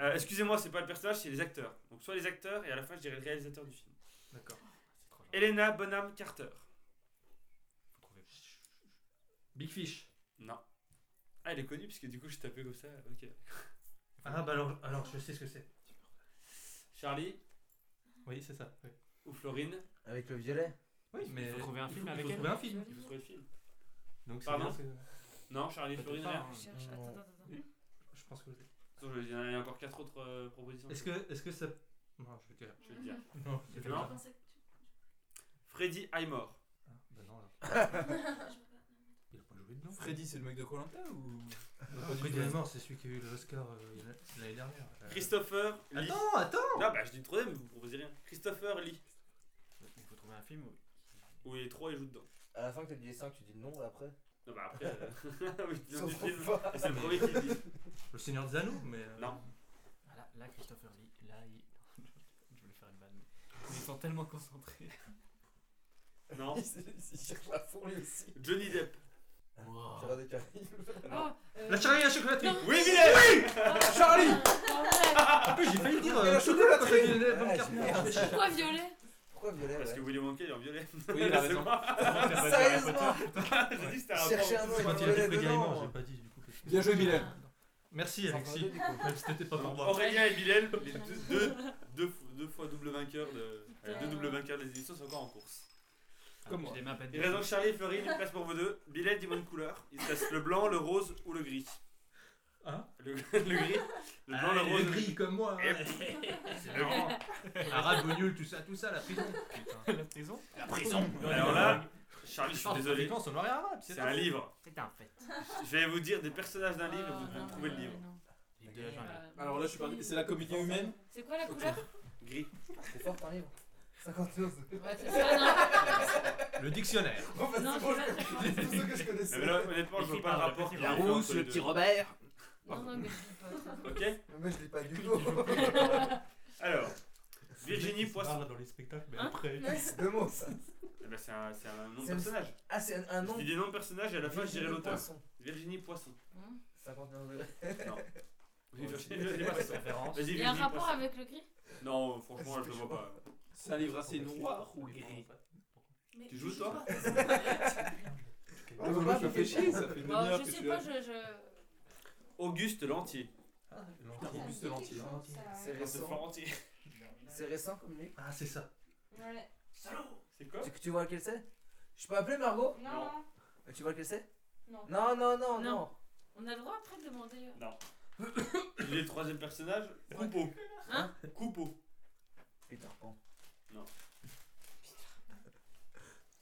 A: Euh, Excusez-moi, c'est pas le personnage, c'est les acteurs. Donc soit les acteurs et à la fin, je dirai le réalisateur du film.
C: D'accord.
D: Ah, C'est trop gentil.
A: Elena Bonham Carter.
D: Faut trouver.
C: Big Fish.
A: Non. Ah, elle est connue parce que du coup, je tapais comme ça. Ok.
C: Ah bah alors, alors je sais ce que c'est.
A: Charlie
C: Oui, c'est ça. Oui,
A: ou Florine
H: Avec le violet.
C: Oui, mais.
D: faut trouver un film
C: il faut
D: avec elle.
C: trouver un film.
A: Il faut trouver le film.
C: Donc c'est
A: Pardon
C: bien, c'est-
A: Non, Charlie,
D: Peut-être
A: Florine.
D: pas,
A: rien.
D: hein.
E: Je cherche. Attends, attends, attends.
C: Je pense que je l'ai.
A: Attends, je vais dire, il y a encore quatre autres euh, propositions.
C: Est-ce que, est-ce que ça. Non, je vais te dire.
A: Je vais te dire.
C: Non, je vais te
A: Non.
C: dire.
A: Freddy Highmore.
C: Ah, bah non, là. Il a pas joué de nom.
I: Freddy, c'est le mec de Colanta ou.
C: Non, Freddy Lamar, c'est celui qui a eu l'Oscar euh, il y a- l'année dernière. Euh,
A: Christopher Lee.
C: Attends, attends
A: Non, bah je dis le troisième, mais vous proposez rien. Christopher Lee.
D: Il faut trouver un film où.
A: Où les trois ils jouent dedans.
H: À la fin que tu dis les 5, tu dis non après.
A: Non, bah après. euh, oui,
H: Ils
A: ils
H: s'en
A: ont du
H: foutent
A: film.
H: pas.
A: Et c'est le premier qui le dit.
C: Le Seigneur des Anneaux, mais. euh,
A: Non.
D: Ah, là, là, Christopher Lee. Là, il. Je voulais faire une vanne, mais. mais Ils sont tellement concentrés.
A: Non.
H: Ils cherchent la fourmi aussi.
A: Johnny Depp.
H: Pirates des Caraïbes.
E: Oh, euh,
C: La charrie à la chocolaterie
A: Oui, Bilal
E: Ah,
I: Charlie
A: Ah.
C: En plus, j'ai failli dire.
H: La
C: euh,
H: chocolaterie
C: chocolat, t'as dit la
H: Ouais,
C: bonne
H: j'ai
C: carte,
H: dit,
C: merde.
H: merde.
E: Pourquoi violet
H: Pourquoi violet
A: Parce
H: ouais
A: que Willy Wonka il est en violet.
I: Oui, il a
A: c'est
I: raison.
A: moi.
H: Sérieusement
A: J'ai dit que c'était un
H: Cherchez
A: rapport.
H: un nom et
C: Quand
H: pas
C: il a dit Freddy
H: violet
C: Lamar, j'ai
H: dedans.
C: pas dit du coup.
I: Bien joué, Bilal
C: Merci,
H: Ça en fera
C: Alexis.
H: deux, du coup.
C: Même si C'était pas
A: Bon,
C: pour
H: Oh,
C: moi.
A: Aurélien et Bilal, les deux, deux, deux, fo- deux fois double vainqueur de, euh, deux
E: Putain.
A: double vainqueurs des éditions sont encore en course.
I: Comme
D: Ah,
I: moi.
D: Je les mets à peine.
A: Il reste donc Charlie et Florine, une place pour vous deux. Bilal, dis-moi une couleur. Il te reste le blanc, le rose ou le gris.
C: Hein
A: le, le gris Le blanc, le
C: Ah, il est
A: rose.
C: gris comme moi.
A: Et-
C: hein. C'est marrant. Arabe, bonul, tout ça, tout ça, la prison.
D: La prison
A: La prison Alors là, Charlie, je suis désolé.
C: Ah, Fréquence, on aurait arabe,
A: C'est un livre.
D: C'est un fait.
A: Je vais vous dire des personnages d'un livre et vous
E: Ah,
A: devez
E: non,
A: trouver le
E: non,
A: livre.
E: non.
D: Livre de la jungle.
E: Euh,
I: Alors là, je suis pas. C'est la comédie humaine
E: C'est quoi la couleur
A: Gris.
H: C'est fort ton livre. 51.
E: Ouais, Bah, c'est ça,
C: Le dictionnaire.
H: En fait,
E: non. Non, je
H: c'est bon,
E: vois pas,
H: je- c'est tout ce que je
A: Mais
H: connaissais.
A: là, honnêtement, je
D: Écrit
A: vois pas le
D: par
A: rapport.
D: le
A: qu'il y
D: petit
A: a entre les deux.
I: Robert
E: Non, non, mais je dis pas ça.
A: Ok
H: Mais je l'ai pas du tout.
A: Alors, Virginie Poisson.
C: dans les spectacles, mais
E: Hein
C: après.
H: C'est deux mots ça.
A: Eh ben, c'est un, c'est un nom de
H: C'est un-
A: personnage.
H: Ah, c'est un- un
A: Je
H: nom.
A: dis des noms de personnages et à la fin, je dirai
H: Virginie
A: l'auteur.
H: Poisson.
A: Virginie Poisson.
H: 51 degrés.
A: Oui,
H: Ouais.
A: Virginie- Virginie Poisson.
D: Référence.
A: Vas-y,
E: Il y a un
A: Virginie
E: rapport
A: Poisson.
E: avec le gris
A: Non,
H: Ah,
A: franchement, je le vois pas.
I: C'est un livre assez noir ou gris
A: Tu joues, toi
H: Ah, bah, bah,
I: ça fait
H: je
I: chier, ça fait une
E: Bah,
I: demi-heure
E: Je
I: que
E: sais
I: tu
E: pas,
I: l'as.
E: je. je-
A: Auguste Lantier.
C: Ah,
J: Ça
C: lentille.
J: me
C: Plus
J: dit
C: de lentilles.
J: quelque chose, ça.
I: Parce que
H: C'est récent.
I: Florentine.
H: C'est récent comme livre.
C: Ah, c'est ça.
J: Ouais.
I: C'est quoi
H: Tu, tu vois lequel c'est Je peux appeler Margot
J: Non, non.
H: Tu vois lequel c'est
J: Non.
H: Non, non, non, non.
E: Non. On a le droit après de demander. euh,
A: Il est le troisième personnage, Coupeau.
E: Hein
A: Coupeau.
H: Peter Pan.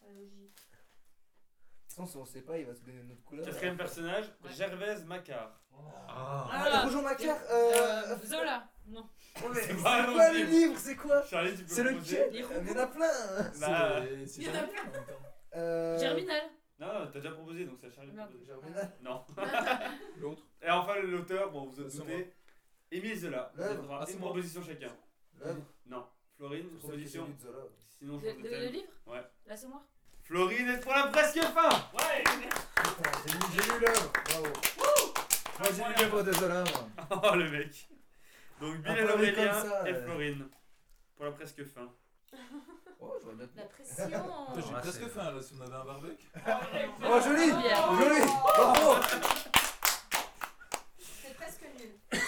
J: La logique.
H: De toute façon, si on sait pas, il va se donner notre couleur.
A: Quatrième personnage,
E: Ouais.
A: Gervaise Macquart.
C: Ah.
H: Ah,
E: Voilà.
H: bonjour Macaire euh...
E: Zola Non.
H: oh, mais C'est
A: pas
H: quoi
A: un
H: le
A: livre.
H: livre C'est quoi
A: Charlie, tu peux
H: Ah, C'est
A: proposer
H: lequel
E: Les
H: Il y en a plein
A: Bah,
I: C'est- c'est
E: Il y en a
I: Germaine.
E: plein.
H: euh...
E: Germinal.
A: Non, non, t'as déjà proposé, donc c'est à Charlie. de
E: Merde.
A: proposer.
H: Germinal.
A: Non.
I: L'autre.
A: Et enfin, l'auteur, bon, vous êtes
I: C'est
A: douté. Émile Zola. Vous
H: L'œuvre.
A: aidera
I: Ah, c'est
A: une
I: moi.
A: proposition chacun.
H: L'œuvre.
A: Non. Florine,
H: C'est celle que j'ai
A: proposition.
H: lue Ah, de Zola.
A: Sinon, je
E: Le,
A: change
E: le-
A: de
E: le
A: thème.
E: livre
A: Ouais.
E: L'assommoir
A: Florine est pour la presque fin Ouais
H: Putain, j'ai lu- J'ai lu l'œuvre. Bravo. Moi j'ai lu l'œuvre de Zola. moi.
A: Oh, le mec Donc, Bill et
H: Applaudis comme
A: Aurélien
H: ça,
A: et
H: euh.
A: Florine. Pour la presque fin.
H: Oh, j'aurais bien
J: La pression.
H: Putain,
B: Oh,
I: J'ai
H: Ah,
I: presque
H: c'est-
I: faim là si on avait un barbecue.
H: Oh, joli
E: Bière.
H: Joli Bravo
J: C'est presque nul.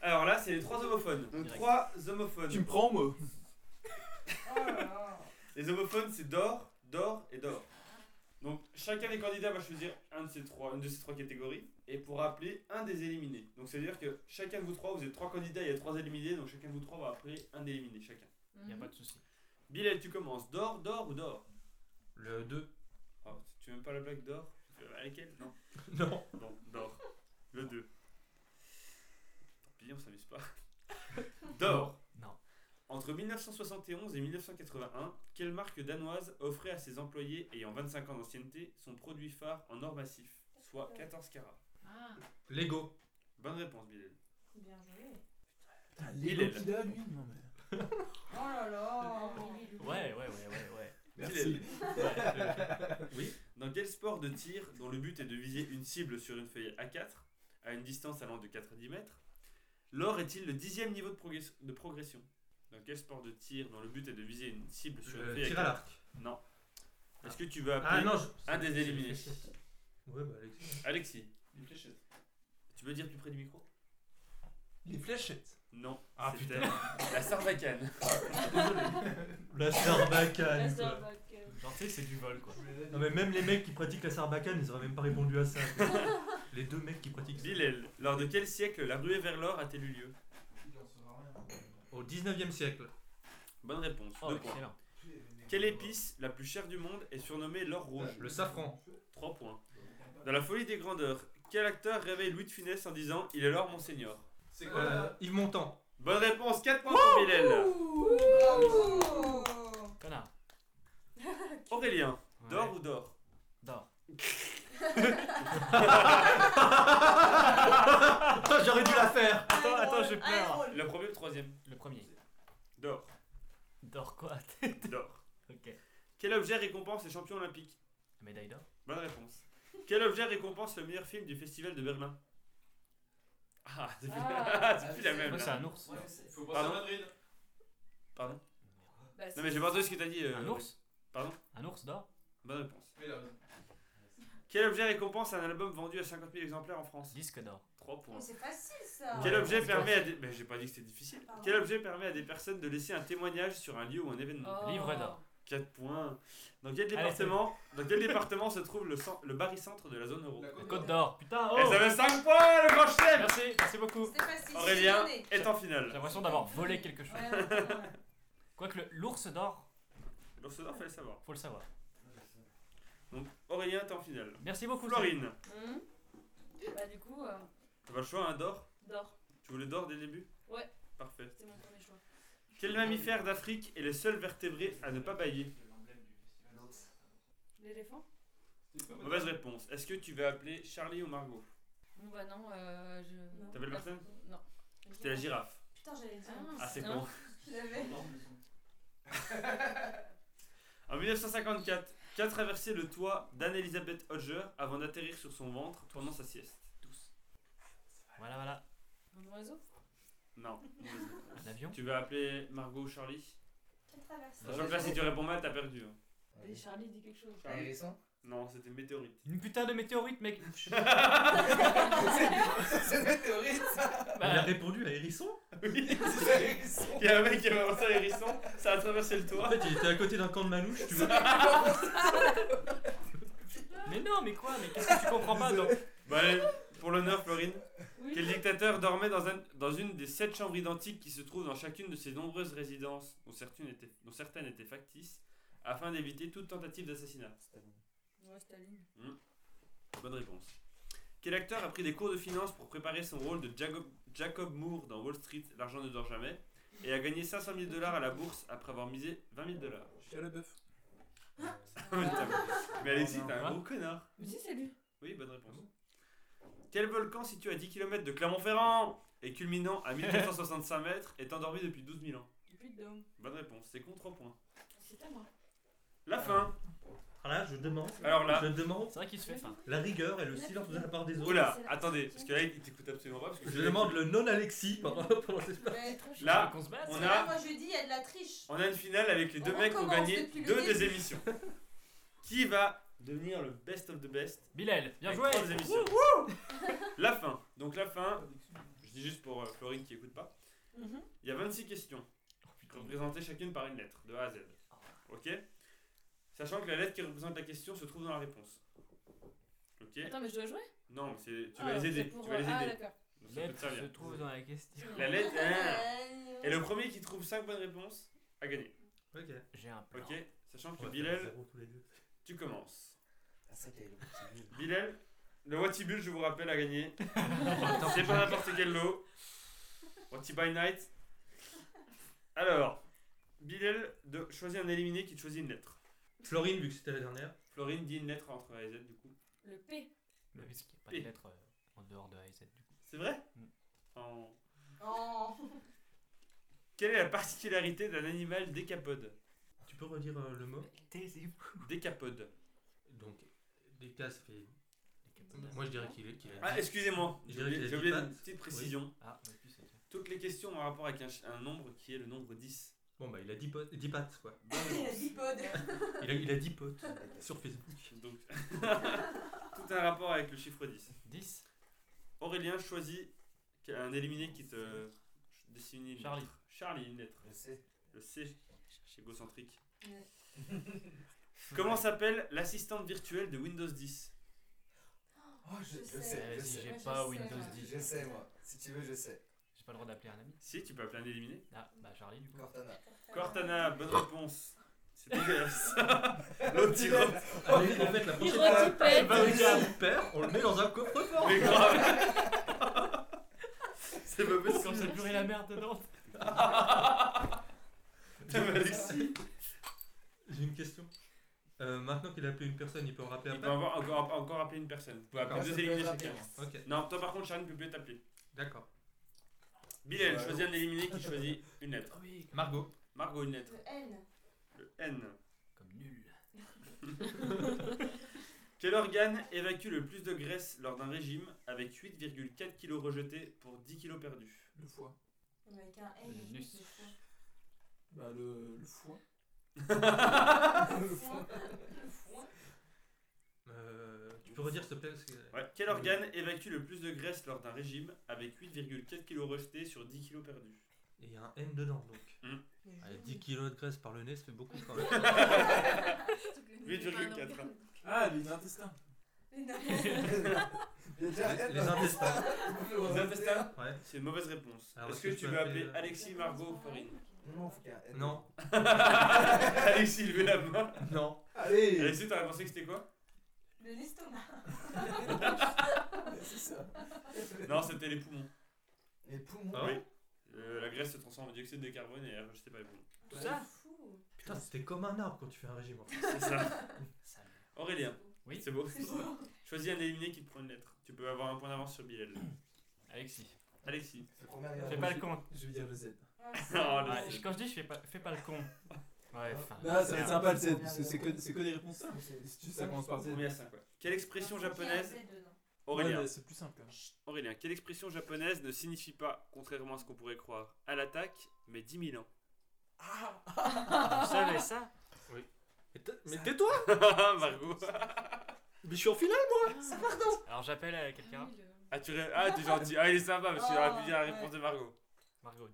A: Alors là, c'est les trois homophones. Donc,
D: Direct.
A: trois homophones.
I: Tu me prends moi
J: Oh là là.
A: Les homophones, c'est d'or, d'or et d'or. Donc chacun des candidats va choisir un de ces trois, une de ces trois catégories et pourra appeler un des éliminés. Donc c'est à dire que chacun de vous trois, vous êtes trois candidats, il y a trois éliminés, donc chacun de vous trois va appeler un éliminés chacun.
D: Il
E: Mhm.
D: n'y a pas de souci.
A: Bilal, tu commences. D'or, d'or ou d'or
C: Le 2.
A: Ah, Tu veux même pas la blague d'or Euh, À laquelle Non.
C: Non.
A: Bon, d'or. Le 2. Tant pis, on s'amuse pas. D'or.
D: Non.
A: Entre 1971 et 1981, quelle marque danoise offrait à ses employés ayant 25 ans d'ancienneté son produit phare en or massif, soit 14 carats
E: Ah.
C: Lego.
A: Bonne réponse, Bilal.
J: Bien joué.
I: Ah,
A: Il est là.
B: qu'il a, lui Non, mais.
J: Oh là là.
D: Ouais, ouais, ouais, ouais, ouais.
I: Merci.
A: Oui. Dans quel sport de tir, dont le but est de viser une cible sur une feuille A4, à une distance allant de 4 à 10 mètres, l'or est-il le dixième niveau de, progress- de progression Dans quel sport de tir, dont le but est de viser une cible sur une
C: Le
A: feuille
C: Euh, tir à
A: A4
C: l'arc.
A: Non. Est-ce que tu veux appeler
C: Ah non, je...
A: un des éliminés.
C: Ouais, bah Alexis.
A: Alexis,
I: Les fléchettes.
A: tu peux dire plus près du micro
I: Les fléchettes.
A: Non.
C: Ah,
A: c'était La sarbacane.
C: La sarbacane. quoi.
E: Starbucks. euh,
D: Genre, tu sais, c'est du vol quoi.
C: Non mais même les mecs qui pratiquent la sarbacane, ils auraient même pas répondu à ça. les deux mecs qui pratiquent ça.
A: Bilal, lors de quel siècle la ruée vers l'or a-t-elle eu lieu
B: Il en saura rien.
C: Au 19 e siècle.
A: Bonne réponse.
D: Oh,
A: Deux points.
D: excellent.
A: Quelle épice la plus chère du monde est surnommée l'or rouge
C: Le safran.
A: 3 points. Dans la folie des grandeurs, quel acteur réveille Louis de Funès en disant Il est l'or, monseigneur
I: C'est quoi
C: Euh,
I: là
C: Yves Montand.
A: Bonne réponse, 4 points pour Bilal.
J: Ouh.
D: Connard.
A: Aurélien,
D: Ouais.
A: d'or ou d'or
D: D'or.
C: Ah, j'aurais dû la faire.
D: Attends,
J: Un
D: attends,
J: drôle,
D: j'ai
J: un
D: peur.
J: drôle.
A: Le premier ou le troisième
D: Le premier.
A: D'or.
D: D'or quoi
A: D'or.
D: Ok.
A: Quel objet récompense les champions olympiques
D: La médaille d'or
A: Bonne réponse. Quel objet récompense le meilleur film du festival de Berlin Ah, c'est plus,
E: Ah.
A: c'est plus la même.
D: Moi, c'est
A: là.
D: un ours.
I: Faut passer à
A: Pardon
I: Madrid.
A: Pardon
E: bah, c'est-
A: Non, mais j'ai pas entendu ce que t'as dit. euh,
D: Un ours
A: Pardon
D: Un ours d'or
A: Bonne réponse.
I: Mais là,
A: Quel objet récompense un album vendu à 50 000 exemplaires en France
D: Disque d'or.
A: 3
F: Oh,
A: points.
J: Mais c'est facile
E: Ah.
J: ça.
A: Quel
D: Ouais,
A: objet
D: c'est
A: permet à
D: facile.
A: des... Mais j'ai pas dit que c'était difficile.
J: Pardon.
A: Quel objet permet à des personnes de laisser un témoignage sur un lieu ou un événement
E: Oh.
D: Livre d'or.
A: 4 points. Dans quel
D: Allez,
A: département, dans quel département se trouve le, cen- le barycentre de la zone euro
I: La
D: La
I: Côte
D: Côte d'or. Putain,
A: Et ça
D: oh
A: fait 5 points, le grand chelem
D: Merci, merci beaucoup.
J: C'était facile.
A: Aurélien
J: j'ai donné.
A: est en
D: J'ai
A: finale.
D: l'impression d'avoir volé quelque chose.
J: Ouais, ouais, ouais, ouais.
D: Quoique le- l'ours d'or,
A: L'ours d'or, fallait savoir.
D: faut le savoir.
A: Donc Aurélien est en finale.
D: Merci beaucoup.
A: Florine,
E: Hum. Bah, du coup, euh,
A: t'as pas le choix, un d'or
E: d'or.
A: Tu voulais d'or dès le début
E: Ouais.
A: Parfait.
E: C'était mon premier choix.
A: Quel mammifère d'Afrique est le seul vertébré à ne pas bailler
E: L'éléphant
A: Mauvaise réponse. Est-ce que tu vas appeler Charlie ou Margot
E: Bon, bah, non. Euh, je...
J: Non.
A: T'appelles
E: La-
A: personne
E: Non.
A: C'était la girafe.
J: Putain, j'allais le dire.
A: Ah, c'est
E: Non.
A: con.
J: Je l'avais.
A: En 1954, qu'a traversé le toit d'Anne-Elisabeth Hodger avant d'atterrir sur son ventre pendant sa sieste
D: Voilà, voilà.
E: Un oiseau
A: Non.
D: Un avion.
A: tu vas appeler Margot ou Charlie
J: Quelle traverse.
A: Sachant que là, si tu réponds mal, t'as perdu. hein.
E: Et Charlie dit quelque chose.
A: Charlie.
H: Hérisson
A: Non, c'était météorite.
D: Une putain de météorite, mec
H: C'est la théorie,
C: Il
H: ça
C: a
D: Bah,
C: répondu à Hérisson
A: Oui,
H: C'est la hérisson.
A: il y a un mec qui avait lancé un hérisson, ça a traversé le
C: En
A: toit.
C: fait, il était à côté d'un camp de manouche, tu vois.
D: Mais non, mais quoi Mais qu'est-ce que tu comprends pas donc
A: Bah allez, pour l'honneur, Florine.
E: Oui.
A: Quel dictateur dormait dans, un- dans une des sept chambres identiques qui se trouvent dans chacune de ses nombreuses résidences, dont certaines étaient, dont certaines étaient factices, afin d'éviter toute tentative d'assassinat
E: Ouais, Staline.
A: Bonne réponse. Quel acteur a pris des cours de finance pour préparer son rôle de Jacob, Jacob Moore dans Wall Street, L'argent ne dort jamais, et a gagné 500 000 dollars à la bourse après avoir misé 20 000 dollars
I: Chia la bœuf.
A: Mais Alexis,
B: non,
A: t'es un
D: hein.
A: gros connard.
E: Mais si, c'est lui.
A: Oui, bonne réponse. Quel volcan situé à 10 km de Clermont-Ferrand et culminant à 1465 mètres est endormi depuis 12 000 ans
E: Depuis de Dôme.
A: Bonne réponse, c'est contre 3 points.
E: C'est à moi.
A: La fin
C: Alors là, je demande.
A: Alors là-
C: Je demande
D: C'est vrai qu'il se fait faim.
C: la rigueur et le silence de la part des autres.
A: Oula,
E: c'est la-
A: attendez, parce que là, il t'écoute absolument pas. Parce que
C: Je demande le non-Alexis pendant, pendant cette
F: Mais-
A: Là,
D: Qu'on se batte
A: on
F: Parce que
A: a-
F: là, Moi je lui dis, il y a de la triche.
A: On a une finale avec les deux
F: On
A: mecs qui ont
F: recommence
A: gagné
F: depuis le
A: deux
F: début.
A: des émissions. qui va devenir le best of the best
D: Bilal, bien
A: avec
D: joué
A: trois des émissions. La fin. Donc la fin, je dis juste pour euh, Florine qui écoute pas,
E: Mhm.
A: il y a 26 questions
E: Oh,
A: qui sont présentées chacune par une lettre, de A à Z. Ok Sachant que la lettre qui représente la question se trouve dans la réponse. Ok
E: Attends, mais je dois jouer
A: Non, mais c'est- tu
E: Ah,
A: vas les
E: c'est
A: aider.
E: pour,
A: Tu vas les
E: euh, Ah,
A: aider.
E: d'accord.
A: Donc, ça peut
D: Lettre
A: te
D: se
A: servir.
D: trouve dans la question.
A: La lettre. hein.
F: Euh,
A: Et le premier qui trouve 5 bonnes réponses a gagné.
C: Ok.
D: J'ai un plan.
A: Ok Sachant
C: On
A: que
C: va faire
A: Bilal,
C: zéro tous les deux.
A: tu commences.
H: Ah, ça, t'es- c'est nul.
A: Bilal, le Wattibul, je vous rappelle, a gagné. C'est pas n'importe quel lot. Watty by Night. Alors, Bilal de choisit un éliminé qui choisit une lettre.
C: Florine, vu que c'était la dernière.
A: Florine dit une lettre entre A et Z, du coup.
E: Le P.
D: Le risque qu'il n'y ait pas de lettre euh, en dehors de A et Z, du coup.
A: C'est vrai
D: Mm.
A: En-
F: Oh.
A: Quelle est la particularité d'un animal décapode
C: Tu peux redire euh, le mot
D: Taisez-vous
A: Décapode.
C: Donc, des cas, ça fait. Moi, je dirais qu'il est. qu'il a
A: Ah,
C: dit-
A: excusez-moi,
C: Je
A: j'ai
C: dirais qu'il
A: oublié, j'ai
C: a dit
A: oublié
C: patte.
A: une petite précision.
D: Ah, mais puis c'est tout.
A: Toutes les questions ont un rapport avec un, ch- un nombre qui est le nombre 10.
C: Bon, bah, il a 10 potes, 10 pattes, quoi.
F: Il a dit pod.
C: Il a, il a 10 potes sur Facebook.
A: Donc, tout a un rapport avec le chiffre 10.
D: 10
A: Aurélien choisit qu'il y a un éliminé qui te dessine une
D: Charlie.
A: lettre. Charlie, une lettre.
H: Je sais.
A: Le C, chez Gocentric.
F: Ouais.
A: Comment s'appelle l'assistante virtuelle de Windows 10
H: Oh,
F: Je
H: je, je
F: sais,
H: sais,
D: Euh, Vas-y,
H: je
F: si
H: sais.
D: j'ai
F: je
D: pas
F: sais,
D: Windows
F: moi.
H: Je-
D: 10.
H: Je sais, moi. Si tu veux, je sais.
D: J'ai pas le droit d'appeler un ami.
A: Si, tu peux appeler un éliminé.
D: Ah, bah Charlie, du coup.
H: Cortana.
A: Cortana, bonne
H: Ah.
A: réponse. C'est dégueulasse. L'autre il rentre.
C: Allez, en fait, la
E: Il
C: prochaine fois,
E: retypait.
C: bah, le gars, on perd, on le met dans un coffre-fort.
A: Mais grave. C'est pas
D: Quand j'ai
A: possible.
D: puré la merde dedans.
A: Putain, mais Alexis.
C: J'ai une question. Euh, maintenant qu'il a appelé une personne, il peut en rappeler
A: Il peut
C: après
A: avoir encore, encore appeler une personne. Vous pouvez appeler
H: Ah, ça
A: deux
H: peut
A: éliminés
H: être
A: chacun.
H: rapide.
C: Ok,
A: Non, toi par contre, Charlie ne peut plus t'appeler.
C: d'accord.
A: Bilal
H: Ouais.
A: choisit un éliminé qui choisit une lettre.
D: Oui,
C: Margot.
A: Margot, une lettre.
F: Le N.
A: Le N.
D: comme nul.
A: Quel organe évacue le plus de graisse lors d'un régime avec 8,4 kg rejetés pour 10 kg perdus
B: Le foie.
F: Avec un
D: Le
F: N.
D: nus.
B: Bah, le, le foie.
F: Le foin. Le foin.
C: Euh, tu peux redire s'il te plaît parce que...
A: ouais. Quel organe évacue le plus de graisse lors d'un régime avec 8,4 kg rejetés sur 10 kg perdus
C: Et il y a un N dedans donc.
F: Le
C: Ah,
F: genou.
C: 10 kilos de graisse par le nez, ça fait beaucoup quand même.
E: Surtout que le nez, c'est pas un
A: 8,4.
E: organe.
A: hein.
B: Ah, les intestins.
F: Mais non.
H: Il y a déjà rien
C: les, les
H: dans-
C: intestins.
A: Les intestins
C: Ouais.
A: C'est une mauvaise réponse.
C: Alors,
A: Est-ce
C: est-ce
A: que,
C: Ah, que je
A: tu
C: peux
A: veux
C: appeler,
A: appeler
C: euh,
A: Alexis, Margot, Florine
H: Non, non, faut qu'il y ait un N.
C: Non,
A: Alexis, levez la main.
C: non.
H: Allez
A: Alexis, t'aurais pensé que c'était quoi
F: Le l'estomac.
H: C'est ça.
A: Non, c'était les poumons.
H: Les poumons.
C: Ah ouais
A: Euh, la graisse se transforme en dioxyde de carbone et euh, elle rejetée par les poumons.
D: Tout ça
F: Fou.
C: Putain, c'était comme un arbre quand tu fais un régime. en fait.
A: C'est ça.
D: Ça me-
A: Aurélien.
D: Oui.
A: C'est beau.
F: C'est beau.
A: Choisis un éliminé qui te prend une lettre. Tu peux avoir un point d'avance sur Bilal.
D: Alexis,
A: Alexis.
H: C'est euh, le premier à
D: fais
H: regarder.
D: pas le con.
B: Je vais dire le Z.
F: Ah, c'est-
A: Non,
D: Ouais,
A: le-
D: je- quand je dis je fais pas, fais pas le con. Ouais, enfin.
B: Là, bah, ça va être
D: merde.
B: sympa le Z, parce que Ah, c'est que, c'est que des réponses simples. Si tu sais, ça commence par Z.
A: Premier à cinq, ouais. Quelle expression
F: Parce qu'il y a un
A: japonaise
F: Z dedans.
A: Aurélien,
B: Ouais, mais c'est plus simple quand même.
A: Aurélien, quelle expression japonaise ne signifie pas, contrairement à ce qu'on pourrait croire, à l'attaque, mais 10 000 ans
D: Vous savez ça
C: Oui.
K: Mais t- Mais tais-toi
A: Margot
K: Mais je suis en finale, moi
F: Pardon
D: Alors j'appelle euh, quelqu'un.
A: Ah, tu ré- ah, t'es gentil. Ah, il est sympa parce qu'il aurait pu dire la
F: Oh,
A: réponse de Margot.
D: Margot.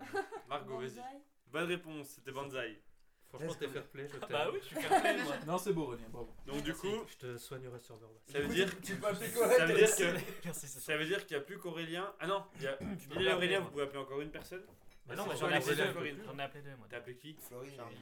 A: Margot, vas-y. Bonne réponse, c'était Banzai.
C: Franchement, t'es fair play, je t'aime.
D: Bah oui, je suis fair play, moi.
B: Non, c'est beau, Aurélien, bravo.
A: Donc, du coup,
K: Je te soignerai sur Overwatch.
A: ça veut dire.
H: Tu peux appeler
A: Ça veut dire
H: Colette
A: que.
D: Merci, c'est ça.
A: Ça veut dire qu'il n'y a plus qu'Aurélien. Ah non, il y a Billy et
D: appeler,
A: Aurélien,
D: moi.
A: vous pouvez appeler encore une personne
D: Bah non,
A: c'est
D: mais j'en
A: Florine,
D: ai appelé
A: c'est
D: deux.
A: Florine.
D: J'en ai appelé deux, moi.
A: T'as appelé qui
H: Florine.
A: Charlie.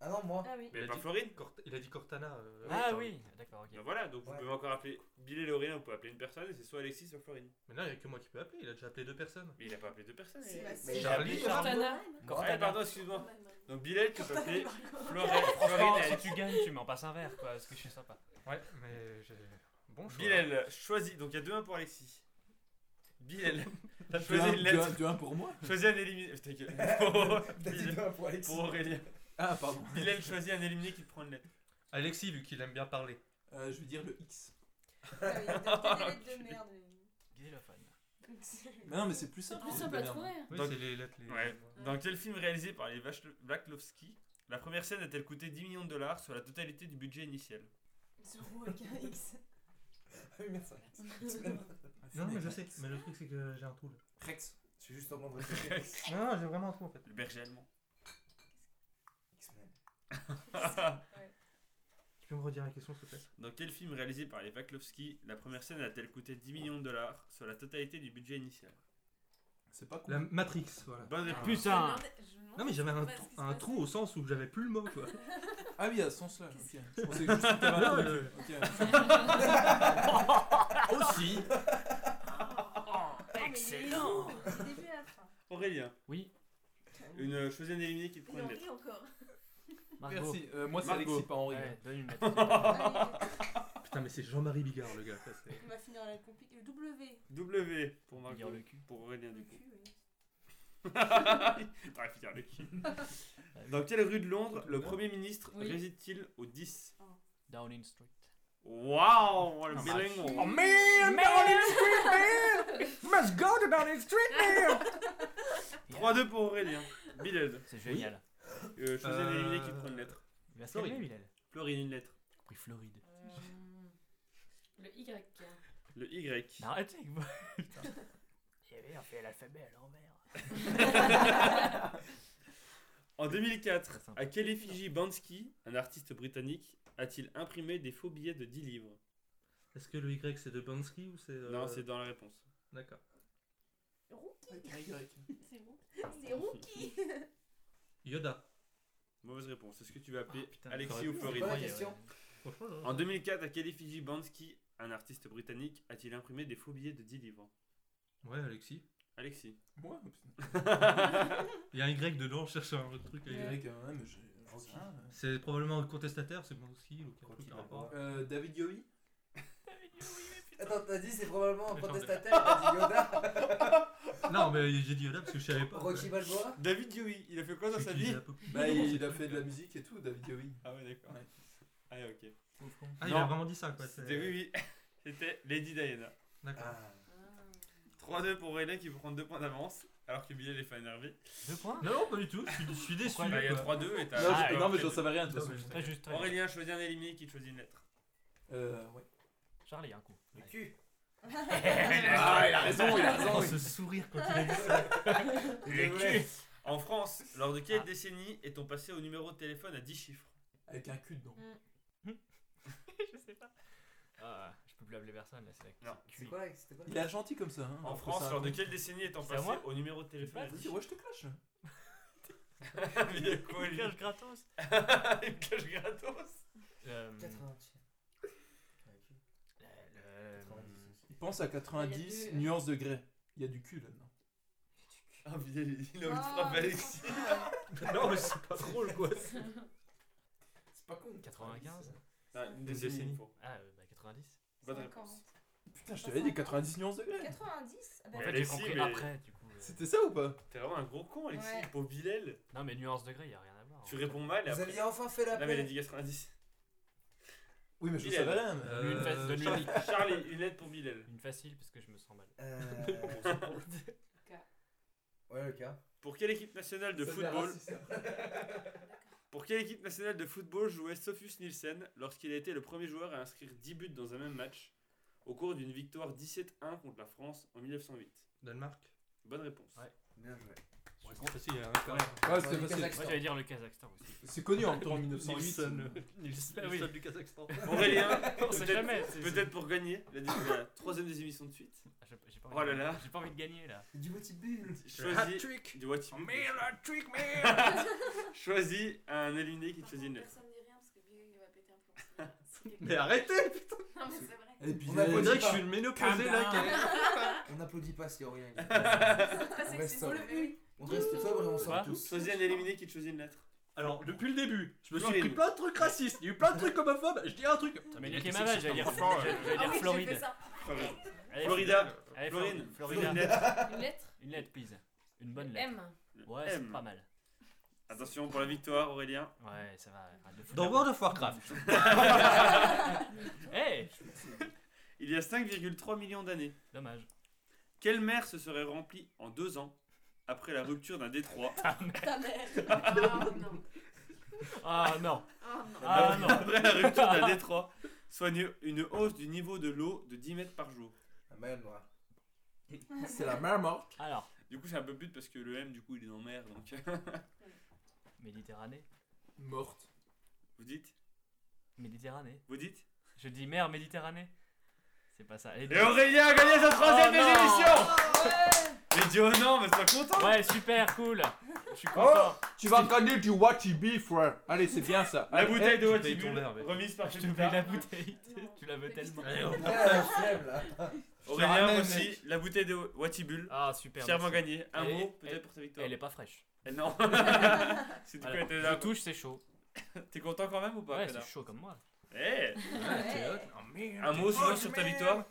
H: Ah non, moi.
F: Ah oui.
A: Mais
C: Il a
A: pas
C: dit-
A: Florine
C: Cort- Il a dit Cortana. euh,
D: Ah
C: attends.
D: oui, d'accord, ok.
A: Ben voilà, donc vous
H: Ouais.
A: pouvez encore appeler Billy et Aurélien, vous pouvez appeler une personne et c'est soit Alexis, soit Florine.
C: Mais là, il n'y a que moi qui peux appeler, il a déjà appelé deux personnes.
A: Mais il a pas appelé deux personnes.
J: C'est
A: eh.
J: la
H: Mais
C: Charlie,
D: Charlie.
E: Cortana.
A: Ah,
D: Cortana.
A: pardon, excuse-moi. Donc Bilal, tu peux appeler Florine.
D: Franchement,
A: Florine,
D: Oh, si
A: elle-
D: tu gagnes, tu m'en passes un verre, quoi, parce que je suis sympa.
C: Ouais, mais j'ai. Bon choix.
A: Bilal, choisis. Donc il y a 2-1 pour Alexis. Bilal,
B: Là, tu
A: choisis une lettre.
B: as, tu as un pour moi
A: Choisis un éliminé. Putain, que-
H: T'as dit
A: Bilal,
H: deux pour Alexis.
A: Pour Aurélien.
B: Ah, pardon.
A: Bilal, choisis un éliminé qui prend une lettre.
C: Alexis, vu qu'il aime bien parler.
B: Euh, je vais dire le X.
F: Ah oui, t'as des lettres de merde.
D: Xylophone.
B: Non, mais c'est plus
A: Ah,
B: simple.
E: Plus
B: c'est
E: simple à
B: pas
E: trouver. hein.
C: Oui,
A: Donc-
C: c'est les lettres. Les...
A: Ouais. Dans quel film réalisé par les Vach- Wachowski, la première scène a-t-elle coûté 10 millions de dollars sur la totalité du budget initial
F: Zorro avec un X.
H: Ah oui, merde, ça.
C: Non, mais je sais. Mais le truc, c'est que j'ai un trou là.
H: Rex. Je suis juste en train de réfléchir.
C: Non, non, j'ai vraiment un trou en fait.
A: Le berger allemand.
H: X-Men.
C: Tu peux me redire la question, s'il te plaît
A: Dans quel film réalisé par les Wachowski, la première scène a-t-elle coûté 10 millions de dollars sur la totalité du budget initial
B: C'est pas con.
C: La Matrix, voilà.
A: Bonne réponse.
D: Putain
G: Ah,
C: Non, mais j'avais un, trou- un trou au sens où j'avais plus le mot, quoi.
B: Ah oui, à ce sens-là. ok. Je pensais que juste que t'avais un
C: Non,
B: truc.
C: le-
B: Ok.
C: Aussi
F: Ah,
D: Excellent
F: Du début à la fin.
A: Aurélien,
D: Oui,
A: une euh, choisis un éliminé qui te prend
J: Il en
A: une lettre.
J: rit encore.
D: Margot.
B: Merci. Euh, moi, c'est
A: Margot.
B: Alexis, pas Henri.
D: Ouais, donne une lettre.
F: Allez,
C: Putain, mais c'est Jean-Marie Bigard, le gars. ça, c'est-
F: on va finir la compliquée. Le W.
A: W pour
D: Dire
A: Margot.
D: le cul.
A: Pour Aurélien
F: Le
A: du coup.
F: cul, oui.
A: T'aurais pu dire le cul. Dans quelle rue de Londres le Premier ministre
E: Oui.
A: réside-t-il au 10
D: Downing Street.
A: Waouh Le
D: Ah,
A: bilingue
K: Oh man, Downing Street, man Must go to Downing Street, man
A: 3-2 pour Aurélien. Bilal,
D: C'est génial.
A: euh, choisis un
C: Euh,
A: éliminé qui te prend une lettre.
D: Il va se
C: Floride.
D: calmer, Bilal.
A: Florine, une lettre.
D: Oui, Floride.
E: Le Y.
A: Le Y.
D: Non, arrêtez avec vous. Putain. on fait l'alphabet à l'envers.
A: En 2004,
D: Très simple.
A: à quelle effigie Bansky, un artiste britannique, a-t-il imprimé des faux billets de 10 livres
C: Est-ce que le Y, c'est de Bansky ou c'est. euh,
A: Non, c'est dans la réponse.
C: D'accord.
J: C'est bon. C'est rookie.
C: Yoda.
A: Mauvaise réponse. Est-ce que tu vas appeler
D: Ah, putain,
A: Alexis
D: j'aurais
A: ou
D: pu,
A: Florine
H: ouais.
C: Franchement, hein. j'aurais-
A: En 2004, à quelle effigie Bansky, un artiste britannique, a-t-il imprimé des faux billets de 10 livres
C: Ouais, Alexis.
A: Alexis.
B: Moi
C: Il y a un Y dedans, je cherche un autre truc.
B: Y,
C: avec-
B: euh, ouais, mais je- j'en sais rien, là.
C: C'est probablement un contestataire, c'est Bansky ou quelque chose
H: Qui
C: par
H: va
C: rapport.
H: voir.
B: Euh, David Yowie
H: Attends, t'as dit c'est probablement un
C: Attends,
H: contestataire, t'as dit Yoda,
C: Non, mais j'ai dit Yoda parce que je savais pas.
H: Rocky Balboa.
A: David Dewey, il a fait quoi
C: Je
A: dans
C: sais
A: sa
C: qu'il
A: vie
C: est apoplectique.
B: Bah, il, il a fait de la musique et tout, David Yowie.
A: Ah ouais, d'accord.
B: Ouais.
A: Ah ouais, ok.
C: Ah, il
A: Non.
C: a vraiment dit ça, quoi. c'est-
A: C'était oui, oui. C'était Lady Diana.
C: D'accord.
H: Ah.
A: 3-2 pour Aurélien qui prend 2 points d'avance, alors que Bilal est pas énervé.
D: Deux points
C: Non, non, pas du tout, je suis, je suis déçu.
D: Pourquoi
A: Bah, il y a
C: quoi.
A: 3-2 et t'as.
B: Non,
A: Ah,
B: je-
A: ouais,
B: non, mais
A: ok.
B: j'en savais rien de toute
C: Non,
B: façon.
C: mais
D: Très juste, très juste.
A: Aurélien, choisis un éliminé qui te choisit une lettre.
B: Euh, ouais.
D: Charlie, un coup.
H: Le
D: Allez.
H: cul.
A: Ah, il a raison, il a
C: Oh, ce sourire quand il a dit ça.
A: Le cul. En France, lors de quelle
D: Ah.
A: décennie est-on passé au numéro de téléphone à 10 chiffres
B: Avec un cul dedans.
D: Je sais pas. Ah, je peux plus appeler personne là, c'est la
A: Non.
D: c'est
H: C'est
D: cuit.
H: quoi Alex C'était quoi
B: Il est gentil comme ça. Hein,
A: En
B: après
A: France,
B: ça.
A: lors de quelle décennie est-on
D: C'est à
A: passé
D: moi
A: au numéro de téléphone à 10
B: Oui,
A: chiffres Ah,
B: ouais, je te clash. là.
A: Il y a quoi, lui
D: Une cage gratos.
A: Il me cache gratos
D: Euh,
H: 90.
D: euh, le-
B: Il pense à 90 nuances de grès. Il y a du cul là-dedans.
A: Ah, Bilal, il a envie de
F: Ah,
A: frapper Alexis.
C: Non, mais c'est pas drôle, quoi.
H: C'est pas con.
D: 95
A: Ah, Une décennie. faut.
D: Ah, euh, bah 90.
A: Bonne
F: 50.
A: réponse.
B: Putain, je t'avais dit 90 nuances de grès.
F: 90 Ah bah,
A: Ouais,
D: En fait, j'ai
A: Alexis,
D: compris
A: mais-
D: après, du coup. euh,
B: C'était ça ou pas
A: T'es vraiment un gros con, Alexis.
F: Ouais.
A: Pauvre Bilal.
D: Non, mais nuance degré, y a rien à voir. hein.
A: Tu
D: en
A: réponds mal et
H: Vous
A: après.
H: aviez enfin fait la
A: Non, mais il a
H: paix.
A: dit 90.
B: Oui, mais je
A: Il
B: savais
A: est- Euh,
B: rien. mais-
J: Euh,
D: fait. Donne-lui une fa- donne-lui
A: Charlie,
D: une-
A: Charlie, une lettre pour Bilal.
D: une facile parce que je me sens mal.
H: Euh, Ouais, le cas. hein.
A: Pour quelle équipe nationale de football Pour quelle équipe nationale de football jouait Sophus Nielsen lorsqu'il a été le premier joueur à inscrire 10 buts dans un même match au cours d'une victoire 17-1 contre la France en 1908
C: Danemark
A: Bonne réponse.
H: Bien joué.
C: Ouais, c'est facile, il y a un
B: Ouais, c'était facile.
D: Moi j'allais dire le Kazakhstan aussi.
B: C'est connu en même temps en 1908.
C: Nielsen.
B: euh,
C: Nielsen
D: Ah oui.
C: du Kazakhstan.
A: Aurélien,
D: On sait jamais.
A: peut-être
D: c'est-
A: peut-être pour gagner la, la troisième des émissions de suite,
D: Ah, j'ai- J'ai pas
A: Oh là
D: envie de-
A: là.
D: J'ai pas envie de gagner là.
J: Ah,
H: Du Watibé.
A: choisis
I: Hat-trick.
A: du
C: Oh,
A: Watibé.
I: trick, man
A: Choisis un éliminé qui te choisit une lettre.
J: Personne dit rien parce que Big va péter un plomb. C'est quelque-
C: Mais arrêtez
J: Non, mais c'est vrai.
H: Et puis,
C: On
H: là,
C: a dit que je
H: pas.
C: suis une ménopausée là. qui a-
H: on n'applaudit pas s'il n'y a rien.
J: Très
H: On
J: sexy,
H: reste
J: c'est
H: sobre.
J: le U.
H: On reste sobre et on
D: Quoi
H: sort tous.
A: Choisis un éliminé qui te choisit une lettre.
C: Alors, depuis le début, je me suis
A: Floride.
C: pris plein de trucs racistes, il y a eu plein de trucs homophobes, je dis un truc. Putain,
D: Mais
C: il a
D: niquez
C: été
D: ma vache,
C: sexiste,
D: j'allais dire
C: hein.
D: Floride. J'allais
J: Ah
D: dire
J: oui, j'ai fait
D: Floride.
J: ça.
A: Floride.
D: Allez,
A: Florida.
D: Allez,
A: Florine.
D: Florida.
A: Une lettre.
F: Une lettre
D: Une lettre, please. Une bonne lettre.
F: M.
D: Ouais, c'est
A: M.
D: pas mal.
A: Attention pour la victoire, Aurélien.
D: Ouais, ça va. arrête de foutre
C: Dans
D: la
C: World of Warcraft.
D: honte. Hey
A: Il y a 5,3 millions d'années,
D: Dommage.
A: quelle mer se serait remplie en deux ans après la rupture d'un détroit
F: Ta mère.
J: Ah non.
D: Ah non
J: Ah non.
D: Ah
A: après,
D: non
A: après la rupture d'un détroit, soit une, une hausse du niveau de l'eau de 10 mètres par jour.
H: La mer noire. C'est la mer morte.
D: Alors,
A: Du coup, c'est un peu but parce que le M, du coup, il est en mer, donc.
D: Méditerranée
B: Morte.
A: vous dites
D: Méditerranée
A: Vous dites
D: Je dis mer Méditerranée C'est pas ça. Les
A: Et Aurélien a gagné sa troisième
D: Oh
A: des
D: non.
A: émissions
F: Ouais.
A: Il dit oh non, mais sois content
D: Ouais, super, cool Je
A: Oh
D: suis content
B: Tu vas gagner du Wachibi, frère. Allez, c'est bien ça.
A: La bouteille de
C: tu payes
A: Watibul,
C: ton verre, mec.
A: remise par
D: Je te
A: Pepita.
D: mets la bouteille,
J: Non.
D: tu la veux tellement.
C: Allez, on-
H: Ah, flemme, là.
A: Aurélien
B: Ramène,
A: aussi,
B: mec.
A: la bouteille de Watibul.
D: Ah, super.
A: Fièrement
D: merci.
A: gagné. Un
D: Elle
A: mot,
D: est-
A: peut-être pour ta victoire.
D: Elle est pas fraîche.
A: Eh Non C'est du coup,
D: Voilà.
A: elle était
D: Je
A: là.
D: touche, c'est chaud.
A: T'es content quand même ou pas
D: Ouais,
A: connard Oh,
D: c'est chaud comme moi.
A: Eh
F: Ouais.
A: Un mot sinon sur ta victoire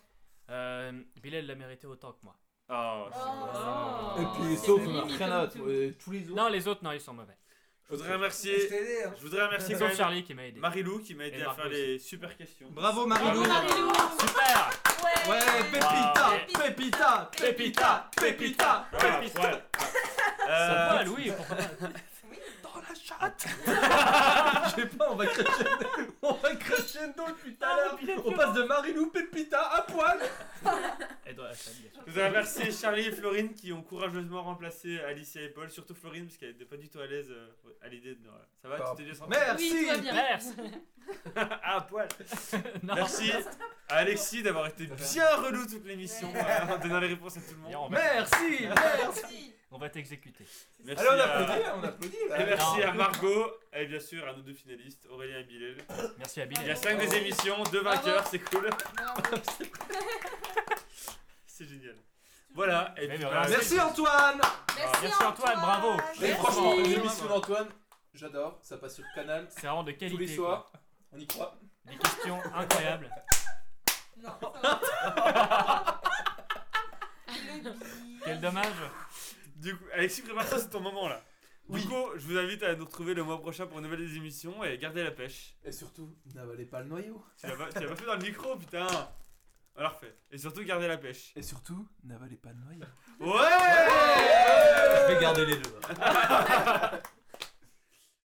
D: Euh, Bilal l'a mérité autant que moi.
A: Oh, c'est bon.
F: Oh.
B: Et
D: Ah,
B: puis les
F: C'est
B: autres, on a
F: mimi
B: rien
F: comme
B: à
F: tout.
B: battre. Euh, Tous les autres.
D: Non, les autres, non, ils sont mauvais.
A: Je voudrais
H: Je
A: remercier,
H: t'ai aidé, hein.
A: je voudrais remercier quand
D: Sauf
A: même
D: Charlie qui m'a aidé.
A: Marilou qui m'a aidé
D: Et
A: à
D: Marco
A: faire les super questions.
C: Bravo Marilou
F: Bravo, Marilou.
D: Super
F: Ouais.
C: Ouais,
A: Ah,
C: Pépita, Pépita, Pépita, Pépita
A: Voilà, voilà.
D: Ça
A: Euh,
D: va, Louis, pourquoi pas
C: Dans la chatte Je sais pas, on va crescendo, on va crescendo depuis tout à
D: Ah,
C: l'heure On passe de Marilou, Pépita à poil
D: Elle doit- Charlie, bien sûr.
A: Je voudrais remercier Charlie et Florine qui ont courageusement remplacé Alicia et Paul, surtout Florine parce qu'elle n'était pas du tout à l'aise euh, à l'idée de. Ça va,
H: Bah,
A: tu t'es déjà senti
F: Oui,
C: Merci
F: tout va bien.
D: Merci.
A: Ah, poil
D: Non.
A: Merci à Alexis d'avoir été bien relou toute l'émission, euh, en donnant les réponses à tout le monde.
D: Viens, on va-
C: Merci
F: Merci.
D: On va t'exécuter.
A: Merci
H: Allez, on
A: à-
H: applaudit,
B: hein,
H: là, on applaudit,
A: Et
H: là.
A: merci
D: Non.
A: à Margot et bien sûr à nos deux finalistes, Aurélien et Bilal.
D: Merci à Bill.
A: Il y a 5 des émissions, 2 vainqueurs, c'est cool. c'est génial. Voilà, et
D: Mais
A: puis,
D: mais
A: bah,
D: regarde,
H: hein.
C: Merci Antoine
D: Merci Antoine, bravo.
B: Mais
F: Merci.
B: franchement,
A: Merci.
B: l'émission d'Antoine, j'adore. Ça passe sur Canal
D: C'est vraiment de qualité.
B: tous les
D: quoi.
B: soirs. On y croit.
D: Des questions incroyables.
F: Non, ça va.
D: Quel dommage.
A: du coup, Alexis, prépare-toi, c'est ton moment là. Du coup, je vous invite à nous retrouver le mois prochain pour une nouvelle des émissions et gardez la pêche.
H: Et surtout, n'avalez pas le noyau.
A: Tu l'as pas, tu l'as pas fait dans le micro, putain. On la refait. Et surtout, gardez la pêche.
B: Et surtout, n'avalez pas de noyau.
A: Ouais
C: Euh, Je vais garder les deux.